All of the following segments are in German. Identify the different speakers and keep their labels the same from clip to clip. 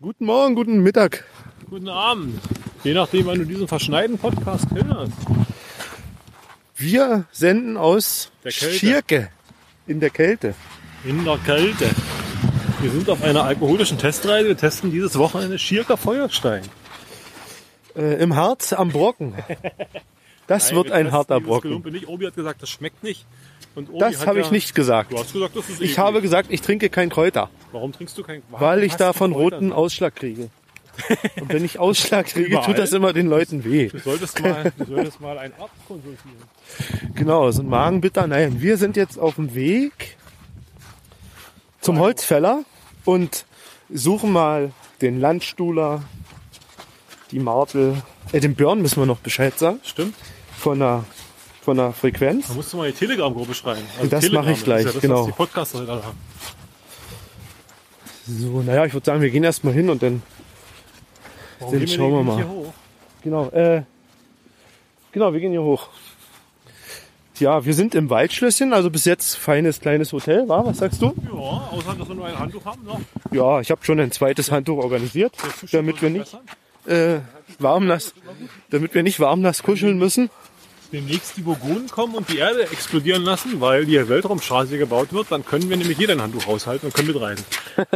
Speaker 1: Guten Morgen, guten Mittag.
Speaker 2: Guten Abend. Je nachdem, wann du diesen verschneiten Podcast hörst.
Speaker 1: Wir senden aus
Speaker 2: Der Kälte.
Speaker 1: Schierke in der Kälte.
Speaker 2: In der Kälte. Wir sind auf einer alkoholischen Testreise. Wir testen dieses Wochenende Schierker Feuerstein.
Speaker 1: Äh, Im Harz am Brocken. Das
Speaker 2: Nein,
Speaker 1: wird
Speaker 2: wir
Speaker 1: ein
Speaker 2: testen
Speaker 1: harter
Speaker 2: dieses
Speaker 1: Brocken.
Speaker 2: Gelumpe Nicht. Obi hat gesagt, das schmeckt nicht. Und Obi
Speaker 1: Das
Speaker 2: Oh, hat
Speaker 1: habe
Speaker 2: ja-
Speaker 1: ich nicht gesagt.
Speaker 2: Du hast gesagt, das ist eklig.
Speaker 1: Ich habe gesagt, ich trinke kein Kräuter,
Speaker 2: Warum trinkst du kein
Speaker 1: weil ich
Speaker 2: Hast
Speaker 1: da
Speaker 2: du
Speaker 1: von
Speaker 2: Kräuter?
Speaker 1: roten Ausschlag kriege. Und wenn ich Ausschlag kriege,
Speaker 2: Überall?
Speaker 1: tut das immer den Leuten weh.
Speaker 2: Du solltest mal, du solltest mal einen Arzt konsultieren.
Speaker 1: Genau, so ein Magenbitter. Nein, wir sind jetzt auf dem Weg zum Holzfäller und suchen mal den Landstuhler, die Martel. Äh, den Björn müssen wir noch Bescheid sagen
Speaker 2: Stimmt.
Speaker 1: von der, von der Frequenz.
Speaker 2: Da musst du mal in die Telegram-Gruppe schreiben. Also
Speaker 1: Das
Speaker 2: Telegram,
Speaker 1: mache ich gleich,
Speaker 2: das ist ja
Speaker 1: genau.
Speaker 2: das, Was die Also, Podcaster da haben.
Speaker 1: So, naja, ich würde sagen, wir gehen erstmal hin und dann.
Speaker 2: Warum
Speaker 1: Dann
Speaker 2: gehen wir
Speaker 1: schauen wir
Speaker 2: nicht
Speaker 1: mal.
Speaker 2: Hier hoch?
Speaker 1: Genau, äh, genau, wir gehen hier hoch. Ja, wir sind im Waldschlösschen, also bis jetzt feines kleines Hotel, war? Was sagst du?
Speaker 2: Ja, außer dass wir nur ein Handtuch haben noch.
Speaker 1: Ja, ich habe schon ein zweites Handtuch organisiert, damit wir nicht äh, warm nass, damit wir nicht warm nass kuscheln müssen.
Speaker 2: demnächst die Burgunden kommen und die Erde explodieren lassen, weil die Weltraumstraße hier gebaut wird, dann können wir nämlich jeder ein Handtuch raushalten und können mitreisen.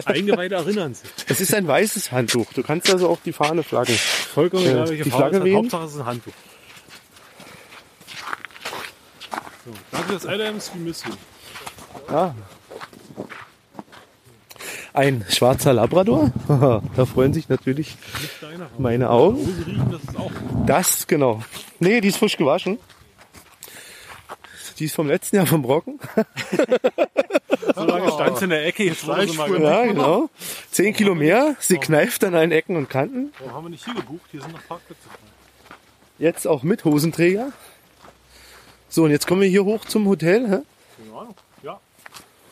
Speaker 2: Eingeweide erinnern sich.
Speaker 1: Es ist ein weißes Handtuch. Du kannst also auch die Fahne flaggen.
Speaker 2: Vollkommen
Speaker 1: Äh,
Speaker 2: egal, welche
Speaker 1: die
Speaker 2: Farbe
Speaker 1: Flagge
Speaker 2: es hat.
Speaker 1: wehen?
Speaker 2: Hauptsache es ist ein Handtuch. So, danke des Adams, wir müssen.
Speaker 1: Ja. Ah. Ein schwarzer Labrador. Haha, da freuen sich natürlich
Speaker 2: Nicht deiner. aber
Speaker 1: meine Augen.
Speaker 2: Hose riechen, das ist auch.
Speaker 1: Das, genau. Nee, die ist frisch gewaschen. Die ist vom letzten Jahr vom Brocken.
Speaker 2: So lange stand sie in der Ecke, jetzt wurde sie mal gebucht.
Speaker 1: Ja, genau. Zehn Kilo mehr. Sie kneift an allen Ecken und Kanten.
Speaker 2: Warum haben wir nicht hier gebucht? Hier sind noch Parkplätze.
Speaker 1: Jetzt auch mit Hosenträger. So, und jetzt kommen wir hier hoch zum Hotel. Hä?
Speaker 2: Keine Ahnung. Ja.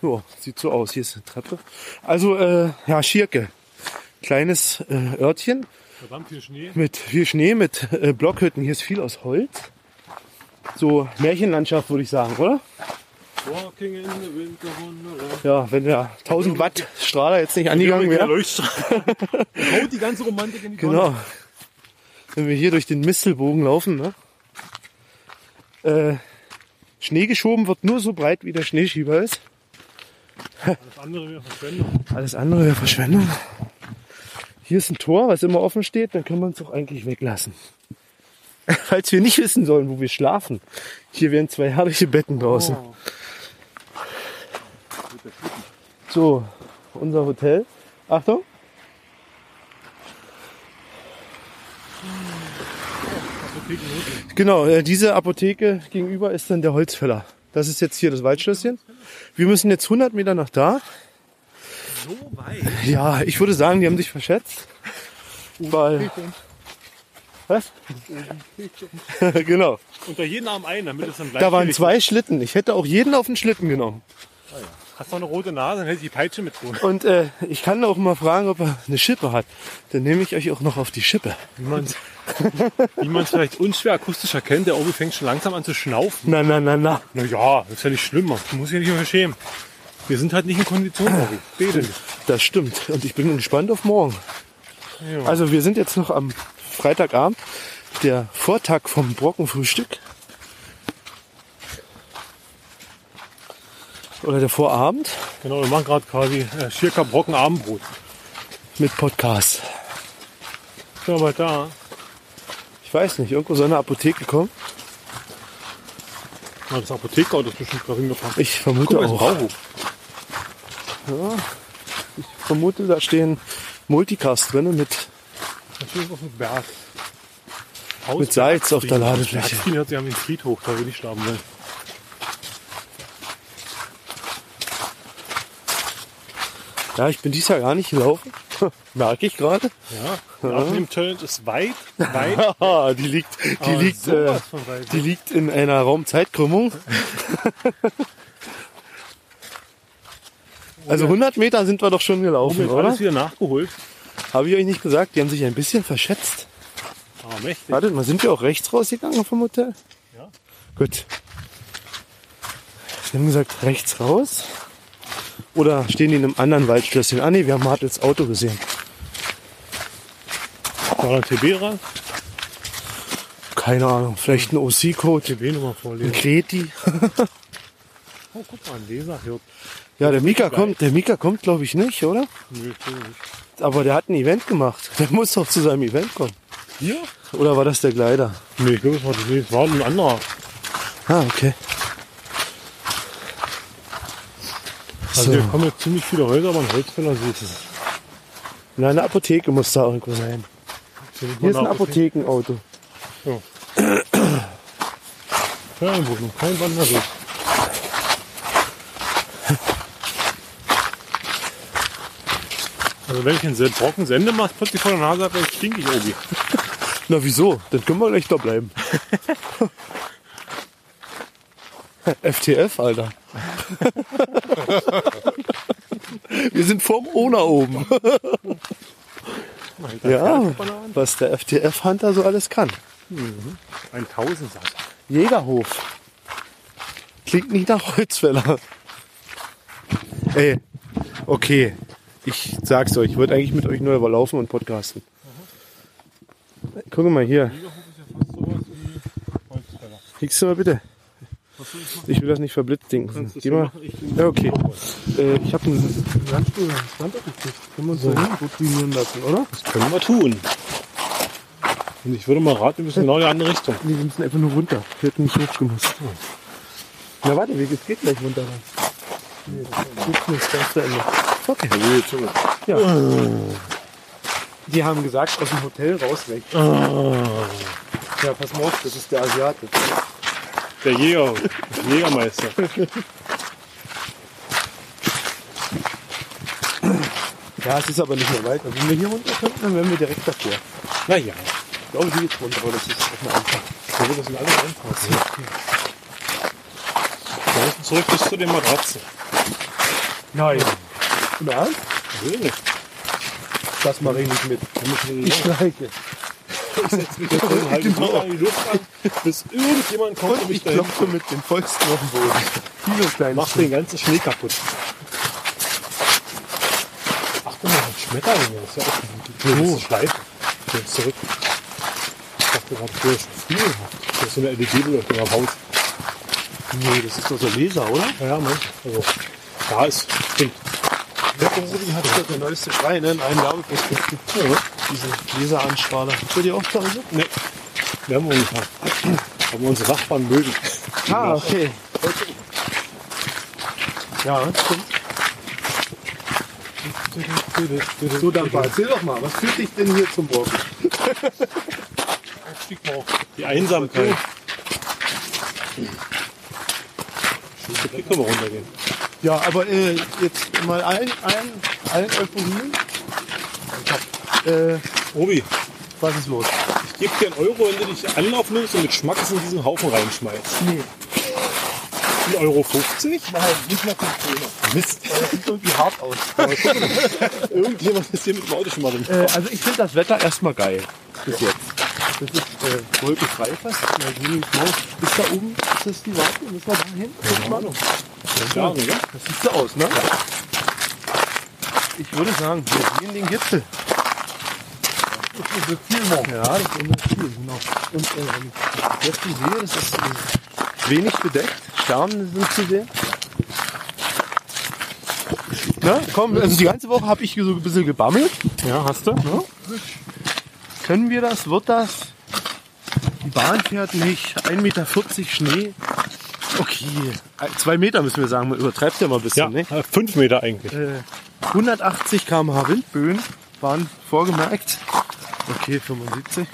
Speaker 1: Ja, sieht so aus. Hier ist eine Treppe. Also, äh, ja, Schierke. Kleines äh, Örtchen
Speaker 2: Verdammt viel Schnee.
Speaker 1: mit viel Schnee, mit äh, Blockhütten. Hier ist viel aus Holz. So Märchenlandschaft, würde ich sagen, oder?
Speaker 2: Walking in the Winterwunderland.
Speaker 1: Ja, wenn der 1000 Watt Strahler jetzt nicht angegangen
Speaker 2: Gegangen, ja.
Speaker 1: wäre.
Speaker 2: Leuchtstrahl. Haut die ganze Romantik in die
Speaker 1: Genau. Wenn wir hier durch den Mistelbogen laufen, ne? Äh, Schnee geschoben wird nur so breit, wie der Schneeschieber ist.
Speaker 2: Das andere wäre Verschwendung.
Speaker 1: Alles andere wäre Verschwendung. Hier ist ein Tor, was immer offen steht, dann können wir uns auch eigentlich weglassen. Falls wir nicht wissen sollen, wo wir schlafen. Hier wären zwei herrliche Betten draußen. So, unser Hotel. Achtung. Genau, äh, diese Apotheke gegenüber ist dann der Holzfäller. Das ist jetzt hier das Waldschlösschen. Wir müssen jetzt 100 Meter nach da.
Speaker 2: So weit.
Speaker 1: Ja, ich würde sagen, die haben sich verschätzt. Weil. Was? genau.
Speaker 2: Unter jeden Arm einen, damit es dann gleich
Speaker 1: Da waren zwei Schlitten. Ich hätte auch jeden auf den Schlitten genommen.
Speaker 2: Hast du noch eine rote Nase, dann hätte ich die Peitsche mit drin.
Speaker 1: Und äh, ich kann auch mal fragen, ob er eine Schippe hat. Dann nehme ich euch auch noch auf die Schippe.
Speaker 2: Wie man es wie man's vielleicht unschwer akustisch erkennt, der Obi fängt schon langsam an zu schnaufen.
Speaker 1: Na, na, na, na.
Speaker 2: Naja, ist ja nicht schlimm, man muss sich nicht mehr schämen. Wir sind halt nicht in Kondition, Obi. Bete nicht.
Speaker 1: Das stimmt. Und ich bin gespannt auf morgen.
Speaker 2: Ja.
Speaker 1: Also wir sind jetzt noch am Freitagabend, der Vortag vom Brockenfrühstück. Oder der Vorabend
Speaker 2: Genau, wir machen gerade quasi äh, Schirka Brocken Abendbrot.
Speaker 1: mit Podcast.
Speaker 2: Schau mal da.
Speaker 1: Ich weiß nicht, irgendwo so eine Apotheke kommt.
Speaker 2: Na, das Apothekerauto ist bestimmt gerade hingefahren.
Speaker 1: Ich vermute
Speaker 2: mal, ist ein
Speaker 1: auch.
Speaker 2: Bauhof.
Speaker 1: Ich vermute, da stehen Multicast drinne mit.
Speaker 2: Natürlich auf dem Berg.
Speaker 1: Mit Salz auf der Ladefläche.
Speaker 2: Herzfried hat sie haben den Friedhof, da will ich schlafen wollen.
Speaker 1: Ja, ich bin dies Jahr gar nicht gelaufen. Merke ich gerade.
Speaker 2: Ja. Der Abnehm-Challenge ist weit, weit.
Speaker 1: Haha, die liegt, die
Speaker 2: aber
Speaker 1: liegt, äh,
Speaker 2: Ah, sowas von weit.
Speaker 1: die liegt in einer Raumzeitkrümmung. Also 100 Meter sind wir doch schon
Speaker 2: Oben
Speaker 1: gelaufen,
Speaker 2: ist alles
Speaker 1: oder?
Speaker 2: wieder nachgeholt.
Speaker 1: Habe ich euch nicht gesagt, die haben sich ein bisschen verschätzt.
Speaker 2: Aber Ah, mächtig.
Speaker 1: Wartet mal, sind wir auch rechts rausgegangen vom Hotel?
Speaker 2: Ja.
Speaker 1: Gut. Wir haben gesagt, rechts raus. Oder stehen die in einem anderen Waldschlösschen? Ah nee, wir haben Martels Auto gesehen.
Speaker 2: War da TB-Rang?
Speaker 1: Keine Ahnung, vielleicht ein OC-Code,
Speaker 2: TB-Nummer
Speaker 1: ein
Speaker 2: vorlesen.
Speaker 1: Kreti.
Speaker 2: Oh, guck mal, ein Leserhirt.
Speaker 1: Ja, der Mika
Speaker 2: Geil.
Speaker 1: kommt, der Mika kommt, glaube ich, nicht, oder?
Speaker 2: Nö, ich bin nicht.
Speaker 1: Aber der hat ein Event gemacht. Der muss doch zu seinem Event kommen.
Speaker 2: Hier?
Speaker 1: Oder war das der Gleiter?
Speaker 2: Nee, ich glaube, es war, nee, es war ein anderer.
Speaker 1: Ah, okay.
Speaker 2: Also
Speaker 1: So.
Speaker 2: hier kommen jetzt ziemlich viele Häuser, aber ein Holzfäller sieht es.
Speaker 1: Na, eine Apotheke muss da irgendwo sein. Hier ist ein Apothekenauto.
Speaker 2: Ja. Ferienwohnung, kein Wanderweg. Also wenn ich einen sehr trockenen Sendemast plötzlich vor der Nase habe, dann stink ich irgendwie.
Speaker 1: Na, wieso? Dann können wir gleich da bleiben. FTF, Alter. Wir sind vorm Ona oben. Ja, was der FTF-Hunter so alles kann.
Speaker 2: Ein Tausendsasser.
Speaker 1: Jägerhof. Klingt nicht nach Holzfäller. Ey, okay. Ich sag's euch, ich wollte eigentlich mit euch nur überlaufen und podcasten. Guck mal hier. Kriegst du mal bitte. Ich will das nicht verblitzdinken. Geh mal. Ja, okay. Äh, ich habe einen Landstuhl. Können wir uns so routinieren lassen, oder?
Speaker 2: Das können wir tun. Und ich würde mal raten, wir müssen genau in die andere Richtung.
Speaker 1: Nee, wir müssen einfach nur runter. Wir hätten nicht hochgemusst. Na warte, Weg, es geht gleich runter. Dann. Nee, das ist ganz zu Ende. Okay. Ja. Die haben gesagt, aus dem Hotel raus weg.
Speaker 2: Ah.
Speaker 1: Ja, pass mal auf, das ist der Asiate.
Speaker 2: Der Jäger, Jägermeister.
Speaker 1: Ja, es ist aber nicht mehr weit. Also wenn wir hier runter könnten, dann wären wir direkt davor.
Speaker 2: Naja,
Speaker 1: Ich glaube, die geht's runter, aber das ist auch mal einfach.
Speaker 2: so wird das in alle einfachen. Wir müssen zurück bis zu den Matratzen.
Speaker 1: Nein. Im Ernst?
Speaker 2: Natürlich.
Speaker 1: Das mache ich nicht mit.
Speaker 2: Wir müssen
Speaker 1: Ich streiche.
Speaker 2: einen halben Meter in die Luft an, bis irgendjemand kommt und mich dahin
Speaker 1: klopfe mit dem Fäusten auf den Boden. Viele kleine
Speaker 2: macht den ganzen Schnee kaputt. Ach, guck mal, ein Schmetterling, das ist ja auch eine große Schleife. Der ist zurück. Ich dachte gerade, der ist viel. Das ist so eine E LED-Beleuchtung am Haus.
Speaker 1: Nee, das ist doch so Laser, oder?
Speaker 2: Ja, ja, Mensch. Also, da ist, stimmt.
Speaker 1: Der Rudi hat doch der neueste Schrei, ne? In einem Werbeprospekt. Diese Laseranstrahler. Habt ihr die auch zu Hause?
Speaker 2: Ne, wir haben wir nicht gehabt. Aber unsere Nachbarn mögen.
Speaker 1: Ah, okay. Ja, stimmt. So, dankbar. Erzähl doch mal, was führt dich denn hier zum Brocken?
Speaker 2: Die Einsamkeit. Hier können wir runtergehen.
Speaker 1: Ja, aber äh, jetzt mal allen, allen, allen Euphorien. Äh,
Speaker 2: Obi,
Speaker 1: was ist los?
Speaker 2: ich gebe dir einen Euro, wenn du dich Anlauf nimmst und mit Schmackes in diesen Haufen reinschmeißt.
Speaker 1: Nee,
Speaker 2: Ein Euro 50?
Speaker 1: nein, nicht mal Container.
Speaker 2: Mist.
Speaker 1: Das sieht irgendwie hart aus.
Speaker 2: Irgendjemand ist hier mit dem Auto schon mal drin.
Speaker 1: Äh, also ich finde das Wetter erstmal geil. Bis jetzt. Das ist äh, wolkenfrei fast. Mal sehen, wie es läuft. Ist da oben, ist das die Warte? Müssen wir da hin? Keine Ahnung.
Speaker 2: Ja, ne?
Speaker 1: Das sieht so aus, ne? Ich würde sagen, wir gehen den Gipfel. Das ist unser Ziel morgen. Ja, das ist unser Ziel, genau. Und ähm, jetzt die See, das ist äh, wenig bedeckt. Sterne sind zu sehen. Na, komm, also die ganze Woche habe ich so ein bisschen gebammelt.
Speaker 2: Ja, hast du?
Speaker 1: Ja. Können wir das? Wird das? Die Bahn fährt nicht. 1,40 Meter Schnee. Okay, ein- zwei Meter müssen wir sagen. Man übertreibt ja mal ein
Speaker 2: Ja,
Speaker 1: bisschen. Ne?
Speaker 2: äh, fünf Meter eigentlich.
Speaker 1: Äh, 180 km/h Windböen waren vorgemerkt. Okay, 75.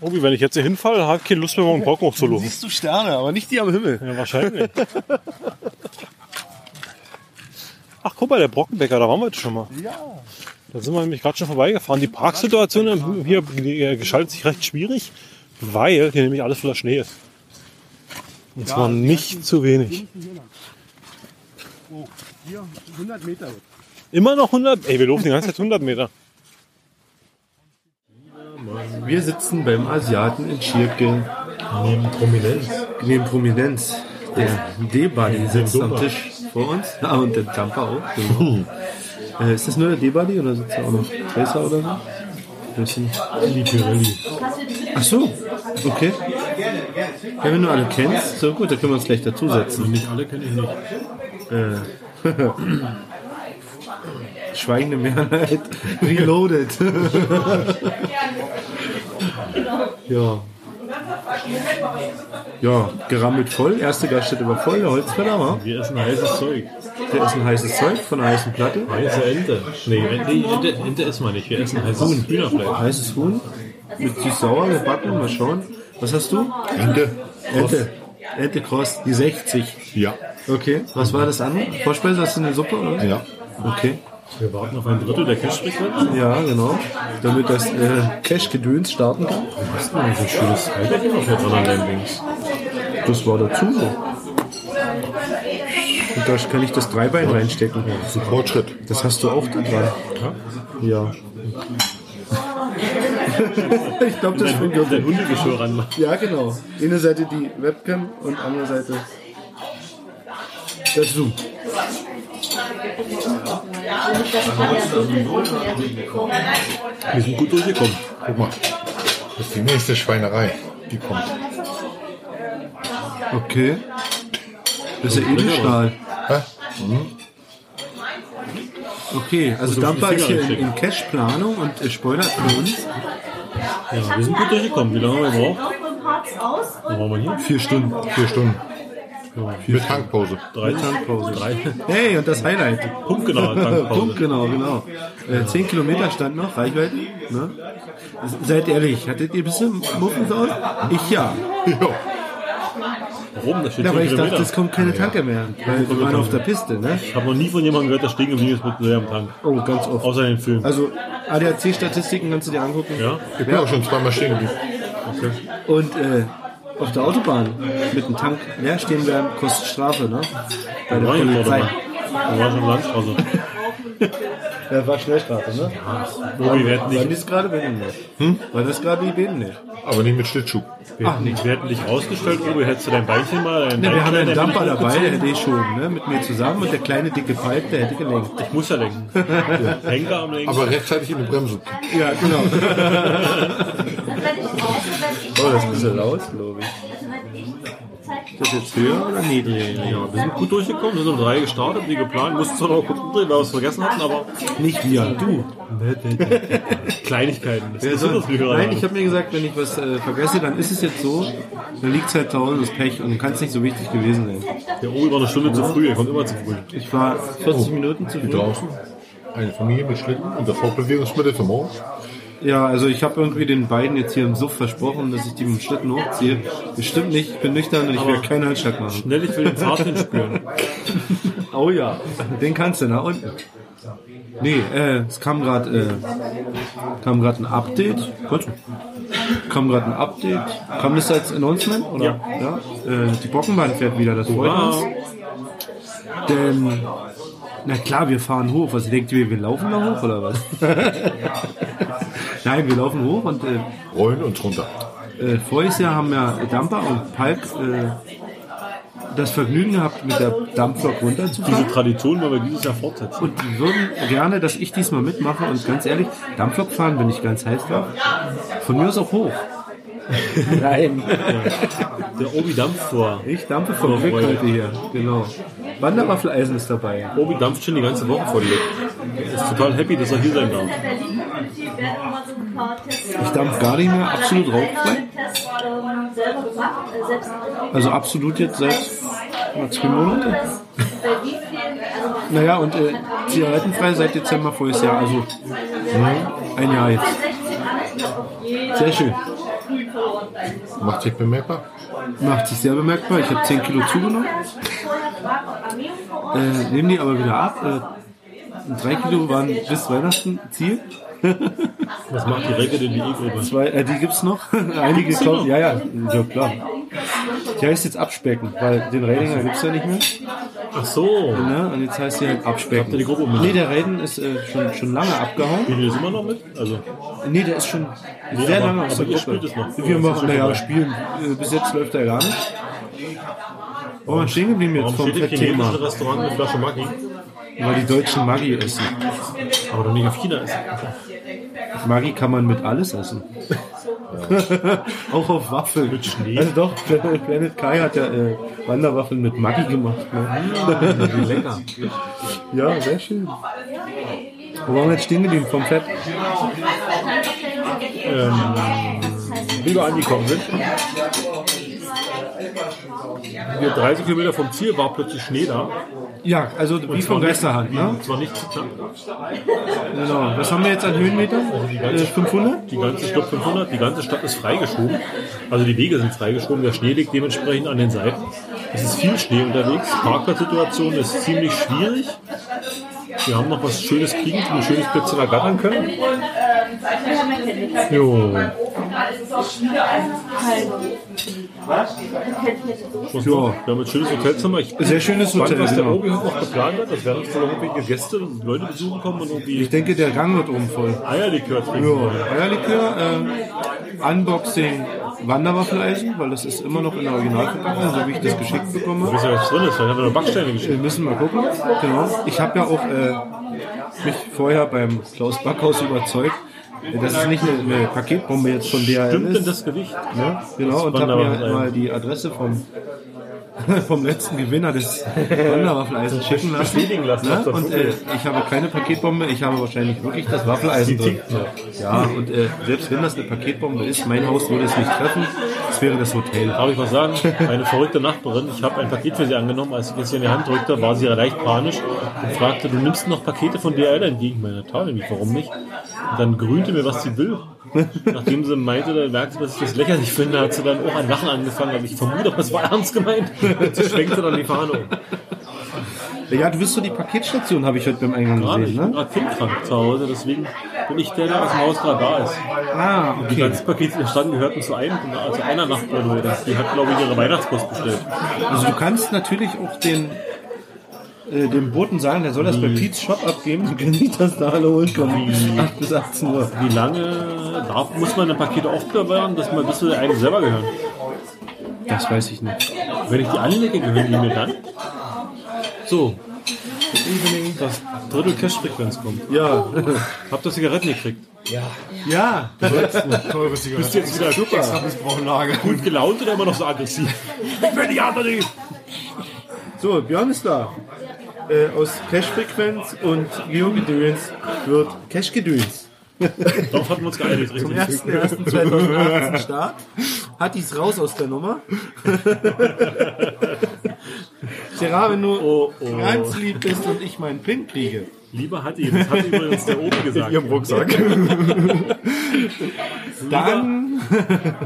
Speaker 2: Obi, wenn ich jetzt hier hinfalle, habe ich keine Lust mehr, morgen Brocken hochzulaufen.
Speaker 1: Siehst du Sterne, aber nicht die am Himmel.
Speaker 2: Ja, wahrscheinlich. Ach, guck mal, der Brockenbäcker, da waren wir heute schon mal.
Speaker 1: Ja.
Speaker 2: Da sind wir nämlich gerade schon vorbeigefahren. Die Parksituation hier äh, gestaltet sich recht schwierig, weil hier nämlich alles voller Schnee ist. Und zwar nicht zu wenig.
Speaker 1: Oh, hier 100 Meter.
Speaker 2: Immer noch 100, ey, wir laufen die ganze Zeit 100 Meter.
Speaker 1: Wir sitzen beim Asiaten in Schirke. Neben Prominenz. Neben Prominenz. Der D-Buddy sitzt am Tisch vor uns. Ah, und der Jumper auch. Genau. Äh, ist das nur der D-Buddy oder sitzt da auch noch Tracer oder so? Das sind die Pirelli. Ach so, okay. Ja, wenn du alle kennst, so gut, da können wir uns gleich dazusetzen. Äh.
Speaker 2: Nicht alle kenne ich nicht.
Speaker 1: Schweigende Mehrheit. Reloaded. ja. Ja, gerammelt voll. Erste Gaststätte war voll, der Holzfäller war.
Speaker 2: Wir essen heißes Zeug.
Speaker 1: Der ist ein heißes Zeug von einer heißen Platte.
Speaker 2: Heiße Ente. Nee, Ente, Ente, Ente essen wir nicht. Wir essen heißes Huhn. Hühnerfleisch.
Speaker 1: Heißes Huhn mit süß-sauer gebacken. Mal schauen. Was hast du? Ente. Ente. Ente Cross, die 60.
Speaker 3: Ja.
Speaker 1: Okay. Was war das andere? Vorspeise hast du eine Suppe oder? was?
Speaker 3: Ja.
Speaker 1: Okay.
Speaker 2: Wir warten auf ein Drittel der Cash-Frequenz.
Speaker 1: Ja, genau. Damit das äh, Cash-Gedöns starten kann.
Speaker 2: Was Ah, ist denn so ein schönes Halterhühnerfleisch an deinen Links?
Speaker 1: Das war dazu. Und da kann ich das Dreibein reinstecken.
Speaker 3: Fortschritt.
Speaker 1: Das hast du auch da dran. Ja. ich glaube, das springt
Speaker 2: Dein Hundegeschirr ranmachen.
Speaker 1: Ja, genau. Eine Seite die Webcam und andere Seite das Zoom.
Speaker 2: Wir sind gut durchgekommen.
Speaker 3: Guck mal. Das ist die nächste Schweinerei. Die kommt.
Speaker 1: Okay. Das ist ja eh Edelstahl.
Speaker 3: Hä?
Speaker 1: Okay, also Damper
Speaker 2: Finger
Speaker 1: ist hier in,
Speaker 2: reinstecken.
Speaker 1: in Cash-Planung und äh, spoilert für uns.
Speaker 2: Ja, wir sind gut durchgekommen. Wie lange haben wir gebraucht? Wo waren wir hier?
Speaker 1: Vier Stunden.
Speaker 3: Vier Stunden. Mit Tankpause.
Speaker 2: Drei Tankpause. Drei
Speaker 1: Hey, und das Highlight.
Speaker 2: punktgenaue
Speaker 1: Punkt,
Speaker 2: Tankpause.
Speaker 1: genau, genau. Äh, 10 Kilometer stand noch, Reichweite. Ne? Seid ehrlich, hattet ihr ein bisschen Muffens aus? Ich ja.
Speaker 2: Warum? Da steht
Speaker 1: Ja,
Speaker 2: ja,
Speaker 1: weil ich dachte, es
Speaker 2: Kilometer.
Speaker 1: kommt keine Tanke mehr. Weil wir waren auf der Piste, ne?
Speaker 2: Ich habe noch nie von jemandem gehört, der stehen geblieben ist mit leerem Tank.
Speaker 1: Oh, ganz oft.
Speaker 2: Außer in den Filmen.
Speaker 1: Also ADAC-Statistiken kannst du dir angucken.
Speaker 2: ja?
Speaker 3: Ich bin auch schon zweimal stehen geblieben.
Speaker 1: Und äh, auf der Autobahn mit dem Tank leer stehen bleiben, kostet Strafe, ne? Bei
Speaker 2: Wir
Speaker 1: der
Speaker 2: waren ja
Speaker 1: Polizei.
Speaker 2: mal. Wir waren schon also, Landstraße.
Speaker 1: Ja, war Schnellstrafe, ne?
Speaker 2: Bobby, wir hätten
Speaker 1: Waren
Speaker 2: dich,
Speaker 1: das gerade Beden nicht? Hm? War das gerade die Beden nicht?
Speaker 3: Aber nicht mit Schlittschuh.
Speaker 2: wir hätten dich, wir hätten dich rausgestellt, Obi, hättest du dein Beinchen mal, dein
Speaker 1: Ne, wir haben
Speaker 2: Beinchen,
Speaker 1: einen
Speaker 2: dein
Speaker 1: Dumper
Speaker 2: Beinchen
Speaker 1: dabei,
Speaker 2: hochgezogen.
Speaker 1: der hätte ich schon, ne? Mit mir zusammen und der kleine dicke Pfeil, der hätte gelenkt.
Speaker 2: Ich muss ja lenken. Henker am Lenken.
Speaker 3: Aber rechtzeitig in die Bremse.
Speaker 1: Ja, genau.
Speaker 4: Wenn ich esse, wenn ich
Speaker 1: Oh, das ist ein bisschen laut, glaube ich.
Speaker 4: esse, wenn ich
Speaker 1: Ist
Speaker 4: Zeit
Speaker 1: das jetzt höher oder niedriger?
Speaker 2: Ja, wir sind gut durchgekommen, wir sind um drei gestartet, wie geplant. Mussten zwar noch kurz umdrehen, weil wir es vergessen hatten, aber
Speaker 1: Nicht wir, du.
Speaker 2: Kleinigkeiten. Das
Speaker 1: Ja,
Speaker 2: ist
Speaker 1: so,
Speaker 2: das Bücher
Speaker 1: ne? nein, ich habe mir gesagt, wenn ich was äh, vergesse, dann ist es jetzt so, dann liegt es halt zu Hause, das Pech und kann es nicht so wichtig gewesen sein.
Speaker 2: Der Obi war eine Stunde zu früh, er kommt immer zu früh.
Speaker 1: Ich war 40 Minuten zu
Speaker 3: Hier
Speaker 1: früh.
Speaker 3: draußen. Eine Familie mit Schlitten und das Fortbewegungsmittel für morgen.
Speaker 1: Ja, also ich habe irgendwie den beiden jetzt hier im Suff versprochen, dass ich die mit dem Schlitten hochziehe. Das stimmt nicht, ich bin nüchtern und ich werde keinen Halsschlag machen.
Speaker 2: Schnell, ich will den Fahrtwind spüren.
Speaker 1: Oh ja, den kannst du nach unten. Nee, äh, es kam gerade äh, kam gerade ein Update. Gut. Kam gerade ein Update. Kam das als Announcement? Oder?
Speaker 2: Ja.
Speaker 1: Äh, die Bockenbahn fährt wieder, das freut uns.
Speaker 2: Ah,
Speaker 1: Denn, na klar, wir fahren hoch. Was denkt ihr, wir laufen da hoch oder was? Nein, wir laufen hoch und äh,
Speaker 3: Rollen und runter.
Speaker 1: äh, voriges Jahr haben ja Damper und Palk äh, das Vergnügen gehabt, mit der Dampflok runterzufahren.
Speaker 2: diese Tradition wollen wir dieses Jahr fortsetzen.
Speaker 1: Und die würden gerne, dass ich diesmal mitmache. Und ganz ehrlich, Dampflok fahren bin ich ganz heiß drauf. Von mir aus auch hoch. Nein.
Speaker 2: Der Obi dampft vor.
Speaker 1: Ich dampfe vom Glück heute hier. Genau. Wanderwaffeleisen ist dabei.
Speaker 2: Obi dampft schon die ganze Woche vor dir. Er ist total happy, dass er hier sein darf.
Speaker 4: in Berlin und die werden immer so ein paar Tests
Speaker 1: Ich dampf gar nicht mehr, absolut rauchfrei.
Speaker 4: Tests ähm, selber gemacht, äh, selbst
Speaker 1: Also absolut jetzt seit na, zwei Monaten.
Speaker 4: in Berlin fehlen. Also
Speaker 1: Naja, und äh, zigarettenfrei seit Dezember voriges Jahr, also ein Jahr jetzt.
Speaker 4: 16 an, ich glaub, auf jeden
Speaker 1: Sehr schön.
Speaker 3: Macht sich bemerkbar.
Speaker 1: Macht sich sehr bemerkbar. Ich habe 10 Kilo zugenommen, äh, nehme die aber wieder ab. Äh, 3 Kilo waren bis Weihnachten Ziel.
Speaker 2: Was macht die Recke denn die E-Gruppe?
Speaker 1: Zwei, äh, die gibt's noch. Einige kaufen. Ja, ja, ja klar. Die heißt jetzt Abspecken, weil den Ratinger gibt's ja nicht mehr.
Speaker 2: Ach so.
Speaker 1: Ne? Und jetzt heißt sie halt Abspecken.
Speaker 2: die Gruppe mit?
Speaker 1: Nee, der Raiden ist äh, schon, schon lange abgehauen.
Speaker 2: Spielen die das immer noch mit? Also,
Speaker 1: Nee, der ist schon sehr
Speaker 2: aber-
Speaker 1: lange aus
Speaker 2: aber
Speaker 1: der
Speaker 2: ihr
Speaker 1: Gruppe.
Speaker 2: spielt es noch.
Speaker 1: Wir machen,
Speaker 2: Das ist
Speaker 1: naja,
Speaker 2: schon
Speaker 1: spielen. Äh, Bis jetzt läuft er gar nicht. Oh, man stehen geblieben jetzt
Speaker 2: warum
Speaker 1: vom
Speaker 2: steht im
Speaker 1: Fettthema.
Speaker 2: chinesischen Restaurant eine Flasche Maggi?
Speaker 1: weil die Deutschen Maggi essen.
Speaker 2: Aber doch nicht auf China ist.
Speaker 1: Maggi kann man mit alles essen. Auch auf Waffeln. Mit Schnee. Also doch, Planet Kai hat ja äh, Wanderwaffeln mit Maggi gemacht.
Speaker 2: Ah,
Speaker 1: Ne? Wie lecker. Ja, sehr schön. Wo waren wir jetzt stehen geblieben vom Fett?
Speaker 2: Wie wir angekommen sind. Wir 30 Kilometer vom Ziel war plötzlich Schnee da.
Speaker 1: Ja, also wie von Geisterhand. Ne?
Speaker 2: Es war nicht zu knapp.
Speaker 1: Genau. Was haben wir jetzt an Höhenmeter? Äh, 500?
Speaker 2: Die ganze, ich glaube 500, die ganze Stadt ist freigeschoben. Also die Wege sind freigeschoben, der Schnee liegt dementsprechend an den Seiten. Es ist viel Schnee unterwegs, Parkplatzsituation ist ziemlich schwierig. Wir haben noch was Schönes kriegen, ein schönes Plätzchen ergattern können. Jo. Und so, wir haben ein schönes Hotelzimmer. Ich bin
Speaker 1: Sehr schönes
Speaker 2: gespannt,
Speaker 1: Hotel,
Speaker 2: was der
Speaker 1: genau.
Speaker 2: Obi heute noch geplant hat. Das werden wohl irgendwelche Gäste und Leute besuchen kommen und
Speaker 1: Ich
Speaker 2: irgendwie
Speaker 1: denke, der Rang wird oben voll.
Speaker 2: Eierlikör
Speaker 1: Ja,
Speaker 2: trinken.
Speaker 1: Eierlikör, ähm, Unboxing Wanderwaffeleisen, weil das ist immer noch in der Originalverpackung, so wie ich das geschickt bekommen
Speaker 2: Ich
Speaker 1: habe.
Speaker 2: weiß ja, was drin ist. Dann haben wir noch Backsteine geschickt.
Speaker 1: Wir müssen mal gucken. Genau. Ich habe ja auch äh, mich vorher beim Klaus Backhaus überzeugt, äh, dass es nicht eine, eine Paketbombe jetzt von DHL
Speaker 2: Stimmt denn
Speaker 1: ist.
Speaker 2: das Gewicht?
Speaker 1: Ja, genau, und habe mir halt mal die Adresse vom, vom letzten Gewinner des Wanderwaffeleisen schicken lassen.
Speaker 2: Bestätigen lassen,
Speaker 1: ne?
Speaker 2: dass das
Speaker 1: Und
Speaker 2: so
Speaker 1: äh,
Speaker 2: ist.
Speaker 1: ich habe keine Paketbombe, ich habe wahrscheinlich wirklich das Waffeleisen
Speaker 2: Die
Speaker 1: drin.
Speaker 2: tickt noch.
Speaker 1: Ja, und äh, selbst wenn das eine Paketbombe ist, mein Haus würde es nicht treffen, es wäre das Hotel.
Speaker 2: Darf ich was sagen? Meine verrückte Nachbarin, ich habe ein Paket für sie angenommen. Als ich es ihr in die Hand drückte, war sie leicht panisch und fragte, du nimmst noch Pakete von DHL entgegen. Meine Tafel nicht, warum nicht? Und dann grünte mir, was sie will. Nachdem sie meinte, dann merkte, sie, dass ich das lächerlich finde, hat sie dann auch an Lachen angefangen. Aber ich vermute, aber es war ernst gemeint. Und sie schwenkte dann die Fahne um.
Speaker 1: Ja, du bist so die Paketstation, habe ich heute beim Eingang
Speaker 2: Gerade, ich
Speaker 1: gesehen,
Speaker 2: bin
Speaker 1: ne?
Speaker 2: gerade kindkrank zu Hause, deswegen bin ich der, der aus dem Haus gerade da ist.
Speaker 1: Ah,
Speaker 2: Die
Speaker 1: okay.
Speaker 2: ganzen Pakete, die da standen, gehörten zu, einem, zu einer Nachbarin. Die hat, glaube ich, ihre Weihnachtspost bestellt.
Speaker 1: Also du kannst natürlich auch den äh, dem Boten sagen, der soll das bei Pete's Shop abgeben, dann können sich das da alle holen kommen. 8 bis 18 Uhr.
Speaker 2: Wie lange darf, muss man ein Paket aufbewahren, dass man bis zu einem selber gehören?
Speaker 1: Das weiß ich nicht.
Speaker 2: Wenn ich die anlege, gehören die mir dann? So, das Drittel Cash-Frequenz kommt.
Speaker 1: Ja.
Speaker 2: Habt ihr Zigaretten gekriegt?
Speaker 1: Ja.
Speaker 3: Teure
Speaker 2: Bist du jetzt wieder super
Speaker 3: missbrauchen Lage.
Speaker 2: gut gelaunt oder immer noch so aggressiv? Ich bin die andere nicht.
Speaker 1: So, Björn ist da. Äh, aus Cash-Frequenz und Geogedöns wird Cash-Gedöns.
Speaker 2: Darauf hatten wir uns geeinigt,
Speaker 1: Am
Speaker 2: richtig?
Speaker 1: 1.1.2018 Start. Hat dies raus aus der Nummer. Gerard, wenn du
Speaker 2: Oh, oh.
Speaker 1: ganz lieb bist und ich meinen Pin kriege.
Speaker 2: Lieber hat ihn, das hat übrigens der Obi gesagt.
Speaker 3: Rucksack.
Speaker 1: Dann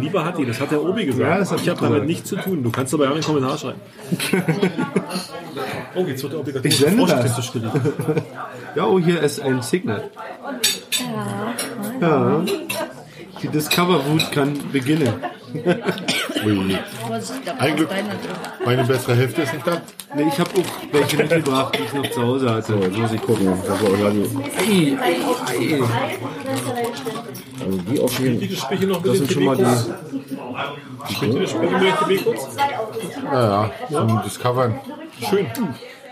Speaker 2: Lieber hat ihn, das hat der Obi gesagt.
Speaker 1: Ja, das hab
Speaker 2: ich
Speaker 1: ich
Speaker 2: habe damit
Speaker 1: gesagt.
Speaker 2: nichts zu tun. Du kannst aber ja in den Kommentar schreiben. oh, jetzt wird der
Speaker 1: Ich
Speaker 2: obligatorische
Speaker 1: sende
Speaker 2: Frosch
Speaker 1: das.
Speaker 2: zu stillen.
Speaker 1: Ja, oh, hier ist ein Signal. Ja. Die Discover Wut kann beginnen.
Speaker 3: Ein Glück. Meine bessere Hälfte ist nicht da.
Speaker 1: Nee, ich habe auch welche mitgebracht, die ich noch zu Hause hatte.
Speaker 5: Jetzt muss ich gucken. Das war Orlando.
Speaker 1: Ei, ei, ei.
Speaker 5: Also die auf jeden
Speaker 2: Bitte sprich hier noch
Speaker 5: Das
Speaker 2: mit den
Speaker 5: sind schon mal
Speaker 2: Kebekos.
Speaker 5: die.
Speaker 2: Bitte sprich hier mit den Kebekos.
Speaker 3: Naja, zum Discovern.
Speaker 2: Schön.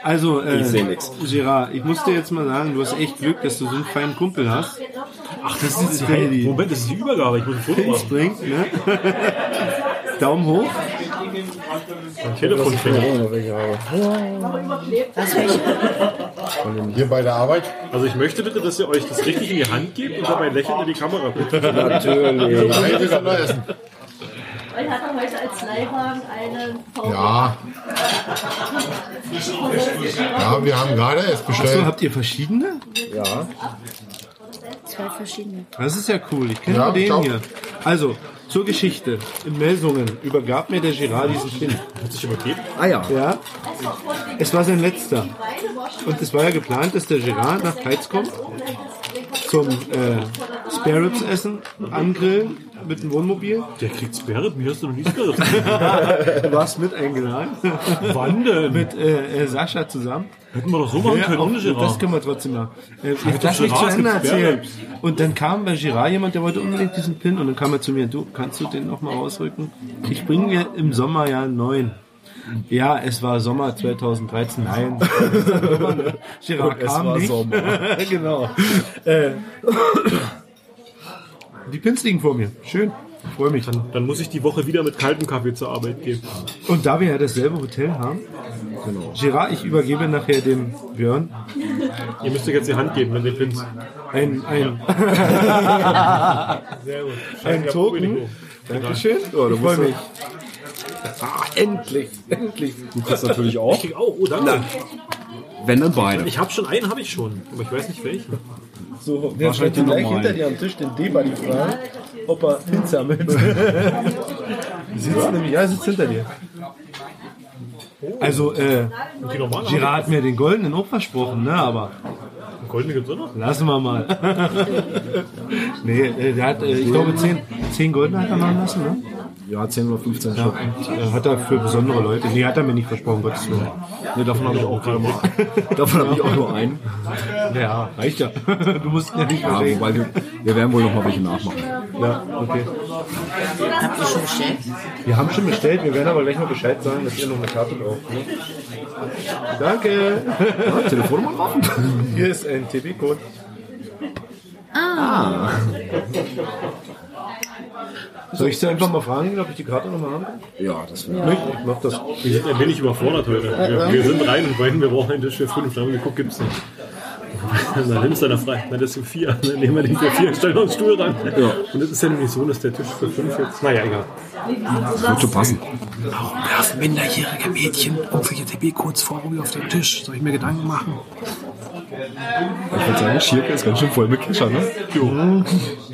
Speaker 1: Also, äh,
Speaker 5: seh nix.
Speaker 1: Gerard, ich muss dir jetzt mal sagen, du hast echt Glück, dass du so einen feinen Kumpel hast.
Speaker 2: Ach, das ist jetzt die
Speaker 1: Heidi.
Speaker 2: Heidi. Moment, das ist die Übergabe. Ich muss ein Foto
Speaker 1: Pins
Speaker 2: machen.
Speaker 1: bringt, ne? Daumen hoch.
Speaker 2: Mein Telefon klingelt.
Speaker 3: Hier bei der Arbeit.
Speaker 2: Also ich möchte bitte, dass ihr euch das richtig in die Hand gebt und dabei lächelnd in die Kamera guckt.
Speaker 5: Natürlich.
Speaker 3: Nein, wir sollen da essen.
Speaker 4: Weil ich hatte heute als Leihwagen einen VW.
Speaker 3: Ja. Ja, wir haben gerade erst
Speaker 1: So,
Speaker 3: bestellt.
Speaker 1: habt ihr verschiedene?
Speaker 5: Ja.
Speaker 6: Zwei verschiedene.
Speaker 1: Das ist ja cool. Ich kenne
Speaker 3: Ja,
Speaker 1: nur den
Speaker 3: ich auch.
Speaker 1: hier. Also, zur Geschichte. In Melsungen übergab mir der Gerard diesen Pin.
Speaker 2: Hat sich übergeben?
Speaker 5: Ah ja.
Speaker 1: Ja, es war sein letzter. Und es war ja geplant, dass der Gerard nach Keiz kommt zum äh, Spare Ribs essen, angrillen mit dem Wohnmobil.
Speaker 2: Der kriegt Sperrit. Mir hast du noch nie Sperrit.
Speaker 1: Du warst mit eingeladen.
Speaker 2: Wann denn?
Speaker 1: mit äh, äh, Sascha zusammen. Äh,
Speaker 2: Hätten wir doch so machen können,
Speaker 1: auch,
Speaker 2: ohne
Speaker 1: das
Speaker 2: Gerard.
Speaker 1: können wir trotzdem machen. Äh, ich darf
Speaker 2: zum
Speaker 1: nicht zu
Speaker 2: Gerard
Speaker 1: Ende
Speaker 2: gibt's
Speaker 1: erzählen.
Speaker 2: Spare
Speaker 1: Und dann kam bei Girard jemand, der wollte unbedingt diesen Pin und dann kam er zu mir, du, kannst du den nochmal rausrücken? Ich bringe mir im Sommer ja einen neuen. Ja, es war Sommer 2013. Nein, Gérard
Speaker 7: es
Speaker 1: kam
Speaker 7: war
Speaker 1: nicht.
Speaker 7: Sommer.
Speaker 1: genau. Äh, die Pins liegen vor mir. Schön. Freue mich.
Speaker 2: Dann muss ich die Woche wieder mit kaltem Kaffee zur Arbeit gehen.
Speaker 1: Und da wir ja dasselbe Hotel haben, Gérard, ich übergebe nachher dem Björn
Speaker 2: Ihr müsst euch jetzt die Hand geben, wenn ihr Pins.
Speaker 1: ein, ein,
Speaker 2: Sehr gut.
Speaker 1: ein Token. Dankeschön. Oh, ich freue mich.
Speaker 8: Endlich, endlich. Du kriegst natürlich
Speaker 2: Ich
Speaker 8: auch.
Speaker 2: krieg auch, oh danke.
Speaker 8: Wenn dann beide.
Speaker 2: Ich habe schon einen, habe ich schon, aber ich weiß nicht welchen.
Speaker 9: So,
Speaker 8: Der
Speaker 9: der
Speaker 8: steht
Speaker 9: steht gleich
Speaker 8: normal.
Speaker 9: hinter dir am Tisch den D-Buddy fragen, ob er mitsammelt.
Speaker 1: Sitzt nämlich, ja, sitzt hinter dir. Also, äh,
Speaker 2: Und die normale
Speaker 1: Gérard hat mir den goldenen auch versprochen, ne? Aber
Speaker 2: habe ich. Goldene gibt's auch noch.
Speaker 1: lassen wir mal. nee, äh, der hat, äh, ich glaube, 10 zehn goldene hat er machen lassen, ne?
Speaker 8: Ja, 10 oder 15
Speaker 1: Ja,
Speaker 8: Stück.
Speaker 1: und, äh, hat er für besondere Leute. Nee, hat er mir nicht versprochen, Gottes Willen.
Speaker 8: Ne, davon habe ich auch gerade mal. Davon habe ich auch nur einen.
Speaker 1: Ja, reicht ja. Du musst ihn ja nicht
Speaker 8: Ja,
Speaker 1: bewegen.
Speaker 8: wobei wir, wir werden wohl noch mal welche nachmachen.
Speaker 1: Ja, okay.
Speaker 10: Habt ihr schon bestellt?
Speaker 1: Wir haben schon bestellt, wir werden aber gleich mal Bescheid sagen, dass ihr noch eine Karte braucht. Ne? Danke.
Speaker 8: Ja, Telefonnummer drauf?
Speaker 1: Hier ist ein TB-Code.
Speaker 8: Ah.
Speaker 1: Ah. Soll ich sie einfach mal fragen, ob ich die Karte nochmal haben kann?
Speaker 8: Ja, das wäre.
Speaker 1: Nicht, ich mach das.
Speaker 2: Wir sind ein wenig überfordert heute. Wir, wir sind rein und meinten, wir brauchen einen Tisch für fünf. Dann haben wir geguckt, gibt's nicht. Dann nimmst du einer frei. Na, das sind vier. Dann nehmen wir den für vier und stellen uns einen Stuhl ran. Und es ist ja nämlich so, dass der Tisch für fünf jetzt. Naja, egal.
Speaker 8: Wird schon passen.
Speaker 11: Werfen minderjährige Mädchen irgendwelche TB-Codes vorrüber auf den Tisch. Soll ich mir Gedanken machen?
Speaker 8: Ich würde sagen, Schirke ist ganz schön voll mit Kescher, ne?
Speaker 1: Hm.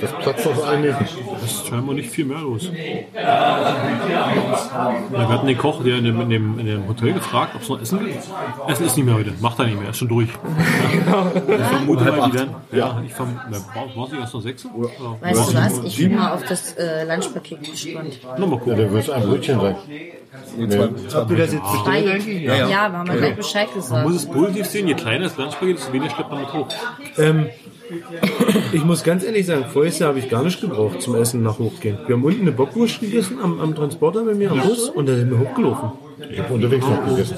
Speaker 3: Das platzt auf eine.
Speaker 2: Das ist scheinbar nicht viel mehr los. Ja, wir hatten den Koch, der in dem, in dem, in dem Hotel gefragt, ob es noch Essen gibt. Essen ist nicht mehr heute. Macht er nicht mehr. Ist schon durch. Ich vermute mal, die werden. Genau. Ja, ich vermute. War sie erst noch sechs? Oder?
Speaker 10: Weißt du was? Ich bin mal auf das äh, Lunchpaket gespannt.
Speaker 2: Nochmal gucken.
Speaker 3: Da wird ein Brötchen sein.
Speaker 1: Habt ihr das jetzt bestellt eigentlich?
Speaker 10: Ja, ja. wir haben ja gleich Bescheid gesagt.
Speaker 2: Man muss es positiv sehen, je kleiner das Lunchpaket, desto weniger schleppt man mit hoch.
Speaker 1: Ähm, ich muss ganz ehrlich sagen, vorher habe ich gar nicht gebraucht zum Essen nach Hochgehen. Wir haben unten eine Bockwurst gegessen am, am Transporter bei mir am Bus und da sind wir hochgelaufen.
Speaker 3: Ich habe unterwegs noch gegessen.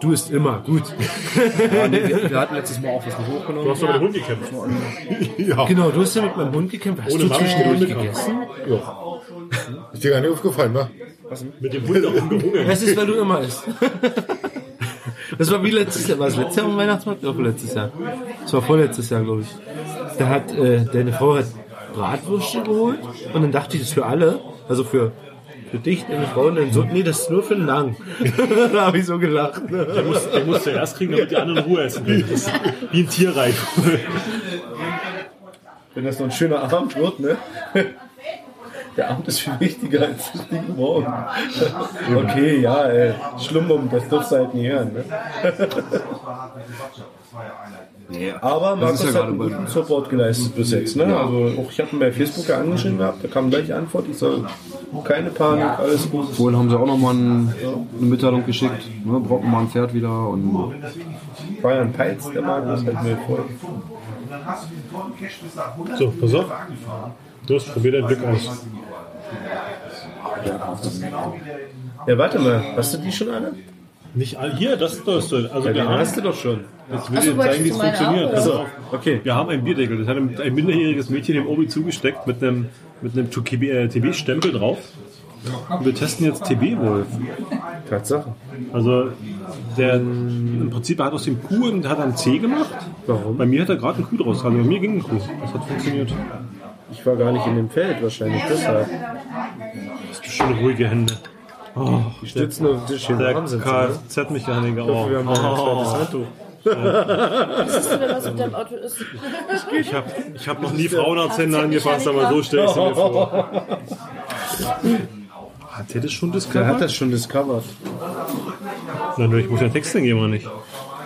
Speaker 1: Du bist immer gut.
Speaker 9: Wir, wir hatten letztes Mal auch was mit hochgenommen.
Speaker 2: Du hast doch mit dem Hund gekämpft.
Speaker 1: Genau, du hast ja mit meinem Hund gekämpft. Hast
Speaker 2: Ohne
Speaker 1: du
Speaker 2: Magen
Speaker 1: zwischendurch
Speaker 2: durchgekommen.
Speaker 1: gegessen?
Speaker 3: Ist dir gar nicht aufgefallen, ne?
Speaker 2: Mit dem Hund auch umgerungen.
Speaker 1: Das ist, weil du immer isst. Das war wie letztes Jahr. War es letztes Jahr am Weihnachtsmarkt? Oder letztes Jahr? Das war vorletztes Jahr, glaube ich. Da hat äh, deine Frau hat Bratwürste geholt und dann dachte ich, das ist für alle. Also für, für dich, deine Frau und deinen Sohn. Nee, das ist nur für den Lang. da habe ich so gelacht. ne?
Speaker 2: Der muss, der muss zuerst kriegen, damit die anderen Ruhe essen können. Das ist wie ein Tierreich.
Speaker 9: Wenn das so ein schöner Abend wird, ne? Der Abend ist viel wichtiger als das Ding morgen. Okay, ja, ey. Schlummum, das darfst du halt nie hören, ne? Aber Markus
Speaker 8: Das ist ja
Speaker 9: hat
Speaker 8: gerade
Speaker 9: einen
Speaker 8: bei-
Speaker 9: guten Support geleistet bis jetzt. Ne? Also auch ich habe ihn bei Facebook ja angeschrieben gehabt, da kam gleich die Antwort, ich soll keine Panik, alles gut.
Speaker 8: Vorhin haben sie auch nochmal eine Mitteilung geschickt. Ne? Brockenmann fährt wieder und
Speaker 9: Bayern Peitz, der Markus hat mir vor.
Speaker 2: So, pass auf. Los, probier dein Glück aus.
Speaker 9: Ja, warte mal, hast du die schon alle?
Speaker 2: Nicht all, hier, das ist das. Also,
Speaker 9: Ja,
Speaker 2: wir
Speaker 9: den
Speaker 2: haben,
Speaker 9: hast du doch schon.
Speaker 2: jetzt will ich dir zeigen, wie es funktioniert. Pass auf.
Speaker 9: Okay.
Speaker 2: Wir haben einen Bierdeckel. Das hat ein, ein minderjähriges Mädchen dem Obi zugesteckt mit einem, mit einem TB-Stempel äh, drauf. Und wir testen jetzt TB-Wolf.
Speaker 9: Tatsache.
Speaker 2: Also der im Prinzip er hat aus dem Kuh und hat einen C gemacht.
Speaker 9: Warum?
Speaker 2: Bei mir hat er gerade einen Kuh draus. Also bei mir ging ein Kuh. Das hat funktioniert.
Speaker 9: Ich war gar nicht in dem Feld wahrscheinlich deshalb.
Speaker 2: Hast du schöne ruhige Hände. Oh,
Speaker 9: Die stützen auf den Tisch hier.
Speaker 2: der
Speaker 9: Warm sind sie, ne?
Speaker 2: Kfz-Mechaniker.
Speaker 9: Ich hoffe, wir haben noch ein
Speaker 2: Oh.
Speaker 9: zweites Handtuch.
Speaker 10: Wenn was auf deinem Auto ist.
Speaker 2: Ich habe ich hab noch nie Frauenarzthände angefasst, aber so stelle ich sie mir vor. Hat der das schon
Speaker 9: Der hat
Speaker 2: discovered?
Speaker 9: das schon discovered.
Speaker 2: Nein, nur ich muss ja Text hingeben, oder nicht?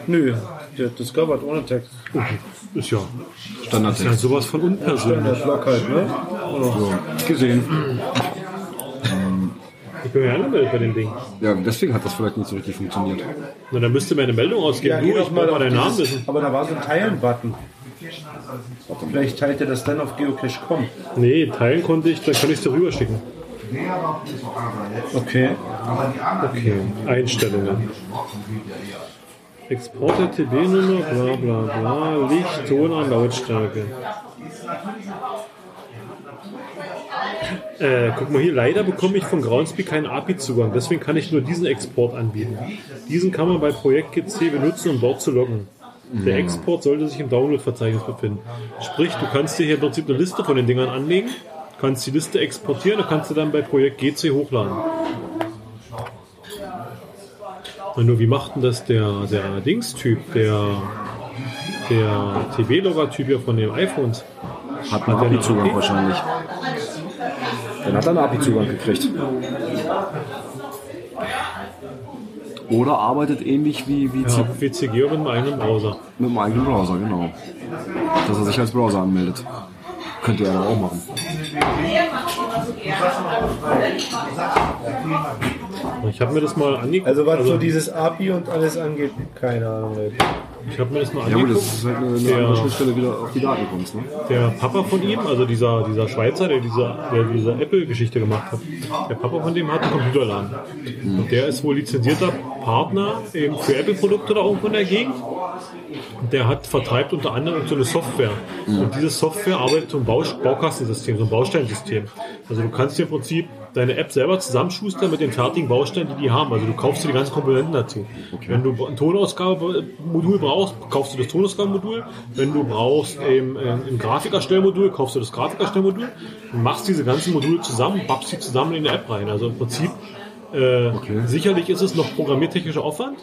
Speaker 9: Nö, der hat discovered ohne Text.
Speaker 2: Ist ja, ist ja
Speaker 8: Standardtext.
Speaker 2: sowas von unpersönlich.
Speaker 9: Der Flock halt, ne?
Speaker 8: Gesehen.
Speaker 2: Ich bin ja angemeldet bei dem Ding.
Speaker 8: Ja, deswegen hat das vielleicht nicht so richtig funktioniert.
Speaker 2: Na, dann müsste mir eine Meldung ausgeben. du, ich brauche mal deinen Namen wissen.
Speaker 9: Aber da war so ein Teilen-Button. Vielleicht teilt er das dann auf geocache.com.
Speaker 2: Nee, teilen konnte ich, dann kann ich es dir rüberschicken.
Speaker 1: Okay.
Speaker 2: Okay, Einstellungen. Exporte, TB-Nummer, bla bla bla, Licht, Sonar, Lautstärke. Äh, guck mal hier, leider bekomme ich von Groundspeak keinen API-Zugang, deswegen kann ich nur diesen Export anbieten. Diesen kann man bei Projekt GC benutzen, um dort zu loggen. Der Export sollte sich im Download-Verzeichnis befinden. Sprich, du kannst dir hier im Prinzip eine Liste von den Dingern anlegen, kannst die Liste exportieren und kannst sie dann bei Projekt GC hochladen. Und nur wie macht denn das der, der Dings-Typ, der, der TB-Logger-Typ hier von dem iPhone?
Speaker 8: Hat einen API-Zugang wahrscheinlich. Dann hat er einen API-Zugang gekriegt. Oder arbeitet ähnlich wie, wie
Speaker 2: Ja,
Speaker 8: Z-
Speaker 2: WCG mit meinem eigenen Browser.
Speaker 8: mit dem eigenen Browser, genau. Dass er sich als Browser anmeldet. Könnte er doch auch machen.
Speaker 2: Ich habe mir das mal angeguckt.
Speaker 1: Also was so dieses API und alles angeht, keine Ahnung. Leute.
Speaker 2: ich habe mir das mal
Speaker 8: Ja gut,
Speaker 2: angeguckt.
Speaker 8: das ist halt eine, eine
Speaker 2: Ja.
Speaker 8: andere Schnittstelle, wie du auf die Daten kommst. Ne?
Speaker 2: Der Papa von ihm, also dieser, dieser Schweizer, der diese, der diese Apple-Geschichte gemacht hat, der Papa von dem hat einen Computerladen. Und der ist wohl lizenzierter Partner eben für Apple-Produkte da irgendwo in der Gegend. Und der hat vertreibt unter anderem so eine Software. Und diese Software arbeitet so ein Baus Baukastensystem, so ein Bausteinsystem. Also du kannst dir im Prinzip deine App selber zusammenschustern mit den fertigen Bausteinen, die die haben. Also du kaufst dir die ganzen Komponenten dazu. Wenn du ein Tonausgabemodul brauchst, kaufst du das Tonausgabemodul. Wenn du brauchst eben äh, ein Grafikerstellmodul, kaufst du das Grafikerstellmodul und machst diese ganzen Module zusammen, pappst sie zusammen in die App rein. Also im Prinzip äh, Sicherlich ist es noch programmiertechnischer Aufwand,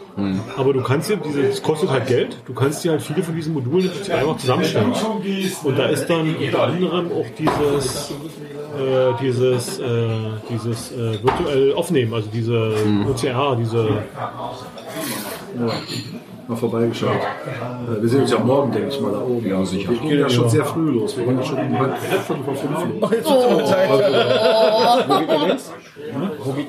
Speaker 2: aber du kannst dir diese, es kostet halt Geld, du kannst dir halt viele von diesen Modulen jetzt einfach zusammenstellen. Und da ist dann unter anderem auch dieses, äh, dieses, äh, dieses äh, virtuell aufnehmen, also diese OCR, diese,
Speaker 11: Mal vorbeigeschaut. Äh, Wir sehen uns ja morgen, denke ich mal, da oben. Ja, sicher. Wir gehen ja schon sehr früh los. Wir gehen ja schon um halb Viertel vor fünf los.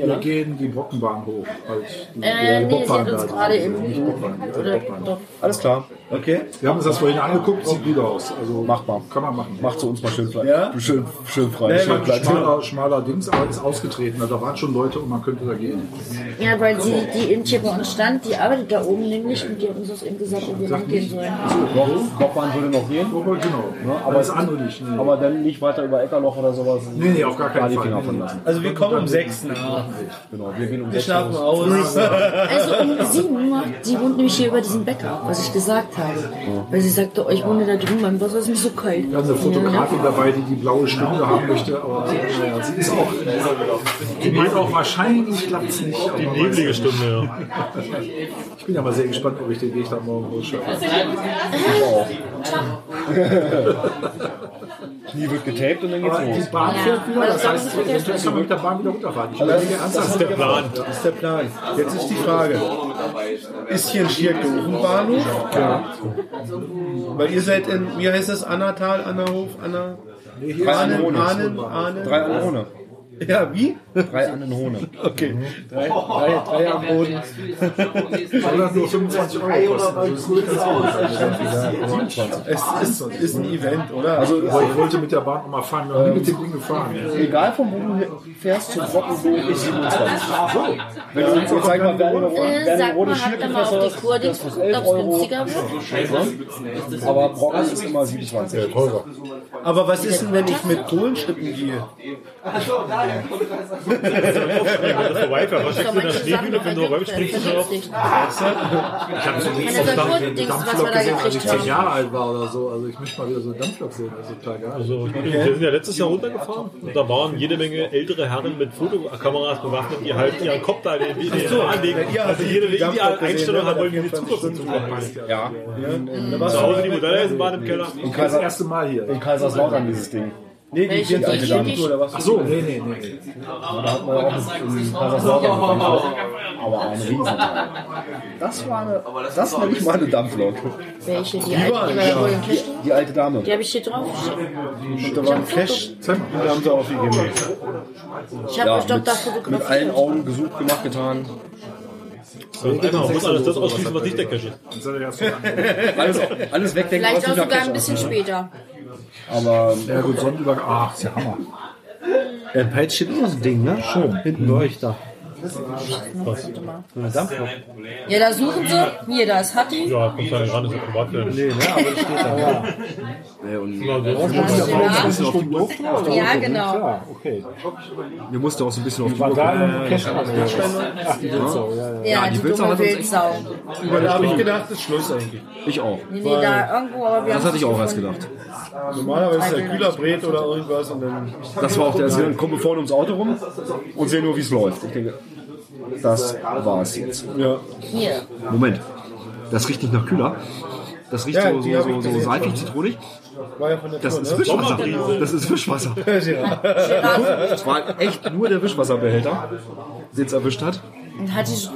Speaker 11: Wir gehen die Brockenbahn hoch. Halt, die,
Speaker 10: Äh,
Speaker 11: die
Speaker 10: nee, sie hat
Speaker 11: Bobbahn
Speaker 10: uns
Speaker 11: da.
Speaker 10: gerade eben-
Speaker 11: Nicht Bobbahn, die
Speaker 10: Oder,
Speaker 11: Bobbahn.
Speaker 10: doch.
Speaker 8: Alles klar,
Speaker 1: Okay.
Speaker 11: Wir haben uns das vorhin angeguckt, sieht gut aus. Also
Speaker 8: machbar.
Speaker 11: kann man machen.
Speaker 8: Macht zu uns mal schön frei.
Speaker 1: Ja?
Speaker 8: Schön, schön frei. schön
Speaker 11: Schmaler, schmaler, schmaler Dings, aber ist ausgetreten. Also Da waren schon Leute und man könnte da gehen.
Speaker 10: Ja, weil sie, die in Chico und stand, die arbeitet da oben nämlich und die hat uns das eben gesagt, wo wir mitgehen sollen.
Speaker 8: Noch, Kochbahn würde noch gehen,
Speaker 11: Aber genau.
Speaker 8: aber
Speaker 11: das
Speaker 8: es-
Speaker 11: andere nicht. Nee.
Speaker 8: aber dann nicht weiter über Eckerloch oder sowas.
Speaker 11: Nee, nee, auf gar keinen
Speaker 8: Da die
Speaker 11: Fall.
Speaker 8: Finger
Speaker 11: Nee,
Speaker 8: von
Speaker 11: nee.
Speaker 8: lassen.
Speaker 1: Also wir kommen um 6 nach.
Speaker 8: Genau, wir gehen um
Speaker 1: Wir
Speaker 8: 6
Speaker 1: schlafen
Speaker 8: Uhr.
Speaker 1: aus.
Speaker 10: Also um sieben Uhr, sie wohnt nämlich hier über diesem Bäcker, was ich gesagt habe. Weil sie sagte, oh, ich wohne da drüben, mein Wasser ist nicht so kalt.
Speaker 11: Wir haben eine Fotografin dabei, die die blaue Stunde haben möchte, aber naja, sie ist auch. Die meint auch, wahrscheinlich klappt es nicht. aber
Speaker 2: die
Speaker 11: man
Speaker 2: neblige
Speaker 11: weiß
Speaker 2: Stunde, ja.
Speaker 11: nicht. Ich bin ja mal sehr gespannt, ob ich den Weg da morgen losschaffe.
Speaker 8: Knie wird getaped und dann geht's
Speaker 11: Aber die
Speaker 8: los.
Speaker 11: Bahn fährt wieder, das heißt, eventuell kann man mit der Bahn wieder runterfahren. Ich überlege ernsthaft,
Speaker 2: Das ist der Plan.
Speaker 1: Das ist der Plan. Jetzt ist die Frage. Ist hier ein Schierkofen-Bahnhof? Ja. Weil ihr seid in, wie heißt das, Annatal, Annahof, Anna...
Speaker 8: Drei
Speaker 1: Ahnen,
Speaker 8: Ahnen
Speaker 1: Ahnen,
Speaker 8: Hohne.
Speaker 1: Ahnen.
Speaker 8: Drei Ahnen Hohne.
Speaker 1: Ja, wie?
Speaker 8: Drei Ahnen Hohne.
Speaker 1: Okay. Drei, drei, drei am Boden.
Speaker 11: oder nur 25 Euro kosten. Also ist nicht ganz
Speaker 1: Es ist, ist ein Event, oder?
Speaker 11: billig. aber ich wollte mit der Bahn nochmal fahren, äh, noch nie mit dem Ding gefahren.
Speaker 8: Egal von wo du fährst, zum Brockenbogen ist 27. Wenn du jetzt sag mal, wer eine,
Speaker 10: Äh,
Speaker 8: wer eine
Speaker 10: sagt
Speaker 8: rote
Speaker 10: man, habt ihr mal auf
Speaker 8: Schildkröte
Speaker 10: die Kur
Speaker 8: das kostet 11
Speaker 10: geguckt, ob es
Speaker 8: Euro,
Speaker 10: günstiger wird?
Speaker 8: aber Brocken ist immer 27.
Speaker 1: Aber was ist denn, wenn ich mit Kohlenschrippen gehe?
Speaker 2: Wenn du vorbeifährst, was
Speaker 10: So,
Speaker 2: schickst du in der
Speaker 10: manche Sachen
Speaker 2: Schneebühne, wenn du rüber springst,
Speaker 10: vergiftet,
Speaker 2: du drauf?
Speaker 10: vergiftet.
Speaker 11: Ich habe so ein
Speaker 10: Kann das ein Dings, was wir da
Speaker 11: als ich
Speaker 10: gekriegt
Speaker 11: 10
Speaker 10: haben?
Speaker 11: Jahre alt war oder so. Also ich möchte mal wieder so einen Dampflok sehen, das ist total geil.
Speaker 2: Also, wir sind ja letztes Jahr runtergefahren und da waren jede Menge ältere Herren mit Fotokameras bewaffnet, die halt ihren Kopf da in den Video anlegen. Also jede ideale Einstellung haben wollen, wie die Zukunft zu tun hat.
Speaker 8: Ja,
Speaker 1: Da
Speaker 2: Zu
Speaker 1: warst
Speaker 2: Hause die Modelleisenbahn im Keller. Also
Speaker 11: Das erste Mal hier.
Speaker 8: in Kaiserslautern dieses Ding.
Speaker 1: du, nee, die
Speaker 10: Welche, die
Speaker 1: 24 Stunden,
Speaker 10: hier
Speaker 1: oder was?
Speaker 11: Ach so, nee, nee, nee.
Speaker 8: Da hatten wir ja auch in Kaiserslautern. gefahren. Aber eine Riesenanlage. Das war eine, das war nicht mal eine Dampflok.
Speaker 10: Welche, die alten, die wir da wohl in Cash
Speaker 8: Die alte Dame.
Speaker 10: Die habe ich hier drauf.
Speaker 8: Da war ein Cash. Die haben sie aufgegeben.
Speaker 10: Ich habe
Speaker 8: Ja,
Speaker 10: euch doch
Speaker 8: mit,
Speaker 10: da
Speaker 8: mit allen
Speaker 10: fotografiert.
Speaker 8: Augen gesucht, gemacht, getan.
Speaker 2: Und einmal, man genau, muss alles das ausschließen, was nicht der Cache ist.
Speaker 11: Das hat er erst mal-
Speaker 8: Alles, Also, alles wegdenken,
Speaker 10: Vielleicht
Speaker 8: was nicht
Speaker 10: auch
Speaker 8: nach
Speaker 10: sogar
Speaker 8: Cash
Speaker 10: ein bisschen
Speaker 8: aussieht.
Speaker 10: später.
Speaker 8: Aber ah,
Speaker 11: Ja gut, Sonnenübergang. Ach, ist ja Hammer. Äh, Peitsche steht immer so ein Ding, ne? Schön. Hinten bei euch da.
Speaker 10: Ja, da suchen sie. Hier, da ist Hatti.
Speaker 2: Ja, kommt da nicht ran, ist ja privat. Nee,
Speaker 10: Ja, genau.
Speaker 8: Wir mussten auch so ein bisschen auf die
Speaker 11: War
Speaker 8: Uhr
Speaker 11: da
Speaker 8: gucken.
Speaker 11: im Cashback. Ach, die Wildsau, ja, ja.
Speaker 10: Ja, die
Speaker 8: die Wildsau
Speaker 10: dumme
Speaker 8: hat uns echt-
Speaker 10: Wildsau.
Speaker 8: Über
Speaker 1: Da
Speaker 8: da
Speaker 1: habe ich gedacht, ist Schluss eigentlich.
Speaker 8: Ich auch.
Speaker 10: Nee, nee, da irgendwo, aber wir
Speaker 8: Das
Speaker 10: haben
Speaker 8: hatte ich auch erst
Speaker 10: gefunden.
Speaker 8: gedacht.
Speaker 1: Normalerweise ist der Kühlerbret oder irgendwas und dann.
Speaker 8: Das war auch der Sinn. Kommen wir vorne ums Auto rum und sehen nur, wie es läuft. Ich denke, das war es jetzt.
Speaker 1: Ja.
Speaker 10: Hier.
Speaker 8: Moment. Das riecht nicht nach Kühler. Das riecht
Speaker 1: Ja,
Speaker 8: so,
Speaker 1: die
Speaker 8: so,
Speaker 1: hab ich
Speaker 8: so, so
Speaker 1: gesehen.
Speaker 8: seifig, zitronig.
Speaker 1: War ja von der
Speaker 8: Das
Speaker 1: Tour,
Speaker 8: ist
Speaker 1: ne?
Speaker 8: Wischwasser. Das ist Wischwasser. Genau. Das war echt nur der Wischwasserbehälter, den es erwischt hat.
Speaker 10: Und Hatti
Speaker 8: Ich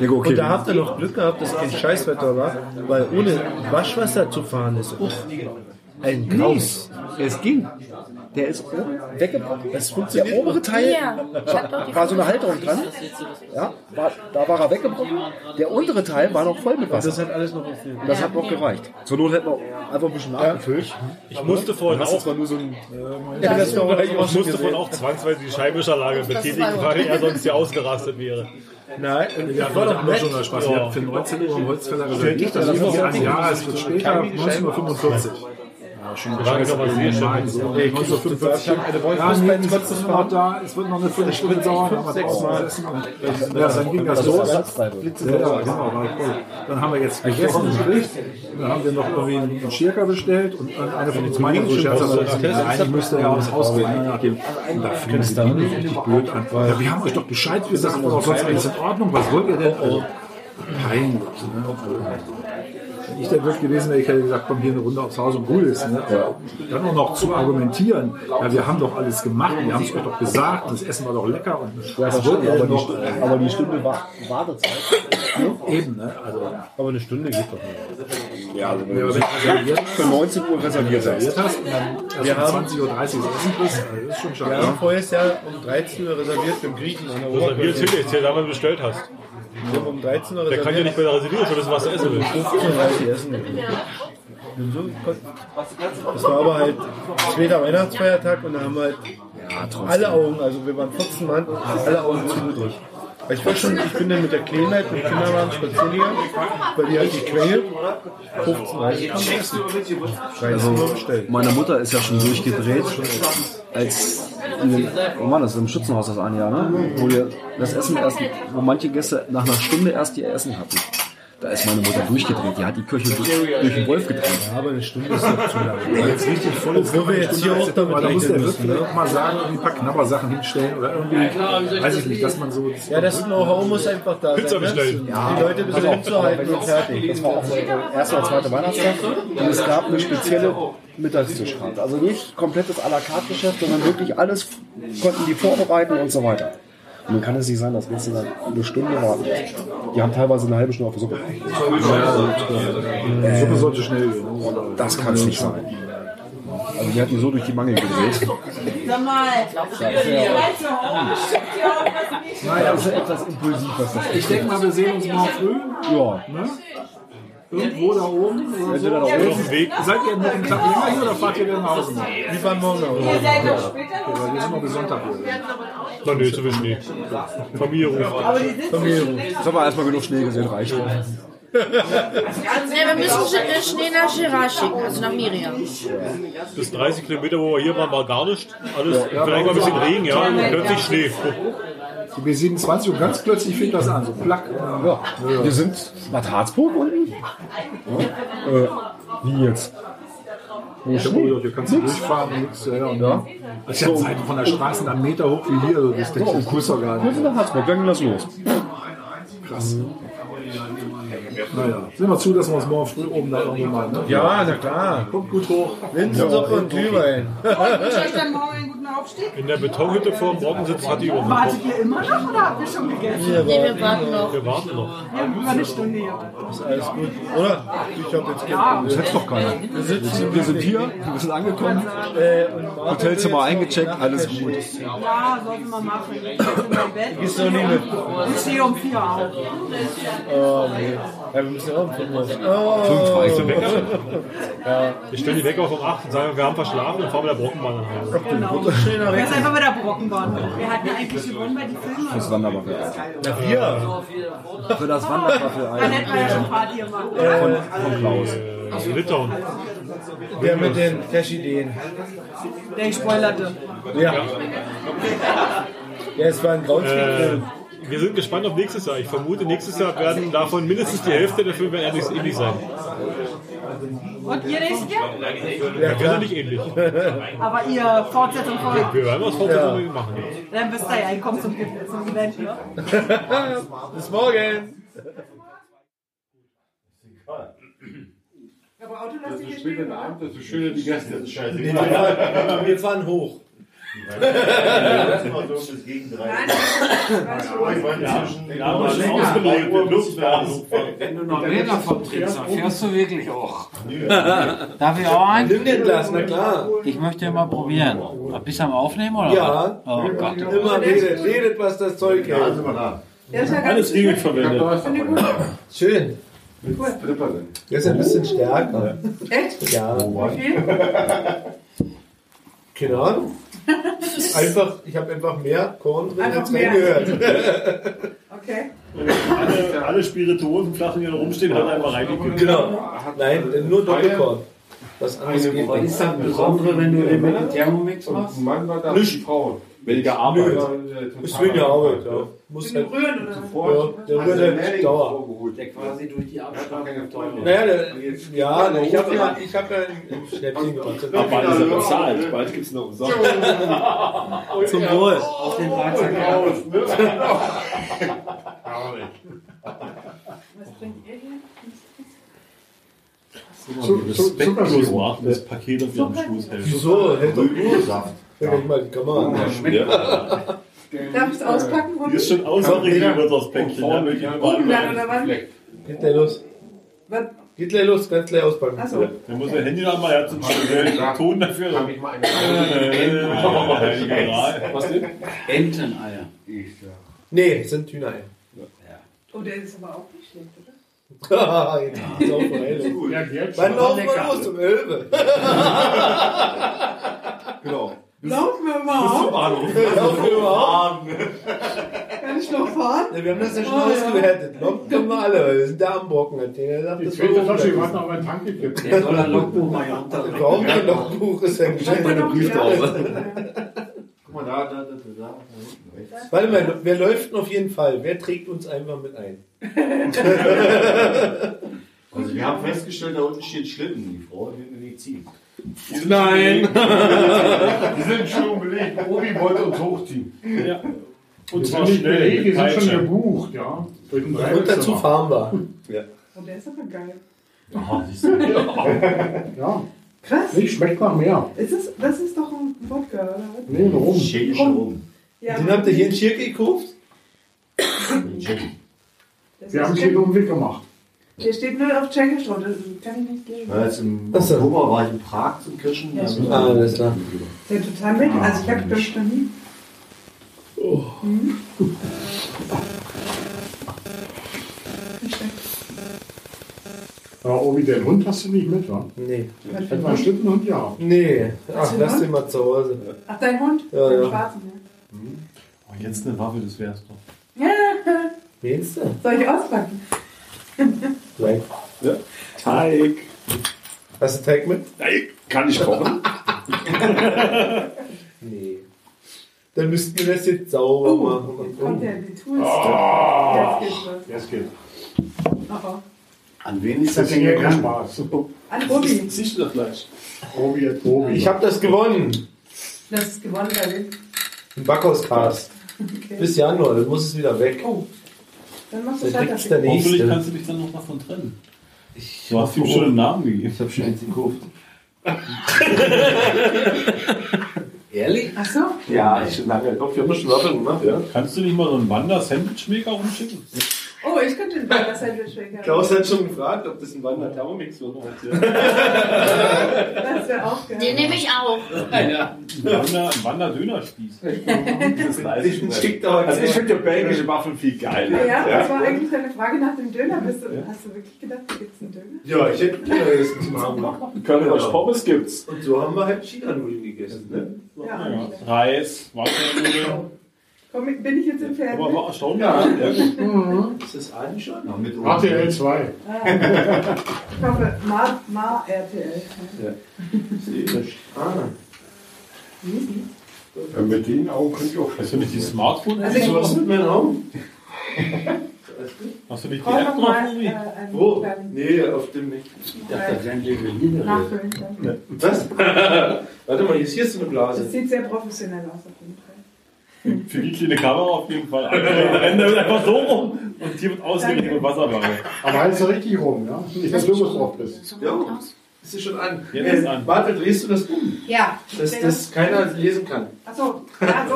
Speaker 8: denke, okay.
Speaker 1: Und da habt ihr noch Glück gehabt, dass kein Scheißwetter war, weil ohne Waschwasser zu fahren ist auch ein Graus.
Speaker 8: Es ging. Der ist oben weggebrochen.
Speaker 1: Das funktioniert.
Speaker 8: Der obere Teil
Speaker 10: Ja, ich hab doch die
Speaker 8: war so eine Halterung dran. Ja, war, da war er weggebrochen. Der untere Teil war noch voll mit Wasser.
Speaker 1: Das hat alles noch funktioniert.
Speaker 8: Und das hat noch gereicht. Zur Not hätten wir einfach ein bisschen nachgefüllt.
Speaker 2: ich musste vorhin
Speaker 8: Das ist
Speaker 2: auch,
Speaker 8: zwar nur so ein
Speaker 1: Ja, das war
Speaker 2: ich musste vorhin auch zwangsweise die Scheibenwischerlage betätigen, weil er sonst hier ausgerastet wäre.
Speaker 1: Nein,
Speaker 11: Ja, Leute haben doch schon mal Spaß. Ihr habt für 19 Uhr im Holzfäller gesagt. Nicht, dass ich an. Ja, es wird später, 19.45 Uhr.
Speaker 2: Wir waren
Speaker 11: genau,
Speaker 2: noch was sehr schön.
Speaker 11: Ja, nee, es ist noch da. Es wird noch eine Viertelstunde dauern. aber draußen sitzen und- Ja, dann ging das los. Ja, ja, genau, war cool. Dann haben wir jetzt gegessen, gekriegt. Dann haben wir noch irgendwie einen Schirker bestellt und einer von uns meinte so scherzhaft, eigentlich müsste ja aus rausgehen. Und da fielen sie dann richtig blöd an. Ja, wir haben euch doch Bescheid gesagt, aber sonst alles in Ordnung. Was wollt ihr denn? Also, peinlich. Ne? Wenn ich der Wirt gewesen wäre, ich hätte gesagt, komm hier eine Runde aufs Haus und gut ist. Ne? Aber Dann auch noch zu argumentieren, ja, wir haben doch alles gemacht, wir haben es euch doch gesagt, das Essen war doch lecker und was wollt ihr denn noch?
Speaker 12: Aber die Stunde war, Wartezeit.
Speaker 11: Eben, ne? Also,
Speaker 2: Aber eine Stunde geht doch nicht.
Speaker 11: Ja, aber wenn du reserviert
Speaker 8: für 19 Uhr reserviert sein.
Speaker 11: hast und dann erst um 20.30 Uhr das Essen kriegst, also das ist schon schade.
Speaker 1: wir haben vorher ja um 13 Uhr reserviert für den Griechen. an der
Speaker 2: Das ist
Speaker 1: Oberkirche.
Speaker 2: hier natürlich, der damals bestellt hast.
Speaker 1: Wir haben um 13 Uhr
Speaker 2: Der kann ja
Speaker 1: reserviert.
Speaker 2: nicht mehr da residieren, schon wissen, was er essen will.
Speaker 1: 15.30 Uhr essen. gegangen. Und so konnten- Das war aber halt später Weihnachtsfeiertag und da haben halt alle Augen, also wir waren 14 Mann, alle Augen zugedrückt. Weil Ich, war schon, ich bin dann mit der Kleinheit, mit Kindern waren spazieren gegangen, weil die halt die Quelle 15.30 Uhr essen. 13 Uhr bestellt.
Speaker 8: Meine Mutter ist ja schon durchgedreht, als in den, oh Mann, das ist im Schützenhaus das ein Jahr, ne? wo wir das Essen erst, wo manche Gäste nach einer Stunde erst ihr Essen hatten. Da ist meine Mutter durchgedreht, die hat die Kirche durch, durch den Wolf gedreht.
Speaker 1: Aber eine Stunde ist noch zu lange. Jetzt richtig voll ist. Obwohl wir jetzt hier auch damit
Speaker 11: Aber da muss
Speaker 1: rechnen
Speaker 11: der Wirt
Speaker 1: müssen.
Speaker 11: vielleicht
Speaker 1: Ne?
Speaker 11: auch mal sagen, irgendwie ein paar Knabbersachen hinstellen oder irgendwie, weiß ich nicht, dass man so.
Speaker 1: Ja, das Know-how muss einfach da
Speaker 2: Pizza
Speaker 1: sein. ne?
Speaker 2: bestellen.
Speaker 1: Die Leute ein bisschen umzuhalten und fertig.
Speaker 12: Das war auch so der erste oder zweite Weihnachtstag.
Speaker 8: Und es gab eine spezielle Mittagstischkarte. Also nicht komplettes à la carte Geschäft, sondern wirklich alles konnten die vorbereiten und so weiter. Und dann kann es nicht sein, dass Gäste dann eine Stunde warten. Die haben teilweise eine halbe Stunde auf der Suppe.
Speaker 11: Die Suppe sollte schnell gehen. ne?
Speaker 8: Das kann es nicht sein. Also die hat die so durch die Mangel gedreht. Naja, das ist etwas impulsiv, was das ist.
Speaker 11: Ich denke mal, wir sehen uns morgen früh. Ne?
Speaker 8: Ja.
Speaker 11: Irgendwo da oben oder so.
Speaker 2: Bin auf dem Weg.
Speaker 11: Seid ihr noch einen Tag länger hier oder fahrt ihr wieder nach Hause? Wir
Speaker 1: Die fahren morgen nach Hause.
Speaker 11: sind noch bis Sonntag hier.
Speaker 2: Na nö, zu wissen nicht. Familie ruft.
Speaker 8: Jetzt haben wir erstmal genug Schnee gesehen, reicht. Dann
Speaker 10: Ja, wir müssen Sch- äh, Schnee nach Girard schicken, also nach Miriam.
Speaker 2: Bis 30 Kilometer, wo wir hier waren, war gar nichts. Alles, vielleicht mal ein bisschen Regen, ja, und plötzlich Schnee.
Speaker 11: Die B27 und ganz plötzlich fängt das an, so plack. Ja.
Speaker 8: Wir sind Bad Harzburg unten. Äh, wie jetzt? Wo
Speaker 11: Ja, gut, hier kannst du durchfahren, nix, ja, ja, und da. Das ist ja Zeit von der Straße einen Meter hoch wie hier, also das denkst du, das ist doch gar
Speaker 8: Wir
Speaker 11: nicht.
Speaker 8: sind nach Harzburg, dann ging das los.
Speaker 11: Krass. Naja, sehen wir zu, dass wir uns morgen früh oben da irgendwo mal, ne?
Speaker 1: Ja, na klar.
Speaker 11: Kommt gut hoch.
Speaker 1: Linsensuppe und Glühwein.
Speaker 2: In der Betonhütte vor dem Brockensitz hat die übernommen.
Speaker 13: Wartet ihr immer noch oder habt ihr schon gegessen?
Speaker 10: Nee, wir warten noch.
Speaker 2: Wir warten noch.
Speaker 13: Wir haben über eine Stunde hier.
Speaker 1: Alles gut, oder? Ich hab jetzt kein
Speaker 8: Das hätte doch keiner. Wir sind, wir sind hier, wir sind angekommen,
Speaker 1: Problem.
Speaker 8: Hotelzimmer eingecheckt, alles gut.
Speaker 13: Ja, sollte man machen. Ich bin in mein Bett.
Speaker 1: Gehst du nicht mit?
Speaker 13: Ich stehe um vier auf.
Speaker 1: Oh, nee. Ja, wir müssen auch um fünf Uhr.
Speaker 8: Fünf
Speaker 1: Oh,
Speaker 8: reicht.
Speaker 2: Wir stellen die Wecker auf um 8 und sagen, wir haben verschlafen und fahren mit der Brockenbahn nach Hause.
Speaker 13: Genau. schneller
Speaker 10: Das
Speaker 13: weg.
Speaker 10: ist einfach wieder Brocken worden. Wir hatten eigentlich gewonnen bei den Filmen.
Speaker 14: Fürs Wanderwaffe.
Speaker 13: Na,
Speaker 1: Oh,
Speaker 13: wir.
Speaker 14: Für das Wanderwaffe
Speaker 10: Dann
Speaker 14: ein.
Speaker 10: hätten wir ja schon Party gemacht.
Speaker 14: Von, von Klaus.
Speaker 2: Aus äh, Litauen.
Speaker 13: Der mit den Cash-Ideen.
Speaker 10: Der ich spoilerte.
Speaker 13: Ja. Ja, es war ein
Speaker 2: Äh,
Speaker 13: Grauspiel.
Speaker 2: wir sind gespannt auf nächstes Jahr. Ich vermute, nächstes Jahr werden davon mindestens die Hälfte der Filme ähnlich, ähnlich sein.
Speaker 10: Und ihr nächstes Jahr?
Speaker 13: ja,
Speaker 2: Ja, wir sind
Speaker 13: klar.
Speaker 2: nicht ähnlich.
Speaker 10: Aber ihr Fortsetzung folgt.
Speaker 2: Wir werden was Fortsetzungen machen.
Speaker 10: Dann wisst ihr ja, ihr kommt zum, zum Event, ne?
Speaker 13: Bis morgen.
Speaker 1: Wir fahren hoch.
Speaker 15: Wenn du noch Leder vertrittst, dann fährst du wirklich auch. Darf ich auch ein?
Speaker 1: Nimm dir ein Glas, na klar.
Speaker 15: Ich möchte ja mal probieren. Bist du am Aufnehmen oder?
Speaker 1: Ja.
Speaker 15: was? Oh Gott.
Speaker 1: Immer redet, redet, was das Zeug hält.
Speaker 2: Alles ewig verwendet.
Speaker 1: Schön. Der ist ein bisschen stärker.
Speaker 10: Echt?
Speaker 1: Ja.
Speaker 10: Wie viel?
Speaker 1: Keine Ahnung. Einfach, ich habe einfach mehr Korn drin
Speaker 10: Einfach
Speaker 1: als
Speaker 10: mehr.
Speaker 1: reingehört.
Speaker 10: Okay.
Speaker 2: Alle, alle Spirituosenflaschen, die da rumstehen, hat einmal reingekippt.
Speaker 1: Genau. Nein, nur Doppelkorn. Was anderes geht
Speaker 15: Was ist
Speaker 1: nicht.
Speaker 15: das Besondere, wenn du den mit dem Thermomix machst?
Speaker 11: Mann war da nicht Frauen. Weniger
Speaker 1: Ist weniger Arbeit, ja. Muss halt,
Speaker 10: Rühren oder?
Speaker 1: ja, der rührt halt Dauer. Naja, der, ja, na, ich habe ja, ich hab ja ein ein
Speaker 11: Also,
Speaker 1: Schnäppchen gemacht.
Speaker 11: Bald ist er bezahlt. Bald gibt es noch umsonst.
Speaker 1: Zum Wohl.
Speaker 15: Auf den Weizen.
Speaker 10: Was bringt ihr hier?
Speaker 2: Respektlos war das Paket auf ihrem Schoß hält.
Speaker 1: So, hält doch gut. Wenn ich mal die Kamera an.
Speaker 11: Ja.
Speaker 10: Darf ich es auspacken?
Speaker 2: Die ist schon außerregel über das Päckchen. Ja, wirklich.
Speaker 10: Oben dann oder wann?
Speaker 1: Geht gleich los.
Speaker 10: Was?
Speaker 1: Geht gleich los, ganz gleich auspacken.
Speaker 10: Achso.
Speaker 2: Dann muss der Handy da mal her zum schnellen Ton dafür. Äh,
Speaker 15: Was denn? Enteneier.
Speaker 1: Nee, es sind Hühnereier.
Speaker 10: Oh, der ist aber auch nicht schlecht, oder?
Speaker 1: Haha, jetzt geht's auch vorbei. los. Wann laufen wir los? Um 11.
Speaker 11: Genau.
Speaker 10: Laufen wir mal auf?
Speaker 1: Laufen wir überhaupt?
Speaker 10: Kann ich noch fahren?
Speaker 1: Wir haben das ja schon
Speaker 10: Oh, ja.
Speaker 1: ausgewertet. Locken können wir alle. Wir sind da am Brocken. Hat der gesagt, das war
Speaker 13: noch mal Tank gekippt.
Speaker 15: Der soll ein Logbuch mal hier unterbringen.
Speaker 1: Warum kein Logbuch ist ja geschenkt.
Speaker 10: Hat man
Speaker 1: Brief
Speaker 10: noch-
Speaker 1: drauf. Warte mal, wir läuft auf jeden Fall. Wer trägt uns einfach mit ein?
Speaker 11: Also wir haben festgestellt, da unten steht Schlitten. Die Frauen hinten nicht ziehen.
Speaker 1: Nein!
Speaker 11: Die sind schon belegt. Obi wollte uns hochziehen.
Speaker 2: Und zwar schnell. mit Peitsche.
Speaker 13: gebucht, ja.
Speaker 1: Und dazu fahren wir.
Speaker 10: Oh, der ist aber geil.
Speaker 1: Ah,
Speaker 13: Ja.
Speaker 10: Krass.
Speaker 13: Ich schmeckt nach mehr.
Speaker 10: Ist es, das ist doch ein Wodka, oder was?
Speaker 13: Nee, warum?
Speaker 11: Schädisch rum.
Speaker 10: Ja,
Speaker 1: Den habt ihr hier in Schirk gekauft?
Speaker 10: das
Speaker 13: Wir
Speaker 10: ist
Speaker 13: haben
Speaker 10: Tschechisch.
Speaker 13: hier einen Weg gemacht.
Speaker 10: Hier steht nur auf Tschechisch drauf, das kann ich nicht lesen.
Speaker 11: Als im
Speaker 1: Ach so.
Speaker 11: Oktober war ich in Prag zum Kirschen.
Speaker 10: Ja, stimmt.
Speaker 1: Ah, alles klar.
Speaker 10: Ist ja total weg. Also ich
Speaker 13: Ah,
Speaker 10: habe das noch nie.
Speaker 13: Oh. Ja, Obi, den Hund hast du nicht mit, wa?
Speaker 1: Nee.
Speaker 13: Hätten wir einen Schlittenhund, ja.
Speaker 1: Nee. Ach, lass den mal zu Hause.
Speaker 10: Ach, dein Hund?
Speaker 1: Ja,
Speaker 10: dein
Speaker 1: ja.
Speaker 10: schwarzen,
Speaker 2: Oh, Jetzt eine Waffe, das wär's doch.
Speaker 10: ja. ja.
Speaker 1: Meinst du?
Speaker 10: Soll ich auspacken?
Speaker 1: Oh. Nein.
Speaker 11: Teig.
Speaker 1: Hast du Teig mit?
Speaker 11: Teig. Kann ich kochen?
Speaker 1: Nee. Dann müssten wir das jetzt sauber
Speaker 15: Uh.
Speaker 1: machen.
Speaker 10: Jetzt
Speaker 1: Und
Speaker 10: kommt
Speaker 1: um.
Speaker 10: ja die Tools.
Speaker 13: Ah.
Speaker 10: Oh. Jetzt geht's
Speaker 13: Jetzt geht's.
Speaker 10: los. Oh, oh.
Speaker 11: An wen ist
Speaker 13: Das
Speaker 11: das
Speaker 13: ist
Speaker 11: denn
Speaker 13: hier kein
Speaker 11: gegangen?
Speaker 13: Spaß.
Speaker 10: An Obi.
Speaker 11: Siehst du das gleich?
Speaker 13: Obi, jetzt Obi.
Speaker 1: Ich habe das gewonnen.
Speaker 10: Das ist gewonnen bei wem?
Speaker 1: Ein Backhauscast.
Speaker 10: Okay.
Speaker 1: Bis Januar, dann muss es wieder weg.
Speaker 15: Uh.
Speaker 10: Oh. Dann machst du
Speaker 1: Dann
Speaker 10: es halt
Speaker 1: kriegt's der
Speaker 2: Hoffentlich
Speaker 1: nächste.
Speaker 2: kannst du dich dann noch davon trennen. Du hast ihm schon einen Namen gegeben. Ich habe schon eins gekauft.
Speaker 1: Ehrlich?
Speaker 10: Ach so?
Speaker 1: Ja, ich schon lange. Doch, wir haben schon Waffeln gemacht, ja?
Speaker 2: Kannst du nicht mal so einen Wander-Sandwich-Maker rumschicken?
Speaker 10: Oh, ich könnte ein Burger-Sandwich schmecken.
Speaker 11: Klaus hat schon gefragt, ob das ein Wander-Thermomix wird heute.
Speaker 10: Das wäre auch geil.
Speaker 16: Den nehme ich auch.
Speaker 11: Ja. Wander- Wander-Dönerspieß.
Speaker 1: Schickt
Speaker 11: aber-
Speaker 1: also ich finde belgische Waffeln viel
Speaker 10: Ja,
Speaker 1: geiler.
Speaker 10: das war eigentlich deine Frage nach dem Döner. Bist du, Hast du wirklich gedacht, da gibt es einen Döner?
Speaker 11: Ja, ich hätte Döner gegessen zum Abend.
Speaker 2: Curry aus
Speaker 11: Pommes gibt's. Und so haben wir halt China-Nudeln gegessen. Ne?
Speaker 10: Ja.
Speaker 2: Reis, Wasser,
Speaker 10: Komm, bin ich jetzt im Fernsehen?
Speaker 2: aber war erstaunlich.
Speaker 11: Ist das Adi schon? Ja, mit
Speaker 2: RTL 2.
Speaker 10: Ah. Ich hoffe, Ma, Ma RTL.
Speaker 11: Ah. Äh,
Speaker 17: Ja, mit den Augen könnt ihr auch
Speaker 2: Hast du nicht die Smartphone?
Speaker 11: Also ich was mit meinen Augen?
Speaker 2: Hast du nicht die
Speaker 10: Brauch
Speaker 2: App
Speaker 10: noch
Speaker 2: drauf?
Speaker 10: mal,
Speaker 2: Uri?
Speaker 10: äh, einen
Speaker 11: Wo?
Speaker 10: kleinen-
Speaker 11: Nee, auf dem nicht. Ich
Speaker 10: dachte, das
Speaker 11: wären Leveline.
Speaker 10: Nachfüllen dann.
Speaker 11: Was? Warte mal, jetzt hier ist so eine
Speaker 10: Das
Speaker 11: Blase.
Speaker 10: sieht sehr professionell aus auf jeden Fall.
Speaker 2: Für die kleine Kamera auf jeden Fall. Andere Ende wird einfach so rum und hier wird ausgelegt mit Wasserwaage.
Speaker 17: Aber halt so richtig rum, ja? Nicht, dass du was drauf bist.
Speaker 11: Ja, ist es schon an.
Speaker 2: Jetzt ist
Speaker 11: Äh,
Speaker 2: an.
Speaker 11: Warte, drehst du das um?
Speaker 10: Ja.
Speaker 11: Dass das keiner lesen kann.
Speaker 10: Achso, ja, so.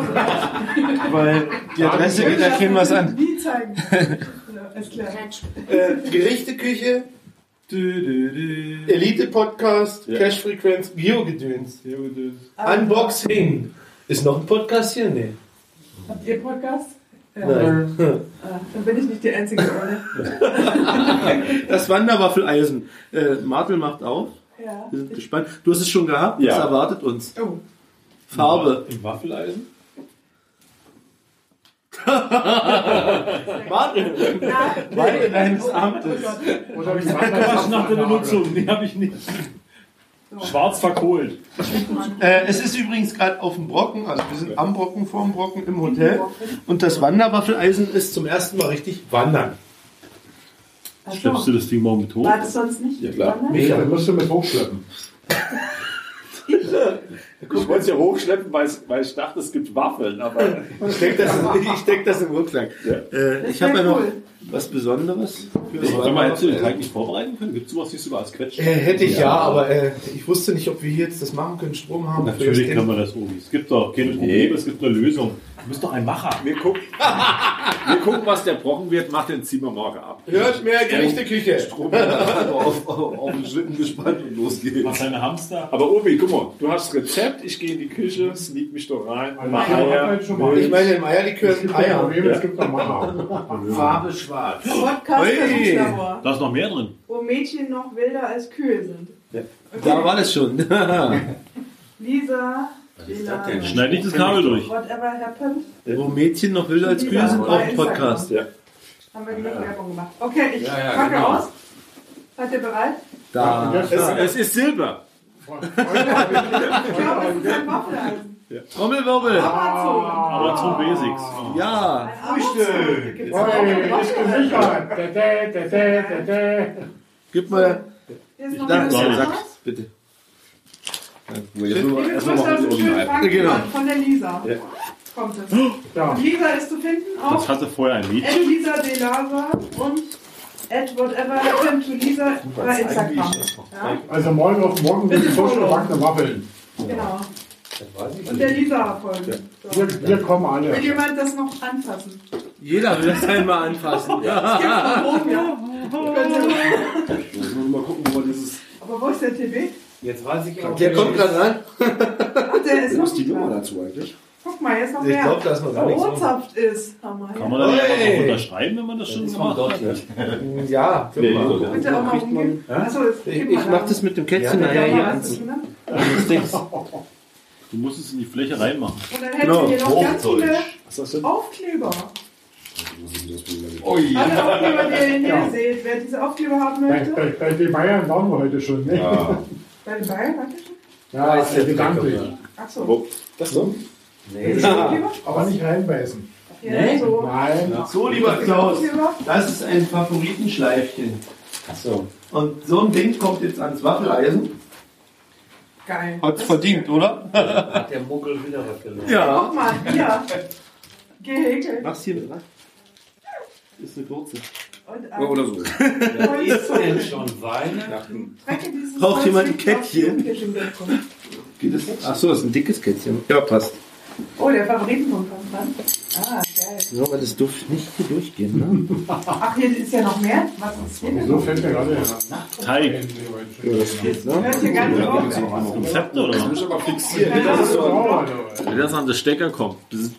Speaker 11: Weil
Speaker 13: die Adresse geht ja keinem was an.
Speaker 10: Nie zeigen. Ja, Ist klar.
Speaker 11: Äh, Gerichteküche, Elite-Podcast, Cash-Frequenz, Geo-Gedöns. Unboxing. Ist noch ein Podcast hier? Nee.
Speaker 10: Habt ihr Podcast? Ja.
Speaker 11: Nein.
Speaker 10: Ah, dann bin ich nicht die Einzige, oder?
Speaker 13: Das Wanderwaffeleisen. Äh, Martel macht auf.
Speaker 10: Ja.
Speaker 13: Wir sind gespannt. Du hast es schon gehabt.
Speaker 11: Ja.
Speaker 13: Was erwartet uns?
Speaker 10: Oh.
Speaker 13: Farbe.
Speaker 2: Im Waffeleisen?
Speaker 11: Martin!
Speaker 13: Weide deines Amtes.
Speaker 2: Oder habe ich Quatsch nach der Benutzung? Die habe ich nicht. Schwarz verkohlt.
Speaker 13: Äh, es ist übrigens gerade auf dem Brocken, also wir sind am Brocken, vorm Brocken im Hotel. Und das Wanderwaffeleisen ist zum ersten Mal richtig wandern.
Speaker 10: Ach so.
Speaker 2: Schleppst du das Ding morgen mit hoch?
Speaker 10: War das sonst nicht?
Speaker 2: Ja, klar.
Speaker 10: Wandern?
Speaker 2: Mega.
Speaker 17: Dann musst du mit hochschleppen.
Speaker 11: Ich wollte es ja hochschleppen, weil es- weil ich dachte, es gibt Waffeln, aber.
Speaker 13: Ich stecke das, ich steck das im Rucksack. Äh, ich
Speaker 11: Das wär
Speaker 13: habe ja noch
Speaker 11: cool.
Speaker 13: was Besonderes. für das
Speaker 2: Sag mal, hättest du den Teig
Speaker 13: Wanderwaffeleisen.
Speaker 2: nicht vorbereiten können? Gibt es sowas, siehst du als Quetsch?
Speaker 13: Äh, hätte ich ja, aber äh, ich wusste nicht, ob wir hier jetzt das machen können, Strom haben.
Speaker 2: Natürlich kann man das, Obi. Es gibt doch keine Probleme, es gibt eine Lösung. Du bist doch ein Macher.
Speaker 11: Wir gucken, wir gucken was der Brocken wird, macht den ziehen wir morgen ab.
Speaker 2: Hört mehr
Speaker 11: Gerichteküche. Strom auf, auf, auf den Schlitten gespannt und los geht's.
Speaker 2: Mach deine Hamster.
Speaker 11: Aber Obi, guck mal, du hast das Rezept, ich gehe in die Küche, sneak mich doch rein. mach
Speaker 17: Eier,
Speaker 11: Eier,
Speaker 17: halt schon mal.
Speaker 11: Milch.
Speaker 17: Ich meine, im Eierlikör sind
Speaker 13: Ah,
Speaker 17: Eier.
Speaker 11: Ja.
Speaker 17: Farbe
Speaker 11: schwarz.
Speaker 10: Podcast
Speaker 13: Ui.
Speaker 10: Labor,
Speaker 2: Da ist noch mehr drin.
Speaker 10: wo Mädchen noch wilder als Kühe sind.
Speaker 13: Da war das schon.
Speaker 10: Lisa, Lena,
Speaker 13: denn? Schneid nicht das Kabel durch.
Speaker 10: Whatever happened,
Speaker 13: Wo Mädchen noch wilder als Kühe sind, auch ein Podcast.
Speaker 10: haben wir genug Werbung gemacht. Okay, ich
Speaker 13: Ja, ja,
Speaker 10: packe
Speaker 13: genau.
Speaker 10: aus. Seid ihr bereit?
Speaker 13: Da.
Speaker 11: Es, es ist Silber.
Speaker 10: Ich glaube, es ist ein Waffeleisen.
Speaker 13: Trommelwirbel.
Speaker 2: Aber zu Basics.
Speaker 13: Ah. Ja.
Speaker 10: Frühstück.
Speaker 13: Gib mal.
Speaker 10: Hier ist noch
Speaker 13: Da
Speaker 10: ein
Speaker 13: ist der
Speaker 10: bisschen
Speaker 13: Sack,
Speaker 10: was.
Speaker 13: bitte.
Speaker 10: Liebe Grüße aus dem schönen Frankfurt von der Lisa.
Speaker 2: Ja.
Speaker 10: Kommt es. Und Lisa ist zu finden auf
Speaker 2: Das hatte vorher ein
Speaker 10: at
Speaker 2: Mädchen.
Speaker 10: Lisa de Lava und at whatever happened to Lisa bei Instagram. Ja?
Speaker 17: Also morgen auf morgen mit frisch gebackene Waffeln.
Speaker 10: Genau. Und der Lisa folgen.
Speaker 17: Wir, wir kommen
Speaker 10: Will
Speaker 17: alle.
Speaker 10: jemand das noch anfassen?
Speaker 13: Jeder will das einmal anfassen.
Speaker 11: Mal gucken, wo wir dieses.
Speaker 10: Aber wo ist der TB?
Speaker 11: Jetzt weiß ich auch.
Speaker 13: Der kommt gerade an.
Speaker 10: Ach, der ist
Speaker 11: Wo
Speaker 10: noch
Speaker 11: ist die
Speaker 10: nicht
Speaker 11: Nummer
Speaker 10: da.
Speaker 11: dazu eigentlich?
Speaker 10: Guck mal, jetzt noch
Speaker 11: Ich
Speaker 10: mehr.
Speaker 11: glaub, da ist noch gar nichts drin.
Speaker 10: Botschaft ist. Hammer.
Speaker 2: Kann man da nicht einfach so unterschreiben, wenn man das schon gemacht hat?
Speaker 13: Ja,
Speaker 11: guck mal.
Speaker 10: Bitte auch mal rumgehen. Achso, es
Speaker 13: Ich,
Speaker 10: gibt
Speaker 13: ich
Speaker 10: mal
Speaker 13: mach das mit dem Kätzchen
Speaker 10: da.
Speaker 13: nachher
Speaker 10: Ja,
Speaker 13: hier
Speaker 10: mal
Speaker 13: an.
Speaker 10: was, ne?
Speaker 2: Du musst es in die Fläche reinmachen.
Speaker 10: Und dann hätten wir noch ganz viele Aufkleber.
Speaker 17: Oh
Speaker 10: Alle Aufkleber, die ihr in der Nähe
Speaker 17: Ja.
Speaker 10: seht. Wer diese Aufkleber haben
Speaker 17: Bei,
Speaker 10: möchte,
Speaker 17: bei, bei den Bayern waren wir heute schon. Ne? Ja,
Speaker 10: bei den Bayern, danke schön.
Speaker 11: Ah,
Speaker 17: ist der Gedanke.
Speaker 10: Achso.
Speaker 11: Das so?
Speaker 17: Nee. Aber nicht reinbeißen.
Speaker 10: Ja, Nee? so.
Speaker 17: Nein.
Speaker 13: So, lieber Klaus, das ist ein Favoritenschleifchen. Und so ein Ding kommt jetzt ans Waffeleisen.
Speaker 10: Geil.
Speaker 13: Hat's verdient, oder? Hat der Muggel wieder was gelernt. Ja.
Speaker 10: Guck mal, hier. Gehäkelt.
Speaker 13: Mach's hier mit rein. Ist eine kurze.
Speaker 10: Und
Speaker 13: Ja, oder so.
Speaker 10: Ja, ist denn
Speaker 13: schon Weihnachten?
Speaker 10: Strecke dieses
Speaker 13: Braucht jemand ein
Speaker 10: Holzweg auf die
Speaker 13: Kettchen?
Speaker 10: Kirchenwirkung.
Speaker 13: Achso, das ist ein dickes Kätzchen. Ja, passt. Oh, der Favoritenpunkt kommt dran. Ah, geil.
Speaker 10: Ja, aber das durfte nicht hier durchgehen, ne?
Speaker 13: Ach, hier ist ja noch mehr. Was ist hier denn?
Speaker 18: So fällt mir gerade
Speaker 2: Teig.
Speaker 10: Ja, das geht, ne?
Speaker 13: Hört hier ganz auf.
Speaker 2: Konzepte oder was?
Speaker 19: aber fixiert.
Speaker 2: Wenn das an den Stecker kommt. Das ist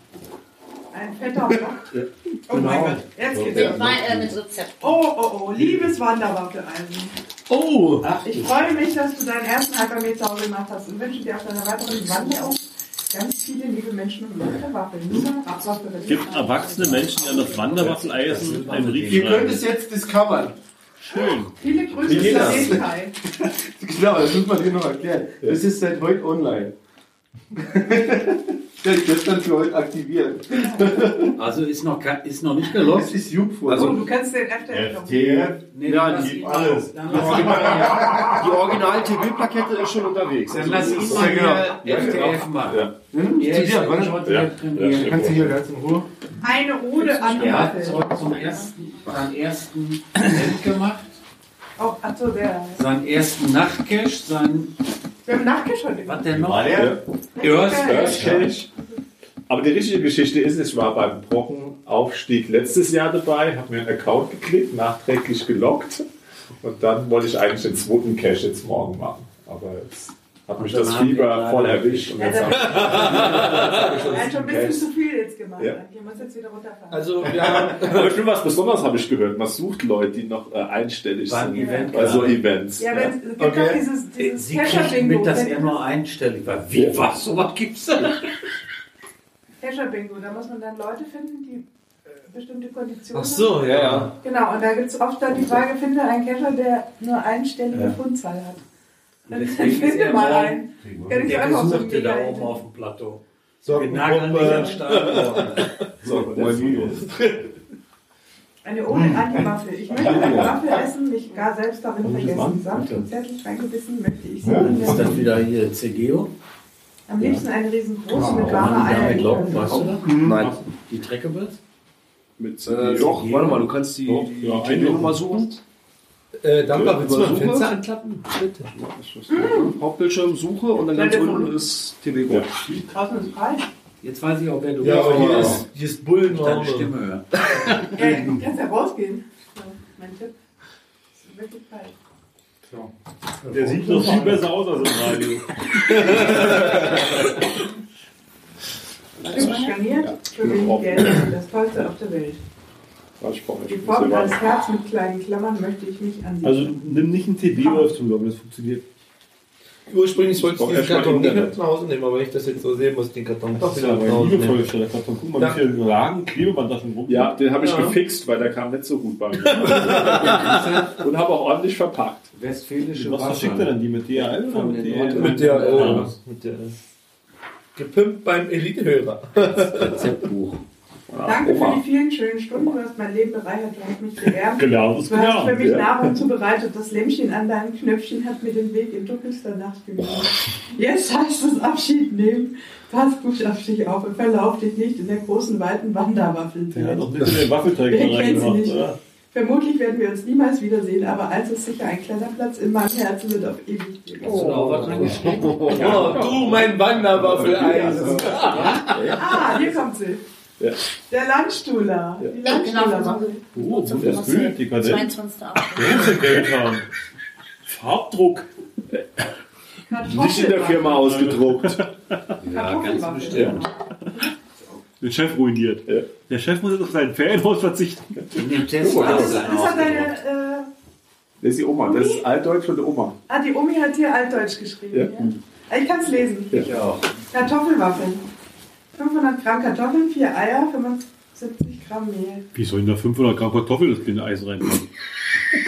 Speaker 13: Ein fetter Block. Oh mein Gott, jetzt geht's.
Speaker 2: Mit
Speaker 13: los.
Speaker 2: Wei- äh, mit
Speaker 4: Rezept.
Speaker 13: Oh, oh, oh, liebes Wanderwaffeleisen.
Speaker 2: Oh!
Speaker 13: Ich freue mich, dass du deinen ersten halber Meter Hause gemacht hast und wünsche dir auf deiner weiteren Wanderung ganz viele liebe Menschen und Wanderwaffeln. Rapswaffel.
Speaker 2: gibt erwachsene Menschen, die an das Wanderwaffel essen, einen Brief
Speaker 11: Ihr könnt
Speaker 2: schreiben.
Speaker 11: es jetzt discovern.
Speaker 2: Schön.
Speaker 13: Viele
Speaker 11: Wie
Speaker 13: Grüße
Speaker 11: geht
Speaker 13: zur
Speaker 11: das?
Speaker 13: Seelei.
Speaker 11: Genau, das muss man dir noch erklären. Das ist seit heute online. Das ist gestern für heute aktiviert.
Speaker 20: Also ist noch, kein- ist noch nicht gelockt. Das
Speaker 11: ist Jungfuhr.
Speaker 13: Also, du kannst den FDF noch.
Speaker 20: Nee,
Speaker 10: Ja,
Speaker 20: lass
Speaker 10: die-
Speaker 20: ihn
Speaker 10: alles.
Speaker 20: Dann
Speaker 10: Das
Speaker 20: lass
Speaker 10: geht
Speaker 20: ihn mal.
Speaker 10: Die Original-TV-Plakette ist schon unterwegs.
Speaker 20: Dann lass ihn mal hier FDF machen.
Speaker 10: Hm?
Speaker 20: Ja,
Speaker 10: Zu dir,
Speaker 20: ist
Speaker 10: warte.
Speaker 20: schon
Speaker 10: Ja.
Speaker 20: drin.
Speaker 10: Ja, kannst du hier
Speaker 21: ganz in Ruhe.
Speaker 13: Eine Ode an
Speaker 20: Ja,
Speaker 13: Waffeln.
Speaker 20: zurück zum ersten, seinen ersten Event gemacht,
Speaker 13: Oh, ach so, der.
Speaker 20: seinen ersten Nachtcash, seinen,
Speaker 13: Wir haben nachgeschaut.
Speaker 20: was denn noch?
Speaker 22: War der?
Speaker 20: Earth
Speaker 22: Earthcash. Aber die richtige Geschichte ist, ich war beim Brocken-Aufstieg letztes Jahr dabei, habe mir einen Account geklickt, nachträglich gelockt und dann wollte ich eigentlich den zweiten Cash jetzt morgen machen. Aber jetzt hat mich
Speaker 20: dann
Speaker 22: das
Speaker 20: haben wir
Speaker 22: Fieber
Speaker 20: leider-
Speaker 22: voll erwischt. Und jetzt hab ich-
Speaker 13: Also- Er hat schon ein bisschen zu viel jetzt gemacht.
Speaker 22: Ja.
Speaker 13: Hier muss jetzt wieder runterfahren.
Speaker 20: Also,
Speaker 22: Aber schon was Besonderes habe ich gehört. Man sucht Leute, die noch äh, einstellig
Speaker 10: Beim
Speaker 22: sind.
Speaker 10: Event,
Speaker 22: bei so
Speaker 10: ja.
Speaker 22: Events.
Speaker 13: Ja, wenn- es gibt
Speaker 22: Okay.
Speaker 13: doch dieses, dieses
Speaker 10: Sie kriegt
Speaker 13: Kescher-Bingo.
Speaker 10: mit, dass
Speaker 13: Wenn-
Speaker 10: er nur einstellig war. Wie, was? So was gibt's denn?
Speaker 13: Kescher-Bingo, da muss man dann Leute finden, die äh, bestimmte Konditionen
Speaker 10: Ach so, ja, ja.
Speaker 13: haben. Genau, und da gibt es oft dann die Frage, finde einen Kescher, der nur einstellige
Speaker 10: Ja.
Speaker 13: Punktzahl hat. Dann
Speaker 10: deswegen ist
Speaker 13: finde
Speaker 10: er
Speaker 13: mal
Speaker 10: morgen-
Speaker 13: einen. Kann ich
Speaker 10: Der
Speaker 13: einfach so
Speaker 10: Gesuchte da
Speaker 13: mega-
Speaker 10: oben auf dem Plateau.
Speaker 21: So,
Speaker 10: Wir nageln dich an Stahl.
Speaker 22: So, der Fieber.
Speaker 13: Eine Ode an die Waffel. Ich möchte eine Waffel essen, mich gar selbst darin vergessen. Samt und zärtlich reingebissen möchte ich
Speaker 10: Ist
Speaker 13: sie
Speaker 10: das
Speaker 13: annehmen.
Speaker 10: wieder hier CGO?
Speaker 13: Am liebsten eine riesengroße mit warmer
Speaker 10: Mann, damit
Speaker 13: Eier.
Speaker 10: locken, weißt du das?
Speaker 23: Nein.
Speaker 10: Die Treckebills?
Speaker 22: Mit
Speaker 23: äh, doch, warte mal, du kannst die,
Speaker 10: Doch,
Speaker 23: die,
Speaker 10: ja,
Speaker 23: die Tür
Speaker 10: einloggen.
Speaker 23: nochmal suchen.
Speaker 1: Äh, dankbar, willst du mal ein
Speaker 23: Suche.
Speaker 1: Fenster anklappen? Bitte.
Speaker 23: Hauptbildschirm Suche Hm. und dann ganz
Speaker 1: Seite von-
Speaker 23: unten ist TV Go.
Speaker 13: Draußen ist frei.
Speaker 20: Jetzt weiß ich auch, wer du
Speaker 1: Ja,
Speaker 20: bist.
Speaker 1: aber hier
Speaker 20: Oh.
Speaker 1: ist, hier ist Bullenraum.
Speaker 20: Deine Stimme hören.
Speaker 13: Ey, du kannst ja rausgehen. So, mein Tipp. Das ist wirklich kalt.
Speaker 2: Der sieht noch viel besser aus als im Radio.
Speaker 13: Das ist Garniert für wenig Geld das Tollste auf der Welt. Die Form deines Herz mit kleinen Klammern möchte ich mich ansehen.
Speaker 2: Also nimm nicht einen TB-Wolf zum Locken, das funktioniert.
Speaker 1: Ursprünglich wollte ich
Speaker 2: Doch,
Speaker 1: diesen
Speaker 2: erst mal
Speaker 1: Karton nicht
Speaker 2: Internet.
Speaker 1: mit nach Hause nehmen, aber wenn ich das jetzt so sehe, muss ich den Karton
Speaker 2: Das
Speaker 1: doch
Speaker 2: ist
Speaker 1: wieder
Speaker 2: ja
Speaker 1: nach
Speaker 2: meine
Speaker 1: Hause
Speaker 2: liebevolle
Speaker 1: nehmen.
Speaker 2: Stelle. Da kommt Guck mal, wie viele Lagen Klebeband da schon rum.
Speaker 22: Ja, den habe ich
Speaker 2: Ja.
Speaker 22: gefixt, weil der kam nicht so gut bei mir. Und habe auch ordentlich verpackt.
Speaker 23: Westfälische
Speaker 2: Was verschickt er denn? Die mit DHL oder mit DHL?
Speaker 1: Mit der, äh,
Speaker 2: Ja.
Speaker 1: mit der, gepimpt beim Elitehörer.
Speaker 10: Rezeptbuch.
Speaker 13: Danke für die vielen schönen Stunden. Du hast mein Leben bereichert. Du hast mich geärmt.
Speaker 2: Genau, das
Speaker 13: Du hast
Speaker 2: genau,
Speaker 13: für mich
Speaker 2: ja.
Speaker 13: Nahrung zubereitet. Das Lämmchen an deinem Knöpfchen hat mir den Weg in dunkelster Nacht genommen.
Speaker 10: Oh.
Speaker 13: Jetzt heißt es Abschied nehmen. Pass gut auf dich auf und verlauf dich nicht in der großen, weiten Wanderwaffel.
Speaker 2: Der hat doch nicht in den Waffelteig da
Speaker 13: Wer kennt's
Speaker 2: reingemacht,
Speaker 13: nicht?
Speaker 2: oder?
Speaker 13: Vermutlich werden wir uns niemals wiedersehen, aber eins ist sicher, ein kleiner Platz in meinem Herzen wird auf ewig geben.
Speaker 1: Hast du da auch was reingesteckt? Oh, du, mein Wanderwaffeleisen.
Speaker 13: Ah, hier kommt sie.
Speaker 22: Ja.
Speaker 13: Der Landstuhler. Die Landstuhler.
Speaker 2: Oh, gut, das Bild, die Kadett.
Speaker 4: 22.
Speaker 2: Wenn sie Geld haben. Farbdruck.
Speaker 22: Nicht in der Firma ausgedruckt.
Speaker 13: Ja, ganz
Speaker 22: bestimmt.
Speaker 2: Den Chef ruiniert. Der Chef muss jetzt auf seinen Ferienhaus verzichten.
Speaker 13: Das, das hat deine, äh,
Speaker 22: Das ist die Oma, das ist Altdeutsch von der Oma.
Speaker 13: ah, die Omi hat hier Altdeutsch geschrieben. Ah, Ich kann es lesen.
Speaker 22: Ich auch.
Speaker 13: Kartoffelwaffeln. 500 Gramm Kartoffeln, 4 Eier, 75 Gramm Mehl.
Speaker 2: Wie sollen da 500 Gramm Kartoffeln das kleine Eis reinpacken?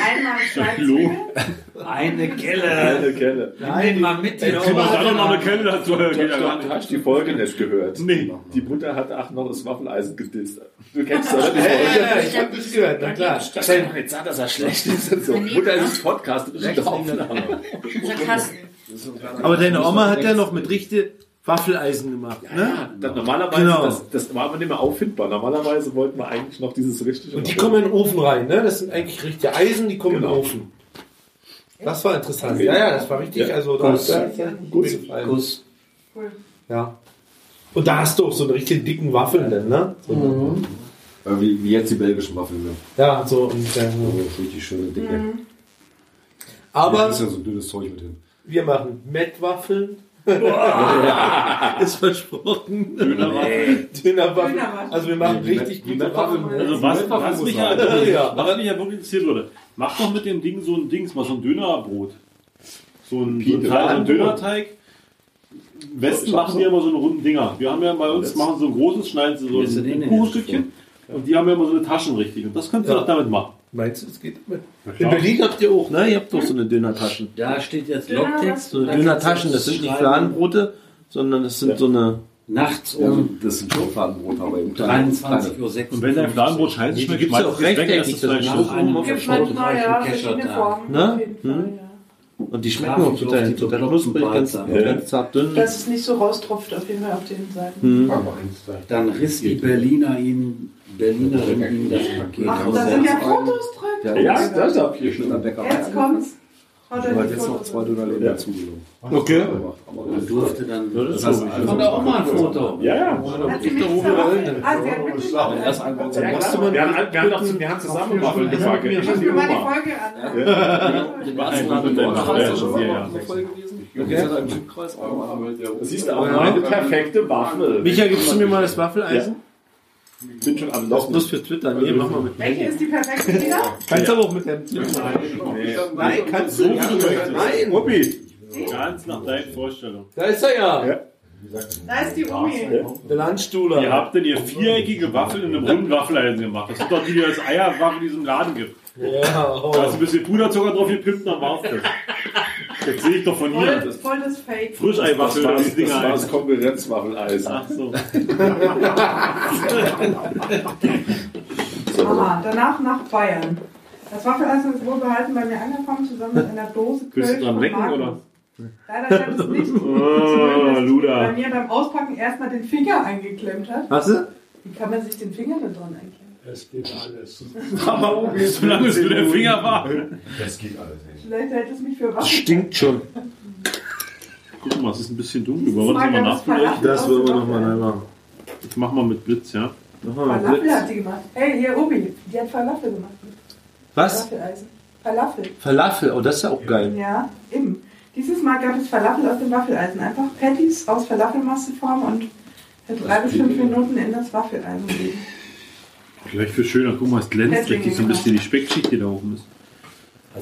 Speaker 13: Einmal
Speaker 2: Das
Speaker 13: Schweiz.
Speaker 2: Klo.
Speaker 20: Eine
Speaker 22: Eine
Speaker 20: Kelle.
Speaker 22: Kelle.
Speaker 20: Nimm den mal mit.
Speaker 22: Ey,
Speaker 20: den
Speaker 22: Zimmer,
Speaker 20: Oberhalter
Speaker 22: da doch noch
Speaker 20: mal.
Speaker 22: eine Kelle dazu. Geht ja gar
Speaker 2: Stopp,
Speaker 22: nicht. Hast du die Folge nicht gehört? Nee. Die Mutter hat ach noch das Waffeleisen gedisst. Du kennst oder? Die
Speaker 1: Ja, ja,
Speaker 22: Folge.
Speaker 1: ich hab das gehört, na klar.
Speaker 22: Das ist ja jetzt sagt, dass er schlecht ist. und So. Mutter ist das Podcast. das ist doch Aufnahme.
Speaker 4: Sarkasten.
Speaker 1: Aber deine Oma hat ja noch mit richtig Waffeleisen gemacht, ne?
Speaker 22: Dann normalerweise,
Speaker 1: Genau.
Speaker 22: das, das war aber nicht mehr auffindbar. Normalerweise wollten wir eigentlich noch dieses richtige.
Speaker 1: Und die kommen in den Ofen rein, ne? Das sind eigentlich richtige Eisen, die kommen in den Ofen. Das war interessant. Ja, ja, das war richtig.
Speaker 22: Ja.
Speaker 1: Also,
Speaker 22: Guss.
Speaker 1: das hat mir gut gefallen.
Speaker 10: Guss.
Speaker 13: Cool.
Speaker 1: Ja.
Speaker 13: Und da hast du auch so einen richtig dicken Waffeln, denn, ne? So eine-
Speaker 24: Äh, Wie, wie jetzt die belgischen Waffeln. Ne?
Speaker 13: Ja, so und dann.
Speaker 24: So richtig schöne Dicke.
Speaker 10: Mhm.
Speaker 13: Aber-
Speaker 24: Ja, ist ja so dünnes Zeug mit hin.
Speaker 13: Wir machen Mettwaffeln.
Speaker 2: Ist versprochen.
Speaker 13: Dönerwaffeln. Dönerwaffeln. Also wir machen richtig gute Waffeln.
Speaker 2: Also was, was, mich
Speaker 13: halt-
Speaker 2: ja,
Speaker 13: Ja.
Speaker 2: was mich ja wirklich interessieren würde, mach doch mit dem Ding so ein Dings, mal so ein Dönerbrot. So ein, so ein, Teil, so ein Dönerteig. Im Westen machen die immer so eine runden Dinger. Wir haben ja bei uns, machen so ein großes, schneiden sie so ein ein Kuchenstückchen. Und die haben ja immer so eine Taschen richtig. Und das könnt ihr
Speaker 13: Ja.
Speaker 2: doch damit machen.
Speaker 13: Meinst du, es geht damit?
Speaker 2: klar.
Speaker 13: In Berlin habt ihr auch, ne? Ihr habt doch so eine Dönertaschen.
Speaker 11: Da steht jetzt Logtext.
Speaker 13: So Dönertaschen, das sind nicht Fladenbrote, sondern das sind so eine.
Speaker 11: Nachts um-
Speaker 13: Das sind schon Fladenbrote, aber eben
Speaker 11: 23 Uhr 6.
Speaker 2: Und wenn dein Fladenbrot Oh, scheiße
Speaker 11: Nee, die
Speaker 2: schmeckt,
Speaker 11: gibt's ja
Speaker 2: schmeißt
Speaker 11: auch
Speaker 2: es weg,
Speaker 11: rechteckig,
Speaker 2: dass es
Speaker 11: das
Speaker 2: vielleicht
Speaker 11: nach
Speaker 2: Schuss
Speaker 11: einem
Speaker 2: oben auf
Speaker 11: Gibt
Speaker 2: Schnauze
Speaker 11: manchmal,
Speaker 2: reicht.
Speaker 11: ja,
Speaker 2: Ein Kescher
Speaker 11: verschiedene
Speaker 2: da.
Speaker 11: Formen.
Speaker 13: Ne? Hm? Und die schmecken
Speaker 11: Ja,
Speaker 13: auch
Speaker 11: die
Speaker 13: total,
Speaker 11: auf die
Speaker 13: total knusprig, ganz,
Speaker 11: Balzer. Ja.
Speaker 13: ganz zart dünn.
Speaker 10: Dass es nicht so raustropft auf jeden Fall auf den Seiten.
Speaker 13: Hm.
Speaker 11: Dann riss die Berliner ihnen, Berlinerin ihnen das Paket
Speaker 10: Ach,
Speaker 11: aus.
Speaker 10: da sind ja Fotos drin.
Speaker 24: Ja, das hab ich schon am Bäcker.
Speaker 10: Jetzt kommt's. Hat
Speaker 24: Ich
Speaker 10: er
Speaker 24: habe
Speaker 10: die
Speaker 24: jetzt noch
Speaker 10: Fotos?
Speaker 24: zwei Dönerläden ja. dazugenommen.
Speaker 13: Okay.
Speaker 11: Man durfte dann.
Speaker 24: Das heißt,
Speaker 25: also-
Speaker 11: Von der Oma ein Foto.
Speaker 24: Ja, ja.
Speaker 10: Hat sie mich verraten? Ah, sie hat mich
Speaker 3: Ja, klar. wir, haben, wir haben doch zum wir haben zusammen Waffeln gefangen.
Speaker 10: Ich muss mir mal die Folge an.
Speaker 3: Die Waffeln mit der Das siehst du auch meine perfekte Waffe.
Speaker 1: Micha, gibst du mir mal das Waffeleisen?
Speaker 3: Ich bin schon am
Speaker 1: Das ist
Speaker 3: Laufen.
Speaker 1: bloß für Twitter. Nee, mach mal mit.
Speaker 10: Welche ist die perfekte wieder?
Speaker 1: Kannst aber auch mit deinem
Speaker 13: Nein, kannst du nicht. Nein.
Speaker 2: Ruppi. Ganz nach deinen Vorstellungen.
Speaker 13: Da ist er ja.
Speaker 10: Da ist die Omi.
Speaker 13: Der Landstuhler.
Speaker 2: Ihr habt denn ihr viereckige Waffeln in einem runden Waffeleisen gemacht. Das sind doch die, die als Eierwaffen in diesem Laden gibt.
Speaker 13: Ja,
Speaker 10: oh.
Speaker 2: Da ist ein bisschen Puderzucker drauf gepimpt, dann war's das. Das sehe ich doch von
Speaker 10: Voll,
Speaker 2: hier.
Speaker 10: voll das Fake.
Speaker 2: Frischeiwaffeln
Speaker 3: Das war-
Speaker 2: oder die Dinger
Speaker 3: das war das
Speaker 2: Konkurrenzwaffeleisen. Ach so.
Speaker 10: Aha, danach nach Bayern. Das Waffeleisen ist wohlbehalten bei mir angekommen, zusammen mit einer Dose Kölsch
Speaker 2: Willst du dran
Speaker 10: von
Speaker 2: lecken
Speaker 10: Markus.
Speaker 2: oder?
Speaker 10: Leider klappt es nicht.
Speaker 2: Ah,
Speaker 10: Bei
Speaker 2: Luda.
Speaker 10: mir beim Auspacken erstmal den Finger eingeklemmt hat.
Speaker 2: Hast du?
Speaker 10: Wie kann man sich den Finger da dran einklemmen?
Speaker 26: Es geht alles.
Speaker 2: Solange es nur der Finger war.
Speaker 26: Es geht alles.
Speaker 10: Vielleicht hält es mich für was.
Speaker 2: Stinkt schon. Guck mal, es ist ein bisschen dunkel. Wollen wir das
Speaker 10: Mal
Speaker 2: nochmal
Speaker 10: ganz
Speaker 2: nachbeleuchten?
Speaker 10: Das wollen wir noch mal
Speaker 2: neu machen. Ich mach mal mit Blitz, ja? Mach
Speaker 10: Falafel hat die gemacht. Hey, hier Obi, die hat Falafel gemacht.
Speaker 13: Was?
Speaker 10: Falafeleisen. Falafel.
Speaker 13: Falafel, oh, das ist ja auch geil.
Speaker 10: Ja, eben. Dieses Mal gab es Falafel aus dem Waffeleisen. Einfach Patties aus Falafelmasse formen und für drei bis fünf Minuten in das Waffeleisen legen.
Speaker 2: Gleich für schöner. Guck mal, es glänzt
Speaker 10: Deswegen
Speaker 2: richtig so ein bisschen die Speckschicht, die da oben ist.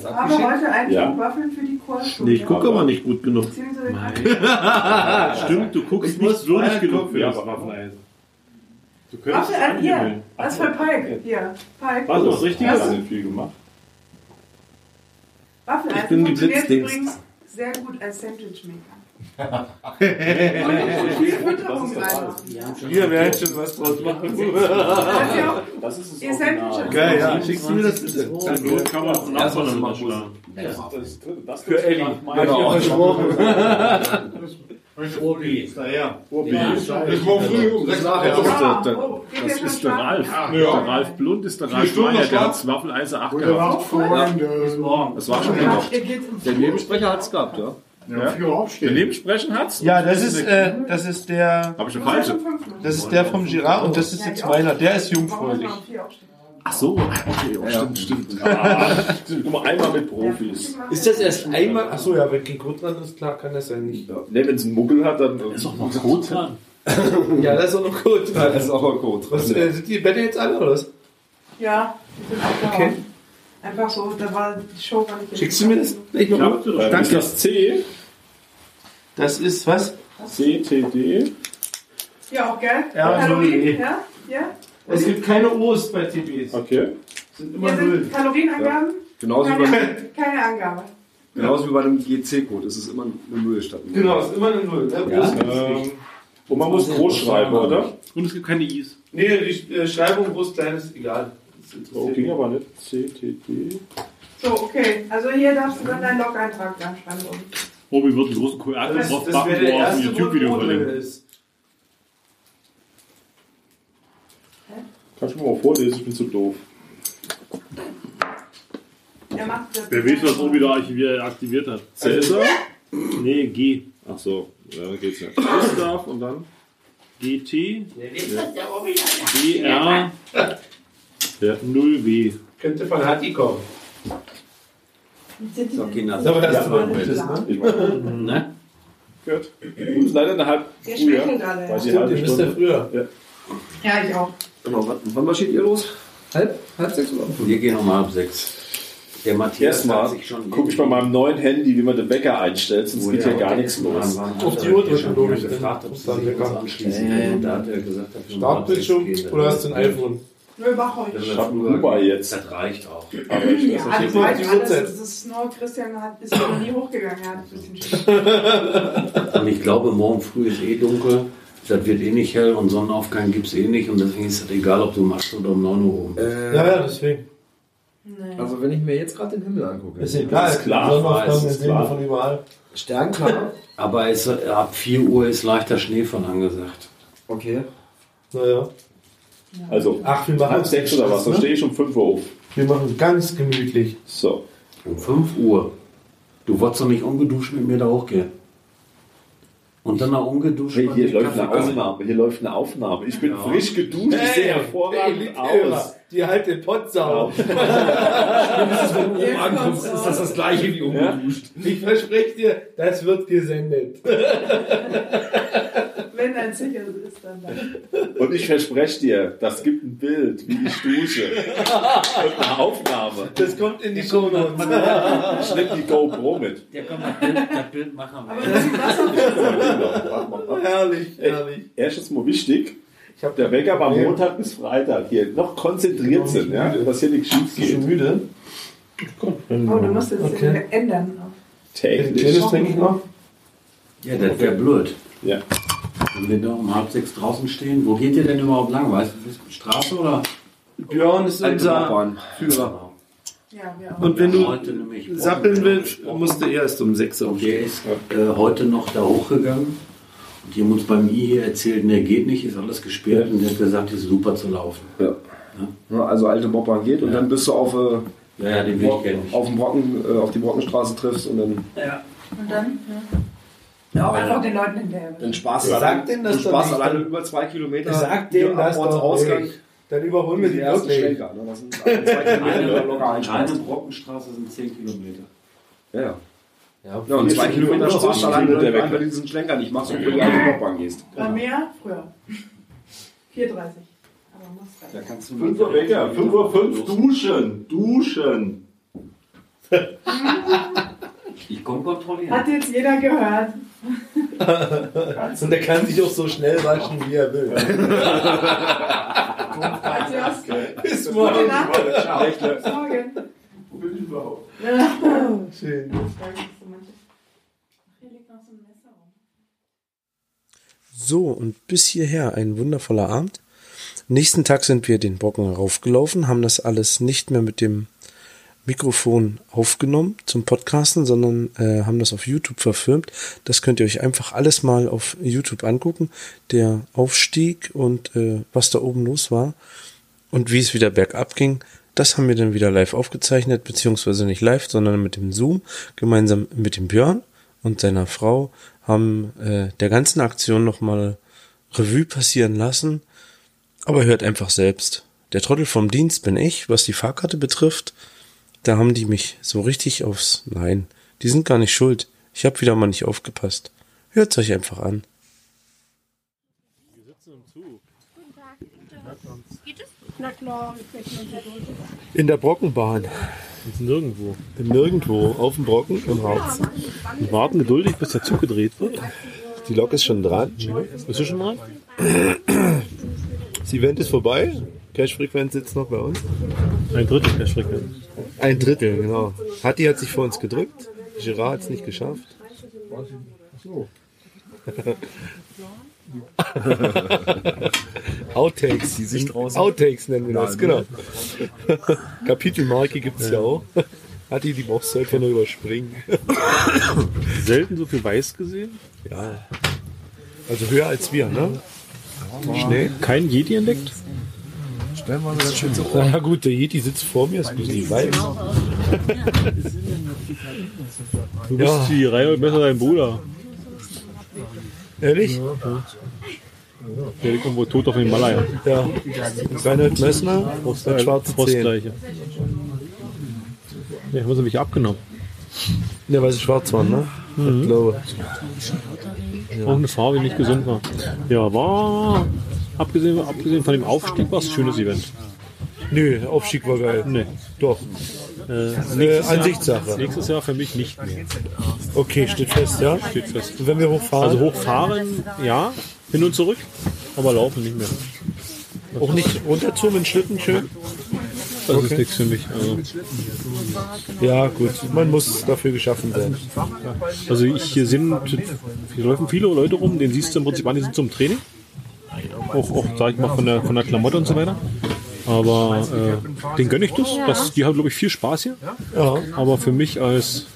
Speaker 10: Aber heute eigentlich
Speaker 2: Ja.
Speaker 10: nur Waffeln für die Kohlstunde.
Speaker 2: Nee, ich gucke aber nicht gut genug.
Speaker 10: Beziehungsweise
Speaker 2: Stimmt, du guckst nicht würdig genug für das Waffeleisen. Du könntest es
Speaker 10: Waffeleisen, hier.
Speaker 2: angewöhnen.
Speaker 10: Das ist für Palk. Hier, Palk.
Speaker 2: Was, das Richtige?
Speaker 10: Das-
Speaker 2: viel gemacht.
Speaker 10: Waffeleisen
Speaker 2: Ich bin die
Speaker 10: also funktioniert
Speaker 2: Blitzdings.
Speaker 10: übrigens sehr gut als Sandwichmaker.
Speaker 1: Wir werden schon was draus machen.
Speaker 2: Ah.
Speaker 3: Das ist das
Speaker 10: Ihr Sandwich.
Speaker 1: Geil, ja. Schickst du mir das bitte?
Speaker 2: Dann kann man es nachvoll damit schlagen.
Speaker 3: Das ist das dritte. Das
Speaker 1: Für Elli.
Speaker 3: Genau.
Speaker 1: Obi. Naja.
Speaker 3: Obi. Ich morgen früh um sechs nachher.
Speaker 2: Das,
Speaker 3: Ja.
Speaker 10: Oh,
Speaker 2: das ist der Ralf.
Speaker 3: Ja.
Speaker 2: Der Ralf Blund ist der
Speaker 3: Vier
Speaker 2: Ralf
Speaker 3: Stunden
Speaker 2: Meier,
Speaker 3: noch
Speaker 2: der hat
Speaker 3: Schlaf.
Speaker 2: Waffeleise 8
Speaker 3: Gute
Speaker 2: gehabt.
Speaker 3: Nacht, Freunde.
Speaker 2: Ja. Bis morgen. Das war schon
Speaker 3: Gute
Speaker 2: gemacht.
Speaker 24: Der Nebensprecher hat es gehabt, ja.
Speaker 3: Ja, früh
Speaker 2: Der Nebensprechen hat's.
Speaker 1: Ja, das ist, äh, das ist der.
Speaker 2: Hab ich eine falsche?
Speaker 1: Das ist der vom Girard und das ist jetzt meiner. Der ist jungfräulich.
Speaker 2: Ach so, okay, oh, stimmt, stimmt.
Speaker 1: Ah,
Speaker 2: stimmt. Guck mal, einmal mit Profis.
Speaker 13: Ist das erst einmal? Achso, ja, wenn kein Kotran ist, klar kann das ja nicht.
Speaker 3: Ne, wenn es einen Muggel hat, dann. Ist doch noch
Speaker 2: gut dran.
Speaker 13: Ja, das ist auch noch Kotran.
Speaker 3: Ja, das ist auch noch Kotran.
Speaker 13: Was, äh, sind die Bälle jetzt alle oder was?
Speaker 10: Ja, die sind abgehauen. Einfach so, da war die Show gar nicht.
Speaker 13: Schickst du mir das gleich noch?
Speaker 10: Klappt
Speaker 13: mal?
Speaker 3: Äh,
Speaker 10: oder?
Speaker 13: Danke.
Speaker 10: Ist
Speaker 13: das C?
Speaker 1: Das ist was?
Speaker 3: CTD.
Speaker 10: Ja, auch gell?
Speaker 1: Ja,
Speaker 10: Kalorien,
Speaker 1: Null.
Speaker 10: ja? Ja?
Speaker 1: Es gibt keine O's bei TBs.
Speaker 3: Okay.
Speaker 1: Sind
Speaker 10: Hier sind Kalorienangaben?
Speaker 24: Genauso wie bei,
Speaker 10: Keine, keine Angabe.
Speaker 24: genauso wie bei einem GC-Code. Es ist immer eine Null statt einer.
Speaker 13: Genau, ist immer eine Null. Ne?
Speaker 24: Ja.
Speaker 13: Groß gibt's nicht.
Speaker 3: Ähm, Und man muss groß schreiben, oder?
Speaker 2: Und es gibt keine I's.
Speaker 13: Nee, die äh, Schreibung groß, klein ist egal.
Speaker 3: Oh, ging aber nicht. CTD.
Speaker 10: So, okay. Also hier darfst du dann deinen Log-Eintrag anschreiben. oben.
Speaker 2: Robi wird einen großen QR
Speaker 13: Das-
Speaker 2: drauf
Speaker 13: das
Speaker 2: machen,
Speaker 13: wäre der
Speaker 2: wo er auf ein
Speaker 13: erste
Speaker 2: YouTube-Video
Speaker 13: Grund, wo
Speaker 2: verlinkt.
Speaker 13: der ist.
Speaker 3: Kannst du mir mal vorlesen, ich bin zu doof.
Speaker 10: Der macht das.
Speaker 2: Wer weiß, was Obi da archiviert- aktiviert hat.
Speaker 3: Cäsar?
Speaker 2: Nee, G.
Speaker 3: Ach so, ja, dann geht's nicht. Gustav und dann?
Speaker 27: GT
Speaker 28: Ja.
Speaker 27: BR 0W.
Speaker 28: Könnte von Hatti kommen.
Speaker 13: Ist doch Kinder.
Speaker 28: Aber das
Speaker 13: Ja,
Speaker 28: ist immer ein
Speaker 13: aber-
Speaker 28: Bild, ne?
Speaker 13: Ich meine, ne?
Speaker 2: Gut. Ist leider eine halbe
Speaker 10: Wir
Speaker 2: früher.
Speaker 10: schmecken gerade, ja.
Speaker 2: Weil die
Speaker 10: Stimmt,
Speaker 2: halbe
Speaker 10: ihr müsst ja
Speaker 2: Stunde- Ja.
Speaker 10: Ja, ich auch.
Speaker 25: Genau, wann, wann marschiert ihr los? Halb, halb sechs oder?
Speaker 13: Wir gehen um halb sechs. Der Matthias hat
Speaker 2: Erstmal
Speaker 13: sich schon.
Speaker 2: gucke ich bei meinem neuen Handy, wie man den Wecker einstellt, sonst geht Oh ja gar nichts los.
Speaker 13: Auf die Uhr drücken, glaube ich. Gefragt, ob es dann Wecker anschließen. Da hat er gesagt, dass wir um halb sechs
Speaker 28: Startbildschirm
Speaker 13: gehen.
Speaker 28: oder hast du ein iPhone?
Speaker 10: Nö, mach ruhig.
Speaker 13: Wenn wir
Speaker 2: Ich hab einen
Speaker 13: früher
Speaker 2: Uber
Speaker 13: gehen,
Speaker 2: jetzt.
Speaker 13: Das reicht auch.
Speaker 2: Aber ich
Speaker 10: Ja,
Speaker 2: weiß
Speaker 10: also alles,
Speaker 2: nicht,
Speaker 10: weiß
Speaker 2: wie
Speaker 10: alles, das ist nur Christian hat ist noch nie hochgegangen, er hat ein bisschen Schiss.
Speaker 13: Und ich glaube, morgen früh ist eh dunkel. Das wird eh nicht hell und Sonnenaufgang gibt es eh nicht. Und deswegen ist es egal, ob du um 8 oder um 9 Uhr oben bist.
Speaker 1: Ja, ja, deswegen.
Speaker 25: Also wenn ich mir jetzt gerade den Himmel angucke.
Speaker 1: Ist egal.
Speaker 13: Ist klar,
Speaker 1: Sonnenaufgang,
Speaker 13: weiß,
Speaker 1: den
Speaker 13: ist
Speaker 1: sehen wir
Speaker 13: klar.
Speaker 1: von überall.
Speaker 25: Sternklar.
Speaker 13: Aber es, ab 4 Uhr ist leichter Schneefall angesagt.
Speaker 25: Okay.
Speaker 1: Naja.
Speaker 2: Also,
Speaker 1: Ach, wir machen
Speaker 2: halb sechs oder was, dann
Speaker 1: ne?
Speaker 2: stehe ich um fünf Uhr auf.
Speaker 1: Wir machen ganz gemütlich.
Speaker 2: So.
Speaker 13: Um 5 Uhr. Du wolltest doch nicht ungeduscht mit mir da hochgehen. Und dann noch ungeduscht.
Speaker 2: Hey,
Speaker 13: bei
Speaker 2: hier
Speaker 13: mir
Speaker 2: läuft eine
Speaker 13: Kaffee trinken.
Speaker 2: Aufnahme, hier läuft eine Aufnahme. Ich bin
Speaker 13: Ja.
Speaker 2: frisch geduscht, ich sehe hervorragend aus.
Speaker 1: Die halt den Pott sauber.
Speaker 25: wenn du oben ankommst, ist das das gleiche
Speaker 13: um-
Speaker 25: wie
Speaker 1: umgeduscht. Ich verspreche dir, das wird gesendet.
Speaker 10: Wenn er sicher ist, dann dann.
Speaker 2: Und ich verspreche dir, das gibt ein Bild, wie ich dusche. Und eine Aufnahme.
Speaker 1: Das kommt in die Show Notes.
Speaker 2: Ich nehme die GoPro mit.
Speaker 13: Der kann das Bild, das Bild machen.
Speaker 1: Herrlich,
Speaker 2: herrlich. Erstens mal wichtig, ich hab der Wecker war Montag bis Freitag hier noch konzentriert sind, ja, dass hier nichts schief geht.
Speaker 1: müde?
Speaker 10: Oh, du musst jetzt
Speaker 1: Okay.
Speaker 10: ändern.
Speaker 2: Täglich.
Speaker 1: trinke ich noch.
Speaker 13: Ja, das wäre blöd.
Speaker 2: Ja.
Speaker 13: Wenn wir da um halb sechs draußen stehen, wo geht ihr denn überhaupt lang? Weißt du, Straße oder?
Speaker 1: Björn ist unser Führer.
Speaker 10: Ja, wir auch.
Speaker 29: Und wenn
Speaker 13: Heute nämlich-
Speaker 29: du sappeln willst, musst du erst um 6
Speaker 13: Der
Speaker 29: aufstehen.
Speaker 13: ist äh, heute noch da hochgegangen und die haben uns beim I hier erzählt, ne, geht nicht, ist alles gesperrt und der hat gesagt, ist super zu laufen.
Speaker 25: Ja. Ne, Also alte Bobbahn geht und dann bist du auf, äh,
Speaker 13: Ja, ja, den Weg kenne ich.
Speaker 25: auf, dem Brocken, äh, auf die Brockenstraße triffst und dann.
Speaker 13: Ja.
Speaker 10: Und dann?
Speaker 25: Ja,
Speaker 10: Ja. Einfach den Leuten hinterher.
Speaker 25: Dann Spaß
Speaker 1: Sag
Speaker 25: allein-
Speaker 1: denen das
Speaker 25: dann
Speaker 1: doch
Speaker 25: Spaß
Speaker 1: nicht,
Speaker 25: alleine
Speaker 1: dann-
Speaker 25: über zwei Kilometer.
Speaker 1: Sag dem das
Speaker 25: ab uns
Speaker 1: doch
Speaker 25: Ausgang.
Speaker 1: nicht. Dann überholen wir die
Speaker 25: ersten
Speaker 1: wirklich.
Speaker 25: Schlenker, ne? Das sind alle zwei Kilometer locker ein Spaß.
Speaker 13: Eine Brockenstraße sind 10 Kilometer.
Speaker 25: Ja, ja.
Speaker 1: Ja,
Speaker 25: Ja, und zwei Kilometer Spaß allein,
Speaker 2: Minuten
Speaker 25: wenn
Speaker 2: der
Speaker 25: du
Speaker 2: Wecker.
Speaker 25: diesen Schlenker nicht machst und über die alte Bobbahn gehst.
Speaker 10: Bei mir früher. 4,30. Aber muss rein.
Speaker 25: Da kannst du
Speaker 2: 5 Uhr Wecker, 5 Uhr 5, duschen, duschen.
Speaker 13: Ich komme kontrollieren.
Speaker 10: Hat jetzt jeder gehört.
Speaker 1: Und der kann sich auch so schnell waschen, wie er will.
Speaker 10: Hat sie was gehört?
Speaker 1: Bis morgen.
Speaker 10: Bis morgen.
Speaker 28: Wo bin ich überhaupt?
Speaker 1: Schön.
Speaker 10: Hier liegt noch so ein Messer rum.
Speaker 11: So, und bis hierher ein wundervoller Abend. Nächsten Tag sind wir den Brocken raufgelaufen, haben das alles nicht mehr mit dem Mikrofon aufgenommen zum Podcasten, sondern äh, haben das auf YouTube verfilmt. Das könnt ihr euch einfach alles mal auf YouTube angucken. Der Aufstieg und äh, was da oben los war und wie es wieder bergab ging, das haben wir dann wieder live aufgezeichnet, beziehungsweise nicht live, sondern mit dem Zoom, gemeinsam mit dem Björn und seiner Frau, haben äh, der ganzen Aktion nochmal Revue passieren lassen. Aber hört einfach selbst. Der Trottel vom Dienst bin ich, was die Fahrkarte betrifft. Da haben die mich so richtig aufs. Nein, die sind gar nicht schuld. Ich habe wieder mal nicht aufgepasst. Hört's euch einfach an.
Speaker 30: Na klar, wir kriegen unsere Dose.
Speaker 31: In der Brockenbahn.
Speaker 27: Nirgendwo.
Speaker 31: Im Nirgendwo, auf dem Brocken im Harz.
Speaker 27: Und warten geduldig, bis der Zug gedreht wird.
Speaker 31: Die Lok ist schon dran.
Speaker 27: Bist du schon dran?
Speaker 31: Das Event ist vorbei. Cash-Frequenz sitzt noch bei uns.
Speaker 27: Ein Drittel der Strecke.
Speaker 31: Ein Drittel, genau. Hatti hat sich vor uns gedrückt. Girard hat es nicht geschafft. Outtakes, die sich draußen. Outtakes nennen wir das, genau. Kapitelmarke gibt es ja auch. Hatti, die brauchst du einfach nur überspringen.
Speaker 27: Selten so viel weiß gesehen.
Speaker 31: Ja. Also höher als wir, ne? Schnell.
Speaker 27: Kein Jedi entdeckt?
Speaker 25: Stellen wir das schön so.
Speaker 31: Na ja, gut, der Yeti sitzt vor mir, ist ein bisschen weit.
Speaker 27: Du bist
Speaker 31: Ja.
Speaker 27: die Reihe besser dein Bruder.
Speaker 31: Ehrlich?
Speaker 2: Der kommt wohl tot auf den Malaya.
Speaker 1: Ja. Reinhold Messner
Speaker 2: Prost,
Speaker 1: hat schwarze
Speaker 2: Prost,
Speaker 1: Zehen.
Speaker 2: gleiche. Ja, ich muss mich abgenommen.
Speaker 1: Ja, weil sie schwarz waren, ne?
Speaker 2: Mhm.
Speaker 1: Ich glaube.
Speaker 2: Auch eine Farbe, die nicht gesund war. Ja, war. Abgesehen, abgesehen von dem Aufstieg war es ein schönes Event.
Speaker 1: Nö, Aufstieg war geil.
Speaker 2: Nee.
Speaker 1: Doch.
Speaker 2: Äh,
Speaker 1: Äh,
Speaker 2: nächstes Jahr-
Speaker 1: Ansichtssache.
Speaker 2: Nächstes Jahr für mich nicht mehr.
Speaker 1: Okay, steht fest, ja?
Speaker 2: Steht fest.
Speaker 1: Und wenn wir hochfahren?
Speaker 2: Also hochfahren, ja, hin und zurück, aber laufen nicht mehr.
Speaker 1: Auch nicht runterzogen mit Schlitten schön?
Speaker 2: Das
Speaker 1: Okay.
Speaker 2: ist nichts für mich. Also,
Speaker 1: Ja, gut. Man muss dafür geschaffen sein.
Speaker 2: also ich, hier sind, hier laufen viele Leute rum, den siehst du im Prinzip an, die sind zum Training. Auch, auch sag ich mal, von der, von der Klamotte und so weiter. Aber äh, den gönne ich das. das die haben, glaube ich, viel Spaß hier. Aber für mich als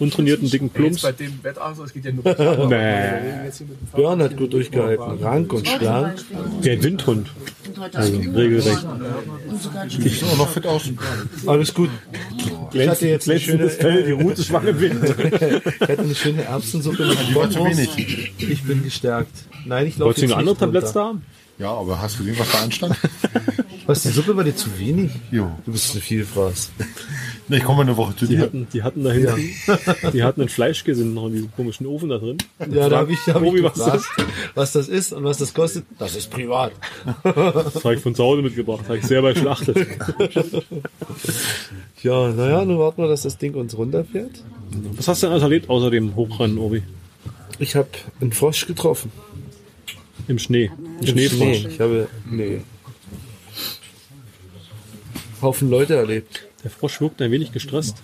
Speaker 2: untrainierten, dicken Plumps.
Speaker 32: dem Wettabend, es geht ja nur
Speaker 2: Nee.
Speaker 1: Björn hat gut durchgehalten. Rank und schlank.
Speaker 2: Der Windhund. Also regelrecht.
Speaker 1: Ich sah auch noch fit aus. Alles gut. Ich hatte jetzt eine schöne, äh,
Speaker 2: Fell, die Rute schwang im Wind.
Speaker 1: ich hatte eine schöne Erbsensuppe mit
Speaker 2: Die war zu
Speaker 1: Bockwurst.
Speaker 2: wenig.
Speaker 1: Ich bin gestärkt. Nein, ich laufe
Speaker 2: Wolltest du
Speaker 1: jetzt
Speaker 2: eine andere
Speaker 1: nicht runter.
Speaker 2: Tablette haben?
Speaker 1: Ja, aber hast du gesehen, was da anstand? Was, die Suppe war dir zu wenig? Jo. Du bist eine Vielfraß.
Speaker 2: Ne, ich komme eine Woche zu die dir. Hatten, die hatten da hinten, die hatten ein Fleischkäse noch in diesem komischen Ofen da drin.
Speaker 1: Ja, da habe ich, da hab ich
Speaker 2: Obi, was ist
Speaker 1: gefragt, was das ist und was das kostet. Das ist privat.
Speaker 2: das? Das habe ich von zu Hause mitgebracht, habe ich selber geschlachtet.
Speaker 1: ja, naja, nun warten wir, dass das Ding uns runterfährt.
Speaker 2: Was hast du denn alles erlebt außer dem Hochrennen, Obi?
Speaker 1: Ich habe einen Frosch getroffen.
Speaker 2: Im Schnee. Ein
Speaker 1: Im
Speaker 2: Schneefrosch.
Speaker 1: Schnee. Ich habe, nee. Haufen Leute erlebt.
Speaker 2: Der Frosch wirkt ein wenig gestresst.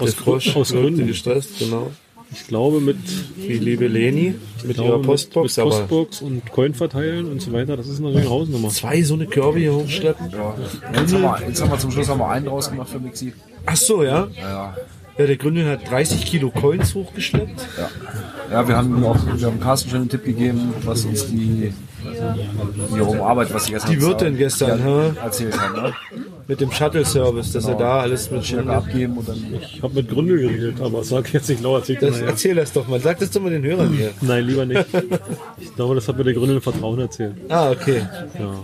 Speaker 1: Der Frosch
Speaker 2: aus
Speaker 1: wirkte
Speaker 2: Gründen.
Speaker 1: gestresst, genau.
Speaker 2: Ich glaube mit...
Speaker 1: Die liebe Leni
Speaker 2: Ich
Speaker 1: mit
Speaker 2: glaube,
Speaker 1: ihrer Postbox,
Speaker 2: Genau, Mit, mit
Speaker 1: aber-
Speaker 2: Postbox und Coin verteilen und so weiter. Das ist natürlich eine Hausnummer.
Speaker 1: Zwei so eine Körbe hier hochschleppen.
Speaker 11: Jetzt haben, wir, jetzt haben wir zum Schluss haben wir einen draus gemacht für Mixi.
Speaker 1: Ach so, ja?
Speaker 11: Ja.
Speaker 1: Ja, der Gründel hat 30 Kilo Coins hochgeschleppt.
Speaker 11: Ja, ja wir, haben ihm auch, wir haben Carsten schon einen Tipp gegeben, was uns die, die Arbeit, was sie gestern
Speaker 1: Die Wirtin gestern, hä?
Speaker 11: erzählt haben. Ne?
Speaker 1: Mit dem Shuttle-Service, dass
Speaker 2: Genau.
Speaker 1: er da alles mit
Speaker 11: Schirke abgeben und dann.
Speaker 2: Ich habe mit Gründel geredet, aber sag jetzt nicht lauer. Erzähl,
Speaker 1: Das, erzähl das doch mal. Sag das doch mal den Hörern hier.
Speaker 2: Nein, lieber nicht. Ich glaube, das hat mir der Gründel im Vertrauen erzählt.
Speaker 1: Ah, okay.
Speaker 2: Ja.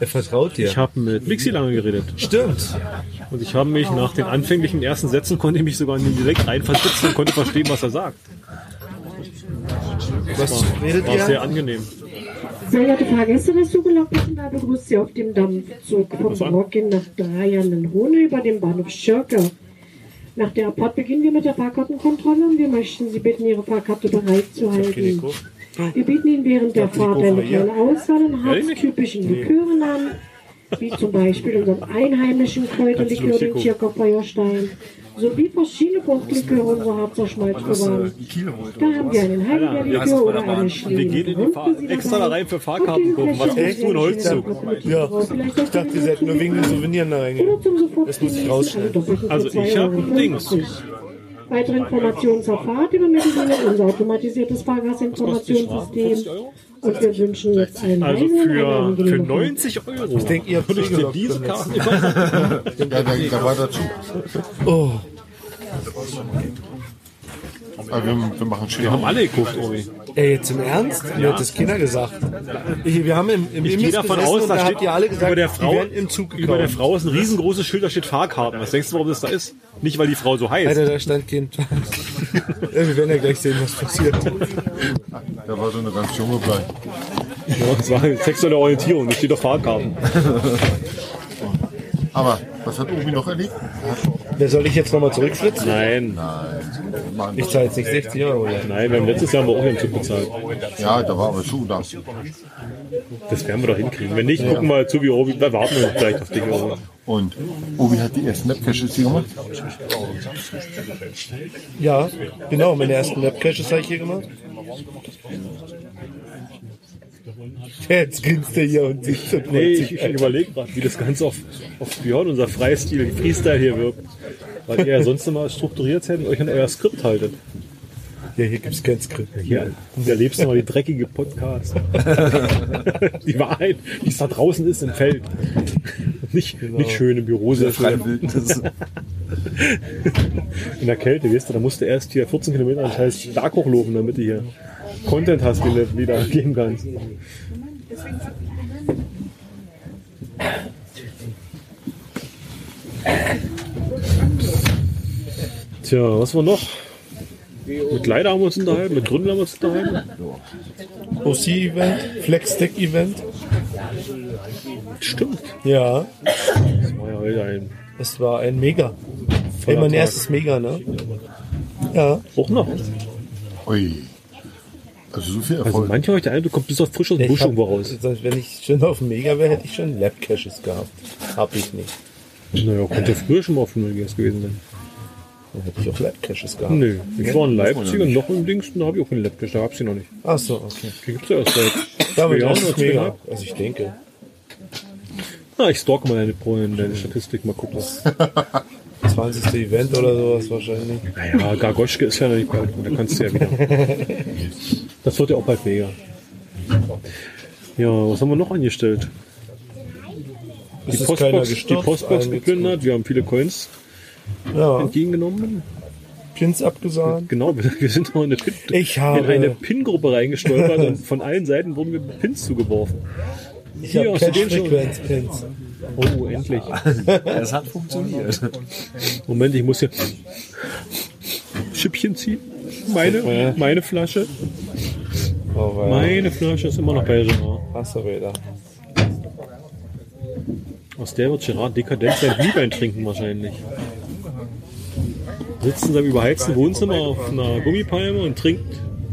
Speaker 1: Er vertraut dir.
Speaker 2: Ich habe mit Mixi lange geredet.
Speaker 1: Stimmt.
Speaker 2: Und ich habe mich nach den anfänglichen ersten Sätzen konnte ich mich sogar in den Dialekt reinversetzen und konnte verstehen, was er sagt.
Speaker 1: Was
Speaker 2: war,
Speaker 1: redet
Speaker 2: war
Speaker 1: ihr?
Speaker 2: sehr angenehm.
Speaker 13: Sehr geehrte Fahrgäste des Zugelaufenen Bahnhofs, Sie auf dem Dampfzug vom Morgen nach Dreiernenhohne über den Bahnhof Schirke. Nach der Abfahrt beginnen wir mit der Fahrkartenkontrolle und wir möchten Sie bitten, Ihre Fahrkarte bereitzuhalten. Wir bieten Ihnen während der Fahrt eine kleine Auswahl an hartstypischen Likören an, wie zum Beispiel unseren einheimischen Kräuterlikör, den Kirchhoff Feuerstein, sowie verschiedene Fruchtliköre unserer Harzer
Speaker 11: äh,
Speaker 13: Schmalzgewaren. Da haben wir einen Heidelbeerlikör oder eine
Speaker 2: Wir gehen in die Fahr extra da rein für Fahrkarten gucken. Was brauchst du in Holzzug?
Speaker 1: Ja, ich dachte, ihr seid nur wegen den Souvenir da reingegangen. Das muss ich rausschneiden.
Speaker 2: Also ich habe ein Ding.
Speaker 13: Weitere Informationen zur Fahrt übermittelt Ihnen unser automatisches
Speaker 2: Was kostet die
Speaker 13: Fahrgastinformationssystem.
Speaker 2: Schraube?
Speaker 13: Und wir wünschen jetzt einen
Speaker 2: Also
Speaker 13: Reisenden eine
Speaker 2: für,
Speaker 13: angenehme
Speaker 2: für
Speaker 13: Fahrt.
Speaker 2: 90 Euro.
Speaker 1: Ich denke, ihr habt
Speaker 2: würde ich dir
Speaker 1: zugelockt
Speaker 2: diese
Speaker 1: beim
Speaker 2: Karten
Speaker 1: letzten Mal.
Speaker 3: Ja, da, da war dazu.
Speaker 1: Oh.
Speaker 3: Aber Ah, wir, wir machen schön.
Speaker 2: Wir haben alle geguckt, Obi.
Speaker 1: Ey, jetzt im Ernst? Mir
Speaker 2: Ja.
Speaker 1: hat das keiner gesagt. Ich, wir haben im, im
Speaker 2: Ich gehe
Speaker 1: Imbiss
Speaker 2: davon
Speaker 1: gesessen
Speaker 2: aus,
Speaker 1: und
Speaker 2: da
Speaker 1: habt
Speaker 2: steht
Speaker 1: ihr alle gesagt,
Speaker 2: über der
Speaker 1: die
Speaker 2: Frau,
Speaker 1: werden im Zug gekauft.
Speaker 2: über der Frau ist ein riesengroßes Schild, da steht Fahrkarten. Was denkst du, warum das da ist? Nicht, weil die Frau so heißt.
Speaker 1: Alter, da stand Kind. wir werden ja gleich sehen, was passiert.
Speaker 3: Da war so eine ganz junge bei.
Speaker 2: Ja, das war sexuelle Orientierung, da steht doch Fahrkarten.
Speaker 3: Aber was hat Obi noch erlebt?
Speaker 1: Wer soll ich jetzt nochmal zurückflitzen?
Speaker 2: Nein.
Speaker 3: Nein.
Speaker 1: Ich zahle jetzt nicht 60 Euro.
Speaker 2: Nein, wir haben letztes Jahr haben wir auch einen Zug bezahlt.
Speaker 3: Ja, da war aber zu da.
Speaker 2: Das werden wir doch hinkriegen. Wenn nicht, gucken wir mal zu, wie Obi. Da warten wir vielleicht auf dich. Obi.
Speaker 3: Und Obi hat die ersten Snapcaches hier gemacht.
Speaker 1: Ja, genau, meine ersten Webcaches habe ich hier gemacht. Jetzt grinst er hier und sieht so
Speaker 2: Nee, ich, ich überlege gerade, wie das Ganze auf, auf Björn, unser Freistil, Freestyle hier wirkt. Weil ihr ja sonst immer strukturiert seid und euch an euer Skript haltet.
Speaker 1: Ja, hier gibt es kein Skript.
Speaker 2: Hier, hier erlebst du mal die dreckige Podcast. die Wahrheit, wie es da draußen ist im Feld. Nicht, nicht schön im Büro
Speaker 1: freien
Speaker 2: Wildnis. In der Kälte, weißt du, da musst du erst hier 14 Kilometer an scheiß Stark hochlaufen, damit du hier Content hast, den du wieder geben kannst. Tja, was war noch? Mit Leider haben wir uns unterhalten, mit Gründen haben wir uns unterhalten.
Speaker 1: OC-Event, Flex-Deck-Event.
Speaker 2: Stimmt.
Speaker 1: Ja.
Speaker 2: Das war ja heute ein.
Speaker 1: Es war ein Mega. Hey, mein
Speaker 2: Tag.
Speaker 1: erstes Mega, ne? Ja.
Speaker 2: Auch noch.
Speaker 1: Ui.
Speaker 2: Also so viel Erfolg. Also manche heute ein, du kommst bis auf frisch aus dem Busch
Speaker 1: Ich hab-
Speaker 2: irgendwo raus.
Speaker 1: Sonst, wenn ich schon auf dem Mega wäre, hätte ich schon Lab-Caches gehabt. Hab ich nicht.
Speaker 2: Naja, könnte früher schon mal auf dem Nullgas gewesen sein.
Speaker 1: Dann hätte ich auch Lab-Caches gehabt.
Speaker 2: Nö, ich war
Speaker 1: Muss man
Speaker 2: in
Speaker 1: ja
Speaker 2: Leipzig und
Speaker 1: nicht.
Speaker 2: noch im Dings, da habe ich auch einen Lapcache, da gab es sie noch nicht.
Speaker 1: Ach so, okay.
Speaker 2: Die gibt es ja erst seit
Speaker 1: Ja,
Speaker 2: zwei
Speaker 1: mein
Speaker 2: Jahren oder
Speaker 1: erstes Mega.
Speaker 2: zweieinhalb.
Speaker 1: Also ich denke.
Speaker 2: Na, ich stalk mal deine, Pro- deine Statistik, mal gucken.
Speaker 1: 20. Event oder sowas wahrscheinlich.
Speaker 2: Naja, Gargoschke ist ja noch nicht bald, da kannst du ja wieder. Das wird ja auch bald mega. Ja, was haben wir noch angestellt? Die
Speaker 1: Es ist keiner
Speaker 2: Postbox, die
Speaker 1: gestürzt,
Speaker 2: Postbox
Speaker 1: allen geht's
Speaker 2: geplündert, wir haben viele Coins
Speaker 1: Ja.
Speaker 2: entgegengenommen.
Speaker 1: Pins abgesagt.
Speaker 2: Genau, wir wir sind noch in eine, Pin
Speaker 1: Ich habe-
Speaker 2: in eine Pin-Gruppe reingestolpert und von allen Seiten wurden mir Pins zugeworfen.
Speaker 1: Ich
Speaker 2: Hier,
Speaker 1: habe
Speaker 2: hast du den schon?
Speaker 1: Cash-Frequenz-Pins.
Speaker 2: Oh, endlich.
Speaker 1: Es hat funktioniert.
Speaker 2: Moment, ich muss hier Schippchen ziehen. Meine, meine Flasche.
Speaker 1: Oh, weia.
Speaker 2: Meine Flasche ist immer noch bei Gerard.
Speaker 1: Hast du wieder.
Speaker 2: Aus der wird Gerard dekadent sein Glühwein trinken wahrscheinlich. Sitzt in seinem überheizten Wohnzimmer auf einer Gummipalme und trinkt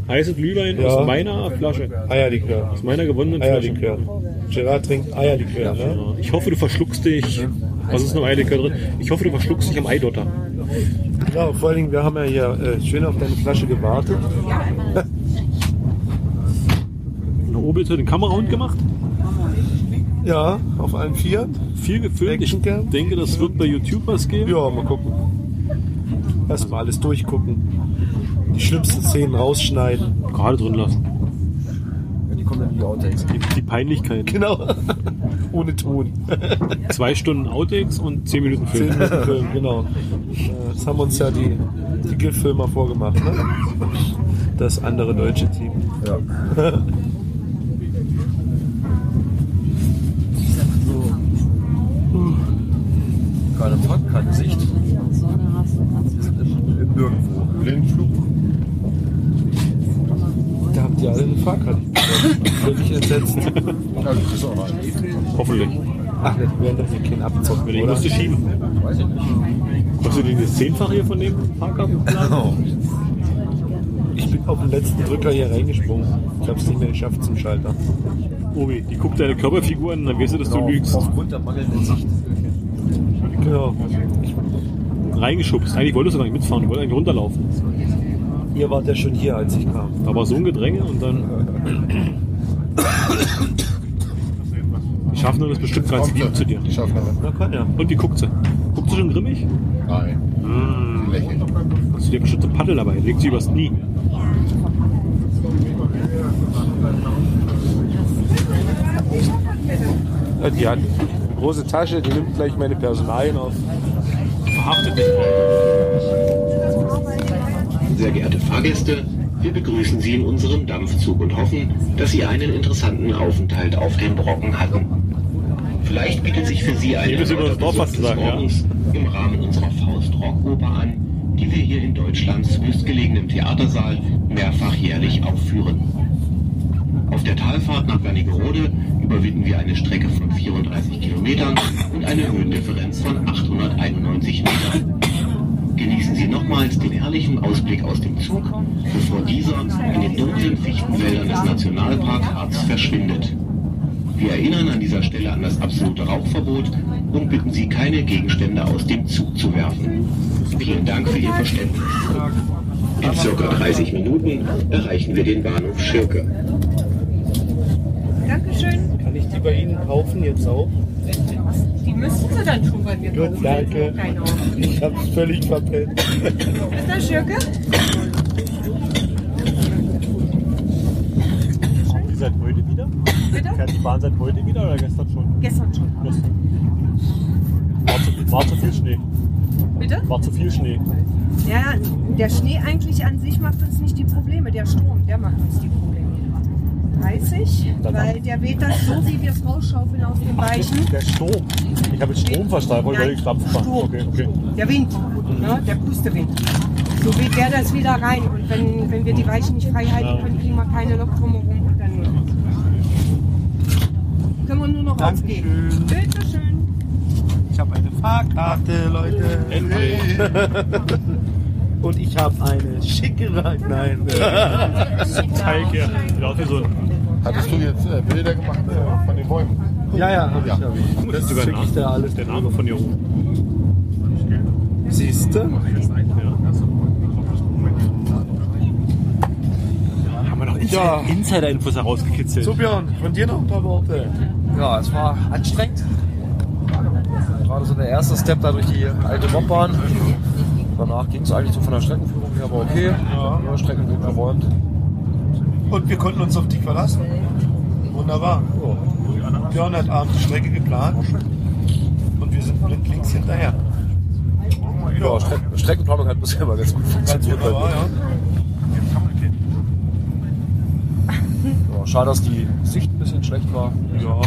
Speaker 2: heißen Glühwein
Speaker 1: Ja. Ah
Speaker 2: aus meiner Flasche.
Speaker 1: Eierlikör.
Speaker 2: Aus meiner gewonnenen
Speaker 1: Eierlikör.
Speaker 2: Flasche.
Speaker 1: Gerard trinkt Eierlikör, ne?
Speaker 2: Ich hoffe, du verschluckst dich. Was ist noch im Eierlikör drin? Ich hoffe, du verschluckst dich am Eidotter.
Speaker 1: Ja, vor allen Dingen, wir haben ja hier äh, schön auf deine Flasche gewartet.
Speaker 2: Eine Obelte den Kamerahund gemacht?
Speaker 1: Ja, auf allen vier.
Speaker 2: Viel gefilmt. Ich denke, das wird bei YouTube was geben.
Speaker 1: Ja, mal gucken. Erstmal alles durchgucken. Die schlimmsten Szenen rausschneiden.
Speaker 2: Gerade drin lassen.
Speaker 1: Die kommen dann in die Outtakes.
Speaker 2: Die, die Peinlichkeit.
Speaker 1: Genau. Ohne Ton.
Speaker 2: Zwei Stunden Outtakes und zehn Minuten Film.
Speaker 1: Zehn Minuten Film, genau. Äh, Das haben uns ja die, die GIF-Filmer vorgemacht, ne? Das andere deutsche Team. Ja.
Speaker 11: Keine Fahrt, keine Sicht. Im Nirgendwo. Blindflug.
Speaker 1: Da habt ihr alle eine Fahrkarte. Wirklich entsetzt.
Speaker 2: Hoffentlich.
Speaker 1: Ach, das wären doch nicht kein Abzocken.
Speaker 2: Ich
Speaker 1: oder?
Speaker 2: musste schieben. Weiß ich nicht. Hast du den jetzt zehnfach hier von dem Parkhafen?
Speaker 1: Ich bin auf den letzten Drücker hier reingesprungen. Ich hab's nicht mehr geschafft zum Schalter.
Speaker 2: Obi, die guckt deine Körperfigur an, dann weißt du, dass du lügst.
Speaker 11: Aufgrund der mangelnden Sicht.
Speaker 1: Genau.
Speaker 2: Reingeschubst. Eigentlich wolltest du gar nicht mitfahren, du wolltest eigentlich runterlaufen.
Speaker 1: Ihr wart ja schon hier, als ich kam.
Speaker 2: Da war so ein Gedränge und dann. Die Schaffnerin ist bestimmt ganz lieb zu dir. Die
Speaker 3: Schaffnerin.
Speaker 1: Na, kann ja.
Speaker 2: Und wie guckt sie? Guckt sie schon grimmig?
Speaker 3: Nein.
Speaker 11: Mm.
Speaker 2: Mmh. Hast du dir bestimmt so ein Paddel dabei? Legt sie übers Knie.
Speaker 1: Ja, Die hat eine große Tasche, die nimmt gleich meine Personalien auf.
Speaker 2: Verhaftet mich.
Speaker 13: Sehr geehrte Fahrgäste, wir begrüßen Sie in unserem Dampfzug und hoffen, dass Sie einen interessanten Aufenthalt auf dem Brocken hatten. Vielleicht bietet sich für Sie ein
Speaker 2: Hier müssen wir
Speaker 13: erneuter
Speaker 2: uns doch was
Speaker 13: Besuch des
Speaker 2: sagen, ja.
Speaker 13: Brockens im Rahmen unserer Faust-Rock-Oper an, die wir hier in Deutschlands höchstgelegenem Theatersaal mehrfach jährlich aufführen. Auf der Talfahrt nach Wernigerode überwinden wir eine Strecke von 34 Kilometern und eine Höhendifferenz von 891 Metern. Genießen Sie nochmals den herrlichen Ausblick aus dem Zug, bevor dieser in den dunklen Fichtenwäldern des Nationalpark Harz verschwindet. Wir erinnern an dieser Stelle an das absolute Rauchverbot und bitten Sie, keine Gegenstände aus dem Zug zu werfen. Vielen Dank für Ihr Verständnis. In circa 30 Minuten erreichen wir den Bahnhof Schirke.
Speaker 33: Dankeschön.
Speaker 1: Kann ich die bei Ihnen kaufen jetzt auch?
Speaker 33: Die müssten sie dann schon bei mir
Speaker 1: Gut, danke. Ich hab's völlig verpennt.
Speaker 33: Ist das Schirke?
Speaker 2: Die seit heute wieder? Fährt die Bahn seit heute wieder oder gestern schon?
Speaker 33: Gestern schon.
Speaker 2: War zu, war zu viel Schnee.
Speaker 33: Bitte?
Speaker 2: War zu viel Schnee.
Speaker 33: Ja, der Schnee eigentlich an sich macht uns nicht die Probleme. Der Strom, der macht uns die Probleme.
Speaker 13: 30, weil der weht das so, wie wir es rausschaufeln aus den Weichen.
Speaker 2: Der Strom. Ich habe jetzt Strom verstanden, weil ich Dampf machen. Okay, okay.
Speaker 13: Der Wind, ne? der Pustewind. So weht der das wieder rein. Und wenn, wenn wir die Weichen nicht frei halten können, kriegen wir keine Lok drumherum. Und dann können wir nur noch Dankeschön. rausgehen. Bitteschön.
Speaker 1: Ich habe eine Fahrkarte, Leute. Und ich habe eine schickere. Nein.
Speaker 2: Teig, ja. Laut wie so ein.
Speaker 3: Hattest du jetzt äh, Bilder gemacht äh, von den Bäumen?
Speaker 1: Ja, ja, hab ich,
Speaker 3: Ja.
Speaker 1: hab ich.
Speaker 2: Das ist sogar
Speaker 1: schick ich da alles.
Speaker 2: Der Name von hier oben.
Speaker 1: Siehst du?
Speaker 2: Haben wir noch Insider- Insider-Infos herausgekitzelt.
Speaker 34: So Björn, von dir noch ein paar Worte.
Speaker 11: Ja, es war anstrengend. Gerade so der erste Step da durch die alte Mobbahn. Danach ging es eigentlich so von der Streckenführung her, aber okay. Ja. Strecken gut geräumt.
Speaker 34: Und wir konnten uns auf dich verlassen. Wunderbar.
Speaker 2: Oh.
Speaker 34: Björn hat abends die Strecke geplant und wir sind blindlings hinterher.
Speaker 11: Ja, Strecken, Streckenplanung hat bisher immer ganz gut
Speaker 34: Ganz
Speaker 11: funktioniert.
Speaker 34: wunderbar, ja.
Speaker 11: Ja, schade, dass die Sicht ein bisschen schlecht war.
Speaker 34: Ja.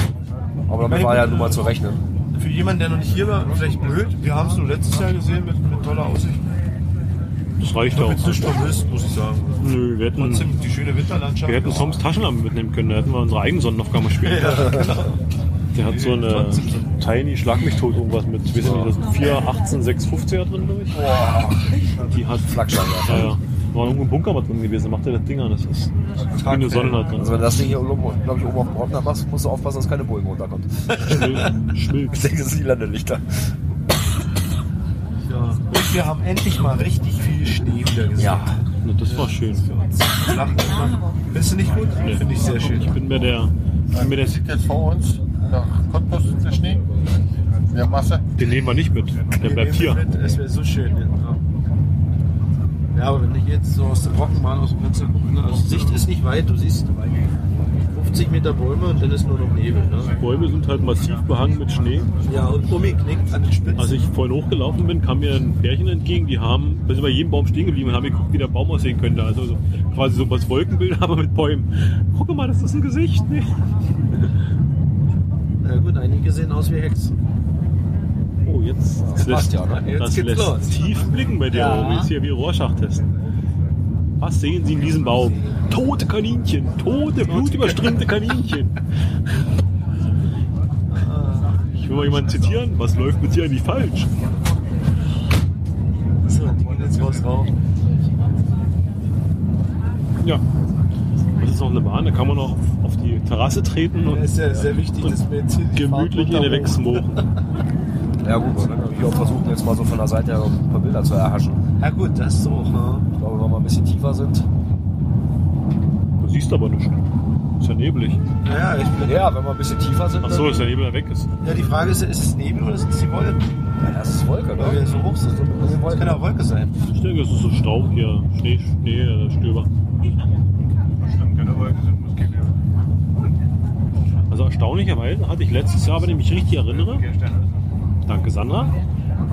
Speaker 11: Aber damit war ja nun mal zu rechnen.
Speaker 34: Für jemanden, der noch nicht hier war, vielleicht blöd. Wir haben es nur letztes Jahr gesehen mit, mit toller Aussicht.
Speaker 2: Das reicht
Speaker 34: Ich hab
Speaker 2: auch.
Speaker 34: jetzt nicht vermisst, muss ich sagen.
Speaker 1: Mhm.
Speaker 2: Nö, wir hätten,
Speaker 34: Trotzdem die schöne Winterlandschaft.
Speaker 2: wir hätten Toms Taschenlampe mitnehmen können. Da hätten wir unsere eigene Sonnenaufgabe gespielt.
Speaker 34: Ja, genau.
Speaker 2: Der hat so eine Tiny Schlag mich tot irgendwas mit. Ich weiß ja nicht, da sind 4, 18, 6, 50er drin, glaube ich. Die hat.
Speaker 11: Flaggscheinwerfer.
Speaker 2: Ja, ja. War irgendwo im Bunker mal drin gewesen. Macht er das Ding an? Das ist wie eine Sonne da drin.
Speaker 11: Also wenn das Ding hier, glaube ich, oben auf dem Ordner machst, musst du aufpassen, dass keine Bullen runterkommt.
Speaker 2: Schmilzt.
Speaker 11: Ich denke, das sind die Landelichter.
Speaker 34: Und wir haben endlich mal richtig viel Schnee wieder gesehen.
Speaker 11: Ja.
Speaker 2: Na, das war schön.
Speaker 34: Flach immer. Findest du nicht gut? Finde ich sehr schön.
Speaker 2: Ich bin mir der. Ich bin mir der
Speaker 3: Sieht jetzt vor uns, nach Cottbus ist der Schnee. Ja, Masse.
Speaker 2: den nehmen wir nicht mit. Der bleibt hier.
Speaker 1: Es wäre so schön. ja. Ja, aber wenn ich jetzt so aus dem Rockenbahn aus dem Fenster gucke, ne, also Sicht ist nicht weit, du siehst 50 Meter Bäume und dann ist nur noch Nebel. Ne?
Speaker 2: Bäume sind halt massiv behangen mit Schnee.
Speaker 1: Ja, und umgeknickt an den Spitzen.
Speaker 34: Also
Speaker 2: Als ich vorhin hochgelaufen bin, kam mir ein Pärchen entgegen, die haben, wir sind bei jedem Baum stehen geblieben und haben geguckt, wie der Baum aussehen könnte. Also so, quasi so was Wolkenbild, aber mit Bäumen. Guck mal, das ist ein Gesicht. Ne?
Speaker 1: Na gut, einige sehen aus wie Hexen.
Speaker 2: Oh, jetzt das
Speaker 1: passt
Speaker 2: lässt,
Speaker 1: ja, ne? Jetzt
Speaker 2: das
Speaker 1: geht's
Speaker 2: lässt
Speaker 1: los.
Speaker 2: tief blicken bei dir.
Speaker 1: Ja.
Speaker 2: Ja. Ist hier wie Rorschach testen. Was sehen Sie in diesem Baum? Tote Kaninchen, tote, blutüberströmte Kaninchen. Ich will mal jemanden zitieren. Was läuft mit dir eigentlich falsch?
Speaker 1: So, die gehen jetzt raus rauchen.
Speaker 2: Ja. Das ist noch eine Bahn, da kann man noch auf die Terrasse treten und
Speaker 1: ist ja sehr wichtig, dass wir jetzt hier die Fahrt
Speaker 2: gemütlich in der
Speaker 1: runterholen.
Speaker 2: wegsmochen.
Speaker 11: Ja gut, wir werden natürlich auch versuchen, jetzt mal so von der Seite her ein paar Bilder zu erhaschen.
Speaker 1: Ja gut, das so. Ne?
Speaker 11: Ich glaube, wenn wir ein bisschen tiefer sind.
Speaker 2: Du siehst aber nichts. Ist ja neblig.
Speaker 1: Naja, ich bin,
Speaker 11: Ja, wenn wir ein bisschen tiefer sind,
Speaker 2: Ach so, ist der Nebel der weg ist.
Speaker 1: ja, die Frage ist, ist es Nebel oder sind es die Wolken?
Speaker 11: dann, ja, das ist Wolke,
Speaker 1: Weil
Speaker 11: ne?
Speaker 1: wir so hoch sind. Das kann auch Wolke sein.
Speaker 2: Ich denke, es ist so Staub hier. Schnee, Schnee, äh, Stöber. Also erstaunlicherweise hatte ich letztes Jahr, wenn ich mich richtig erinnere, danke Sandra,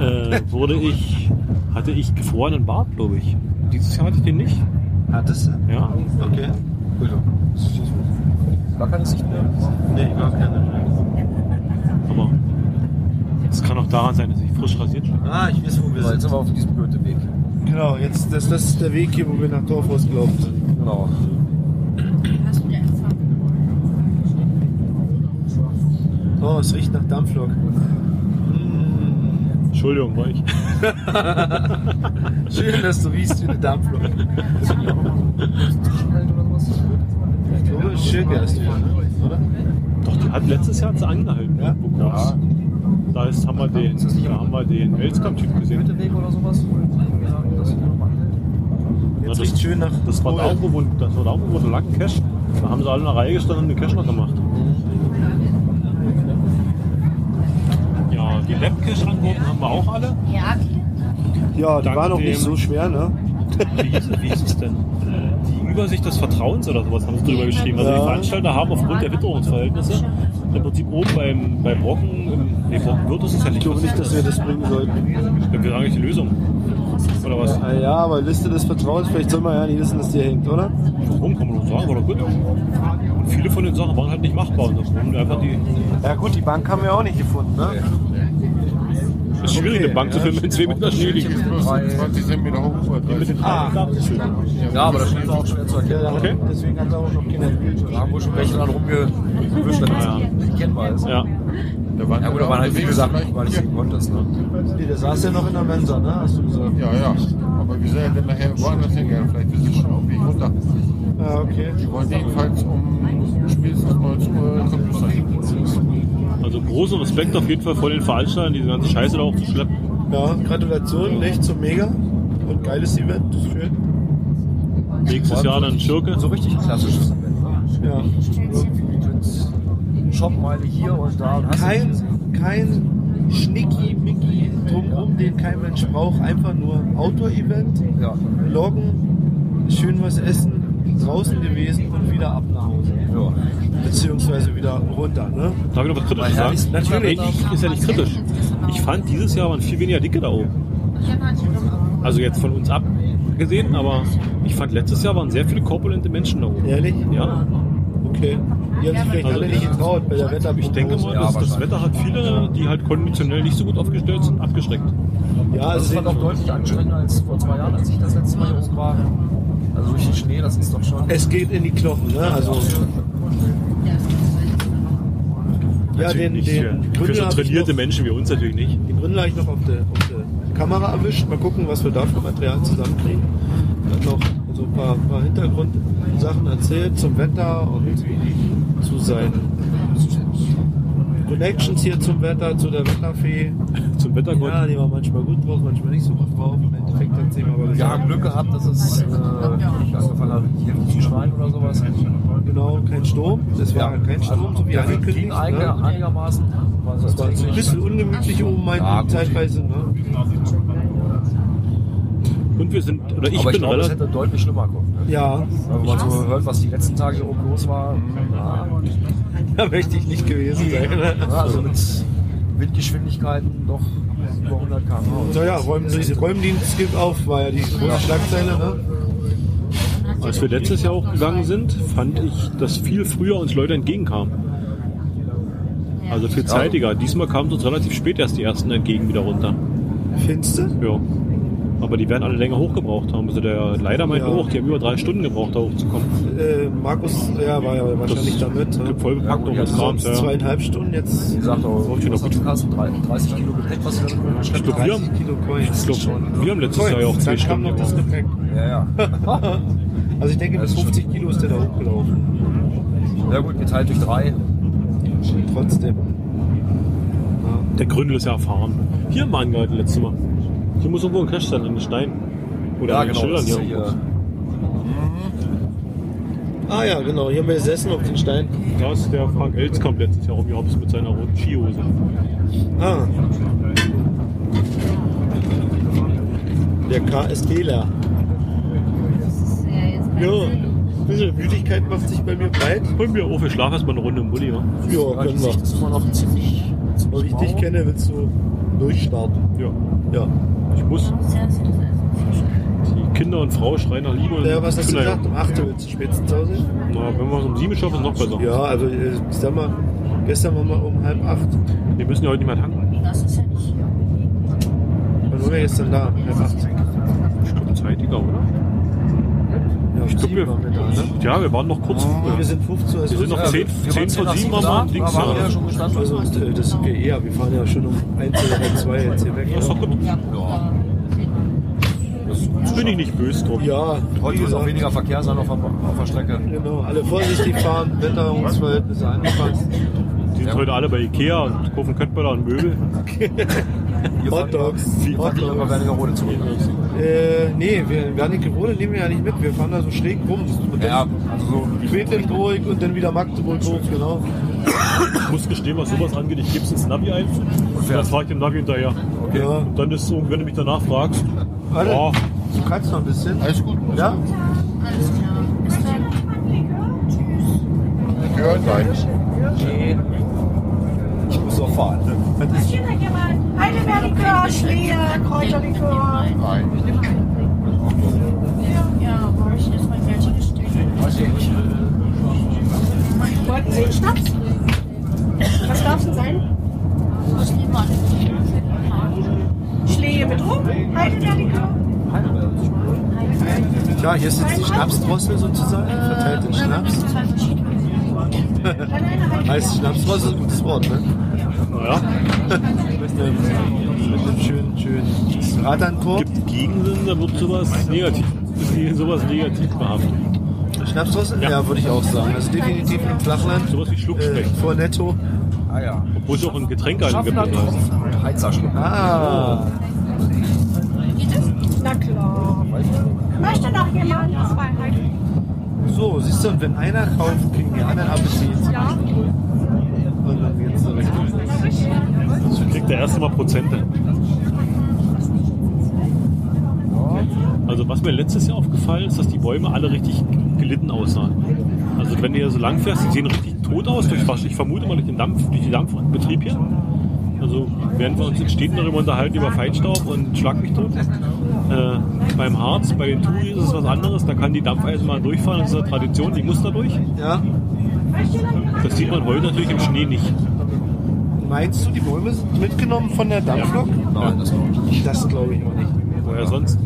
Speaker 2: äh, wurde ich, hatte ich gefrorenen Bart, glaube ich. Dieses Jahr hatte ich den nicht.
Speaker 1: Ah, das,
Speaker 2: Ja,
Speaker 1: okay. Gut.
Speaker 11: Gar keine Sicht mehr.
Speaker 1: Nee, gar keine.
Speaker 2: aber es kann auch daran sein, dass ich frisch rasiert bin.
Speaker 1: Ah, ich weiß, wo wir
Speaker 11: So, jetzt
Speaker 1: sind.
Speaker 11: sind wir auf diesem Goethe-Weg.
Speaker 34: Genau, jetzt, das, das ist der Weg hier, wo wir nach Dorfhaus gelaufen sind.
Speaker 11: Genau.
Speaker 1: Oh, es riecht nach Dampflok.
Speaker 2: Entschuldigung, war ich.
Speaker 1: Schön, dass du riechst wie eine Dampflok. Ich glaube, Schirke hast du ja, ne? oder?
Speaker 2: Doch, die hat letztes Jahr hat sie angehalten.
Speaker 1: Ja?
Speaker 2: Wo kurz. Da ist, haben wir den, da haben wir den Elskamp-Typ gesehen.
Speaker 11: Goethe-Weg oder sowas?
Speaker 2: Na,
Speaker 1: Jetzt
Speaker 2: das-
Speaker 1: riecht schön nach.
Speaker 2: Das war da
Speaker 1: Kohle.
Speaker 2: irgendwo, wo- das war da irgendwo der langen Cash. Da haben sie alle in der Reihe gestanden und den Cash noch gemacht. Ja, die Lab-Cash-Antworten haben wir auch alle.
Speaker 34: Ja, die
Speaker 2: Dank
Speaker 34: waren auch nicht
Speaker 2: dem-
Speaker 34: so schwer, ne?
Speaker 2: Wie hieß, wie hieß es denn? Die Übersicht des Vertrauens oder sowas haben sie drüber geschrieben. Also die
Speaker 34: Ja.
Speaker 2: Veranstalter haben aufgrund der Witterungsverhältnisse im Prinzip oben beim, bei Brocken, im, nee, Brocken wird es ist ja nicht.
Speaker 1: Ich glaube nicht, dass wir das bringen sollten.
Speaker 2: Dann wäre eigentlich die Lösung. Oder was?
Speaker 1: Ah ja, aber Liste des Vertrauens, vielleicht soll man ja nicht wissen, dass die hängt, oder?
Speaker 2: Warum kann man doch sagen? War doch gut. viele von den Sachen waren halt nicht machbar. Und das wurden einfach die,
Speaker 35: Ja gut, die Bank haben wir auch nicht gefunden, ne?
Speaker 2: das ist schwierig, eine Bank zu finden, wenn es weh mit einer Schnee liegt.
Speaker 3: 20 Zentimeter hoch. Die mit den ah.
Speaker 11: Ja, aber das scheint auch schwer zu erkennen. Okay. Deswegen hat er auch noch keine Da haben wohl schon welche dran rumgewischt, damit ja. nicht kennbar ist.
Speaker 2: Ja.
Speaker 11: Da waren, ja, gut, da waren halt viele Sachen, die man nicht sehen konnte. Ne?
Speaker 1: Nee, der saß ja noch in der Mensa, ne? Hast du gesagt?
Speaker 3: Ja, ja. Aber wir sind ja dann nachher woanders hingegangen. Vielleicht ist es schon auf dem Weg runter.
Speaker 1: Ja, okay.
Speaker 3: Wir wollten jedenfalls um spätestens 19 Uhr Computer sein.
Speaker 2: Also großen Respekt auf jeden Fall vor den Veranstaltern, diese ganze Scheiße da aufzuschleppen.
Speaker 1: Ja, Gratulation, echt zum Mega. Und geiles Event, schön.
Speaker 2: Nächstes Jahr dann Schirke.
Speaker 11: So richtig klassisches Event.
Speaker 1: Ja.
Speaker 11: Shopmeile hier und da. Und hast du-
Speaker 1: Kein, kein Schnicki-Micki drumherum, den kein Mensch braucht. Einfach nur Outdoor-Event,
Speaker 11: Ja.
Speaker 1: loggen, schön was essen, draußen gewesen und wieder ab nach Hause.
Speaker 11: Ja.
Speaker 1: Beziehungsweise wieder runter, ne?
Speaker 2: Darf ich noch was Kritisches
Speaker 1: Weil
Speaker 2: sagen?
Speaker 1: Herr Wies-
Speaker 2: Eigentlich ist ja nicht kritisch. Ich fand, dieses Jahr waren viel weniger Dicke da oben. Also jetzt von uns abgesehen, aber ich fand, letztes Jahr waren sehr viele korpulente Menschen da oben.
Speaker 1: Ehrlich?
Speaker 2: Ja.
Speaker 1: Okay. Die haben sich vielleicht
Speaker 2: Also
Speaker 1: alle
Speaker 2: ich-
Speaker 1: nicht getraut, weil der Wetter
Speaker 2: Ich denke mal, dass das Wetter hat viele, die halt konditionell nicht so gut aufgestellt sind, abgeschreckt.
Speaker 1: Ja,
Speaker 11: das
Speaker 1: es
Speaker 11: ist halt auch deutlich anstrengender als vor zwei Jahren, als ich das letzte Mal hier oben war. Also durch den Schnee, das ist doch schon.
Speaker 1: Es geht in die Knochen, ne? Also. Ja,
Speaker 2: Natürlich
Speaker 1: den,
Speaker 2: nicht für-
Speaker 1: den
Speaker 2: für so
Speaker 1: Gründer habe ich,
Speaker 2: trainierte Menschen wie uns natürlich nicht.
Speaker 1: den Gründer hab ich noch auf der, auf der Kamera erwischt. Mal gucken, was wir da für Material zusammenkriegen. Er hat noch so ein paar, paar Hintergrundsachen erzählt zum Wetter und zu seinen Connections hier zum Wetter, zu der Wetterfee.
Speaker 2: Zum Wettergott.
Speaker 1: Ja, die war manchmal gut drauf, manchmal nicht so gut drauf. Im Endeffekt hat sie ihm aber
Speaker 11: Wir
Speaker 1: gesagt,
Speaker 11: haben Glück gehabt, dass es äh, nicht angefangen hat, hier rumzuschreien oder sowas.
Speaker 1: genau, kein Sturm. Es war kein Sturm, so wie angekündigt.
Speaker 11: Ging
Speaker 1: Ne?
Speaker 11: eigen- einigermaßen. War
Speaker 1: Das war so ein
Speaker 11: tatsächlich-
Speaker 1: bisschen ungemütlich oben mein
Speaker 11: Ja, gut.
Speaker 1: zeitweise. Ne?
Speaker 2: Und wir sind, oder ich
Speaker 11: aber ich
Speaker 2: bin
Speaker 11: glaube, es
Speaker 2: relativ.
Speaker 11: hätte deutlich schlimmer kommen. können. ne?
Speaker 1: Ja,
Speaker 11: Wenn man so hört, was die letzten Tage hier oben los war.
Speaker 1: da möchte ich nicht gewesen sein. ne?
Speaker 11: Ja, also mit Windgeschwindigkeiten doch über 100 km/h.
Speaker 1: So ja, Räum, Räumdienst gibt auf, war ja die große Schlagzeile. Ne?
Speaker 2: Als wir letztes Jahr auch gegangen sind, fand ich, dass viel früher uns Leute entgegenkamen. Also viel zeitiger. Diesmal kamen uns relativ spät erst die ersten entgegen wieder runter.
Speaker 1: Findest du?
Speaker 2: Ja. Aber die werden alle länger hochgebraucht haben. Also der leider meint
Speaker 1: Ja.
Speaker 2: hoch, die haben über drei Stunden gebraucht, da hochzukommen.
Speaker 1: Äh, Markus, ja, war ja wahrscheinlich damit. Ne?
Speaker 2: Vollbepackt und
Speaker 11: Ja,
Speaker 2: was Krams,
Speaker 1: Sonst
Speaker 2: ja.
Speaker 1: zweieinhalb Stunden, jetzt
Speaker 11: Wie gesagt, auch
Speaker 2: ich noch
Speaker 11: was hast du Carsten? Drei- 30 Kilo Gepäck, was du da
Speaker 2: Ich glaube, wir,
Speaker 1: 30
Speaker 2: haben-
Speaker 1: Kilo Coins.
Speaker 2: ich glaub, wir haben letztes Jahr ja auch zwei
Speaker 1: Dann kam
Speaker 2: Stunden
Speaker 1: noch das
Speaker 2: gebraucht.
Speaker 1: Gepäck.
Speaker 11: Ja, ja.
Speaker 1: Also ich denke, bis 50 Kilo ist der da hochgelaufen.
Speaker 11: Ja gut, geteilt durch drei.
Speaker 1: Trotzdem.
Speaker 2: Der Gründel ist ja erfahren. Hier haben wir angehalten letztes Mal. Hier muss irgendwo ein Crash sein, an den Steinen. Oder an den
Speaker 11: genau, das
Speaker 2: Schildern
Speaker 11: ist
Speaker 2: hier.
Speaker 11: hier.
Speaker 1: Ah ja, genau, hier haben wir gesessen auf den Stein.
Speaker 2: Da ist der Frank Elz kommt letztes Jahr rumgehopst mit seiner roten Skihose.
Speaker 1: Ah. Der KSDler. Ja, ein bisschen Müdigkeit macht sich bei mir breit.
Speaker 2: Und mir auf, ich schlafe erstmal eine Runde im Bulli. wa?
Speaker 1: Ja,
Speaker 11: Ja, die
Speaker 1: können wir.
Speaker 11: Sicht ist immer noch ziemlich.
Speaker 1: So wie ich dich kenne, willst du durchstarten.
Speaker 2: Ja.
Speaker 1: Ja.
Speaker 2: Ich muss. Die Kinder und Frau schreien nach Liebe. und
Speaker 1: Ja, was hast du
Speaker 2: Zuneigung.
Speaker 1: gesagt? Um 8 Uhr willst du spätestens zu Hause?
Speaker 2: Na, wenn wir es um sieben schaffen, ist noch besser.
Speaker 1: Ja, also äh, ich sag mal, gestern waren wir um halb acht.
Speaker 2: Wir müssen ja heute niemand hangen.
Speaker 1: Wann waren wir gestern da? Halb acht.
Speaker 2: Ich glaube, zeitiger, oder?
Speaker 1: Ja, um
Speaker 2: Ich glaube,
Speaker 1: sieben waren wir da, ne?
Speaker 2: wir, ja, wir waren noch kurz.
Speaker 1: Und wir sind also 15 Uhr.
Speaker 2: Wir sind noch
Speaker 1: Ja,
Speaker 2: 10,
Speaker 11: wir
Speaker 2: 10
Speaker 11: waren
Speaker 2: vor
Speaker 11: nach
Speaker 2: 7
Speaker 11: sieben
Speaker 2: waren wir
Speaker 11: da,
Speaker 2: am Dings.
Speaker 11: da waren wir ja
Speaker 2: Ja.
Speaker 11: schon gestanden.
Speaker 1: Also, äh,
Speaker 11: genau.
Speaker 1: das geht eher. Wir fahren ja schon um 1 oder halb 2 jetzt hier weg. ne?
Speaker 2: Ja, ist doch gut. Bin ich nicht böse drum.
Speaker 1: Ja, wie
Speaker 11: Heute wird es auch
Speaker 1: gesagt,
Speaker 11: weniger Verkehr sein auf der, auf der Strecke.
Speaker 1: Genau, alle vorsichtig fahren, Wetterungsverhältnisse angepasst.
Speaker 2: Die sind heute alle bei Ikea und kaufen Köttböller und Möbel.
Speaker 1: Hot Dogs.
Speaker 11: Wir fahren
Speaker 1: Hot
Speaker 11: immer
Speaker 1: Dogs.
Speaker 11: Wernigerode zurück.
Speaker 1: Äh, nee, wir Wernigerode nehmen wir ja nicht mit. Wir fahren da so schräg rum. Und dann
Speaker 11: Ja, also so.
Speaker 1: Quedlinburg und dann wieder Magdeburg hoch, genau.
Speaker 2: Ich muss gestehen, was sowas angeht, ich gebe es ins Navi ein und dann
Speaker 11: fährst.
Speaker 2: fahre ich dem Navi hinterher.
Speaker 1: Ja.
Speaker 2: Und dann ist es so, wenn du mich danach fragst,
Speaker 1: Warte,
Speaker 2: boah,
Speaker 1: du kannst noch ein bisschen.
Speaker 3: Alles gut.
Speaker 1: Ja?
Speaker 3: Gehört sein.
Speaker 11: Nee. Ich muss auch fahren.
Speaker 1: Was ist
Speaker 13: Heidelbeerlikör, Schlehe, Kräuterlikör.
Speaker 3: Nein.
Speaker 13: Ja, brauche ich äh, erstmal welche Gestecke.
Speaker 11: Weiß ich nicht.
Speaker 13: Wollten Sie in die Stadt? Was darf denn sein? Schliemann. Schlehe mit rum, Heidelberg.
Speaker 1: Ja, hier ist jetzt die Schnapsdrossel sozusagen, verteilt den Schnaps. heißt Schnapsdrossel ist ein gutes Wort, ne? Ja. mit einem, mit einem schönen, schönen Radankorb.
Speaker 2: Gibt Gegenden, da wird sowas negativ, ist sowas negativ behaftet.
Speaker 1: Schnapsdrossel? Ja, würde ich auch sagen. Also definitiv im Flachland. äh,
Speaker 2: Sowas wie Schluckspeck.
Speaker 1: vor Netto.
Speaker 11: Ah ja.
Speaker 2: Obwohl es auch ein Getränk gibt.
Speaker 11: Tropfen. Heizerschluck.
Speaker 1: Ah.
Speaker 13: Na klar. Möchte noch jemand zwei Heidelberg?
Speaker 1: So, siehst du, und wenn einer kauft, kriegen die anderen Appetit.
Speaker 13: Ja.
Speaker 1: Und dann geht's direkt.
Speaker 2: Dann kriegt der erste Mal Prozente. Also was mir letztes Jahr aufgefallen ist, dass die Bäume alle richtig gelitten aussahen. Also wenn du hier so lang fährst, die sehen richtig tot aus. Durch, was- ich vermute mal durch den Dampf, durch den Dampfbetrieb hier. Also werden wir uns in Städten darüber unterhalten, über Feinstaub und Schlag mich tot. Äh, beim Harz, bei den Tui ist es was anderes. Da kann die Dampfeisenbahn durchfahren. Das ist eine Tradition, die muss da durch.
Speaker 1: Ja.
Speaker 2: Das sieht man heute natürlich im Schnee nicht.
Speaker 1: Meinst du, die Bäume sind mitgenommen von der Dampflok? Nein, das glaube ich nicht. Das glaube ich auch nicht.
Speaker 2: Woher sonst?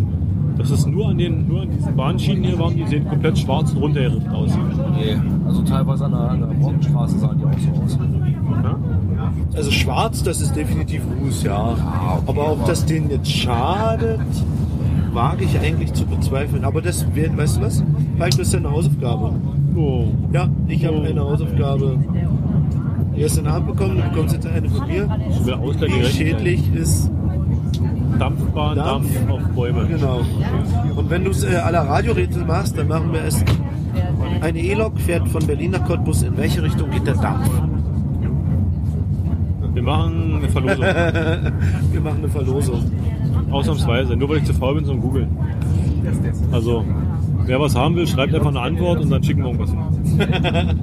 Speaker 2: Das ist nur an, den, nur an diesen Bahnschienen hier waren, die sehen komplett schwarz und runtergerippt aus.
Speaker 11: Nee, also teilweise an der, an der Brockenstraße sahen die auch so aus.
Speaker 1: Also schwarz, das ist definitiv Ruß, ja. Aber ob das denen jetzt schadet, wage ich eigentlich zu bezweifeln. Aber das werden, weißt du was? Mike, das ist ja eine Hausaufgabe. Ja, ich habe eine Hausaufgabe gestern Abend bekommen, du bekommst jetzt eine von mir.
Speaker 2: Über Ausgleich
Speaker 1: Wie
Speaker 2: gerechnet.
Speaker 1: schädlich ist
Speaker 2: Dampfbahn, Dampf, auf Bäume.
Speaker 1: Genau. Und wenn du es äh, aller Radiorätsel machst, dann machen wir es. Eine E-Lok fährt von Berlin nach Cottbus. In welche Richtung geht der Dampf?
Speaker 2: Wir machen eine Verlosung.
Speaker 1: wir machen eine Verlosung.
Speaker 2: Ausnahmsweise, nur weil ich zu faul bin zum Googeln. Also, wer was haben will, schreibt einfach eine Antwort und dann schicken wir irgendwas hin.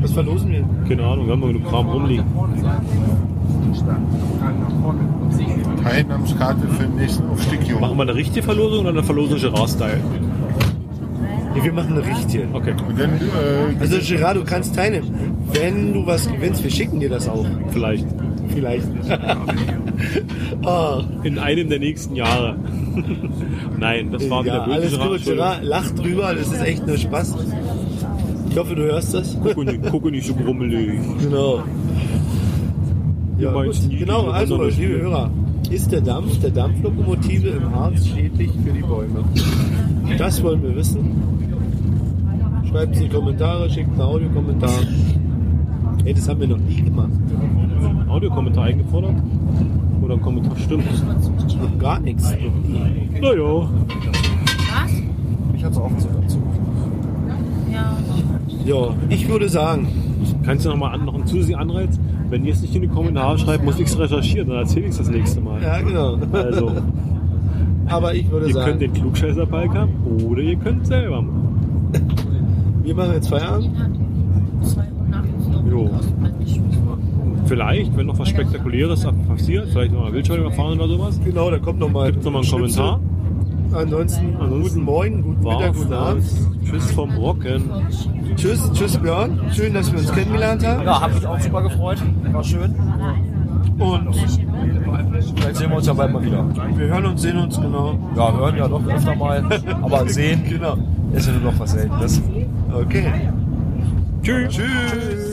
Speaker 1: Was verlosen wir?
Speaker 2: Keine Ahnung, wir haben nur genug Kram rumliegen.
Speaker 3: Teilnahmskarte für den nächsten Aufstieg hier.
Speaker 2: Machen wir eine richtige Verlosung oder eine Verlosung Gerard-Style?
Speaker 1: Nee, wir machen eine richtige.
Speaker 2: Okay.
Speaker 3: äh,
Speaker 1: also Gerard, du kannst teilnehmen. Wenn du was gewinnst, wir schicken dir das auch.
Speaker 2: Vielleicht.
Speaker 1: Vielleicht.
Speaker 2: In einem der nächsten Jahre. Nein, das war
Speaker 1: ja,
Speaker 2: wieder böse
Speaker 1: alles
Speaker 2: Gerard,
Speaker 1: gut,
Speaker 2: Entschuldigung.
Speaker 1: Gerard. Lach drüber, das ist echt nur Spaß. Ich hoffe, du hörst das.
Speaker 2: Guck nicht, guck nicht so grummelig.
Speaker 1: Genau. Ja, gut. Genau, also, liebe Hörer, ist der Dampf der Dampflokomotive im Harz schädlich für die Bäume? Das wollen wir wissen. Schreibt es in die Kommentare, schickt einen Audiokommentar. Ey, das haben wir noch nie gemacht.
Speaker 2: Ein Audiokommentar eingefordert? Oder ein Kommentar stimmt?
Speaker 1: Gar nichts.
Speaker 2: Naja.
Speaker 11: Was? Mich hat es auch so dazu.
Speaker 1: Ja, ich würde sagen.
Speaker 2: Kannst du nochmal an, noch einen zusätzlichen Anreiz? Wenn ihr es nicht in die Kommentare schreibt, muss ich es recherchieren, dann erzähle ich es das nächste Mal.
Speaker 1: Ja, genau.
Speaker 2: Also,
Speaker 1: Aber ich würde
Speaker 2: ihr
Speaker 1: sagen-
Speaker 2: könnt den Klugscheißer-Balk haben oder ihr könnt es selber machen.
Speaker 1: Wir machen jetzt Feierabend.
Speaker 2: Jo.
Speaker 1: halt
Speaker 2: Vielleicht, wenn noch was Spektakuläres passiert, vielleicht noch mal Wildschwein überfahren oder sowas.
Speaker 1: Genau, da kommt nochmal.
Speaker 2: Gibt nochmal einen
Speaker 1: Schnipsel.
Speaker 2: Kommentar.
Speaker 1: Ansonsten, guten Morgen, guten Mittag, guten Abend.
Speaker 2: Tschüss vom Brocken.
Speaker 1: Tschüss, tschüss Björn. Schön, dass wir uns kennengelernt haben.
Speaker 11: Ja, hab mich auch super gefreut. War schön.
Speaker 1: Und
Speaker 11: vielleicht sehen wir uns ja bald mal wieder.
Speaker 1: Wir hören uns, sehen uns, genau.
Speaker 11: Ja, hören ja doch öfter mal. Aber sehen
Speaker 1: genau.
Speaker 11: ist ja nur noch was Seltenes.
Speaker 1: Okay.
Speaker 2: Tschüss.
Speaker 1: Tschüss.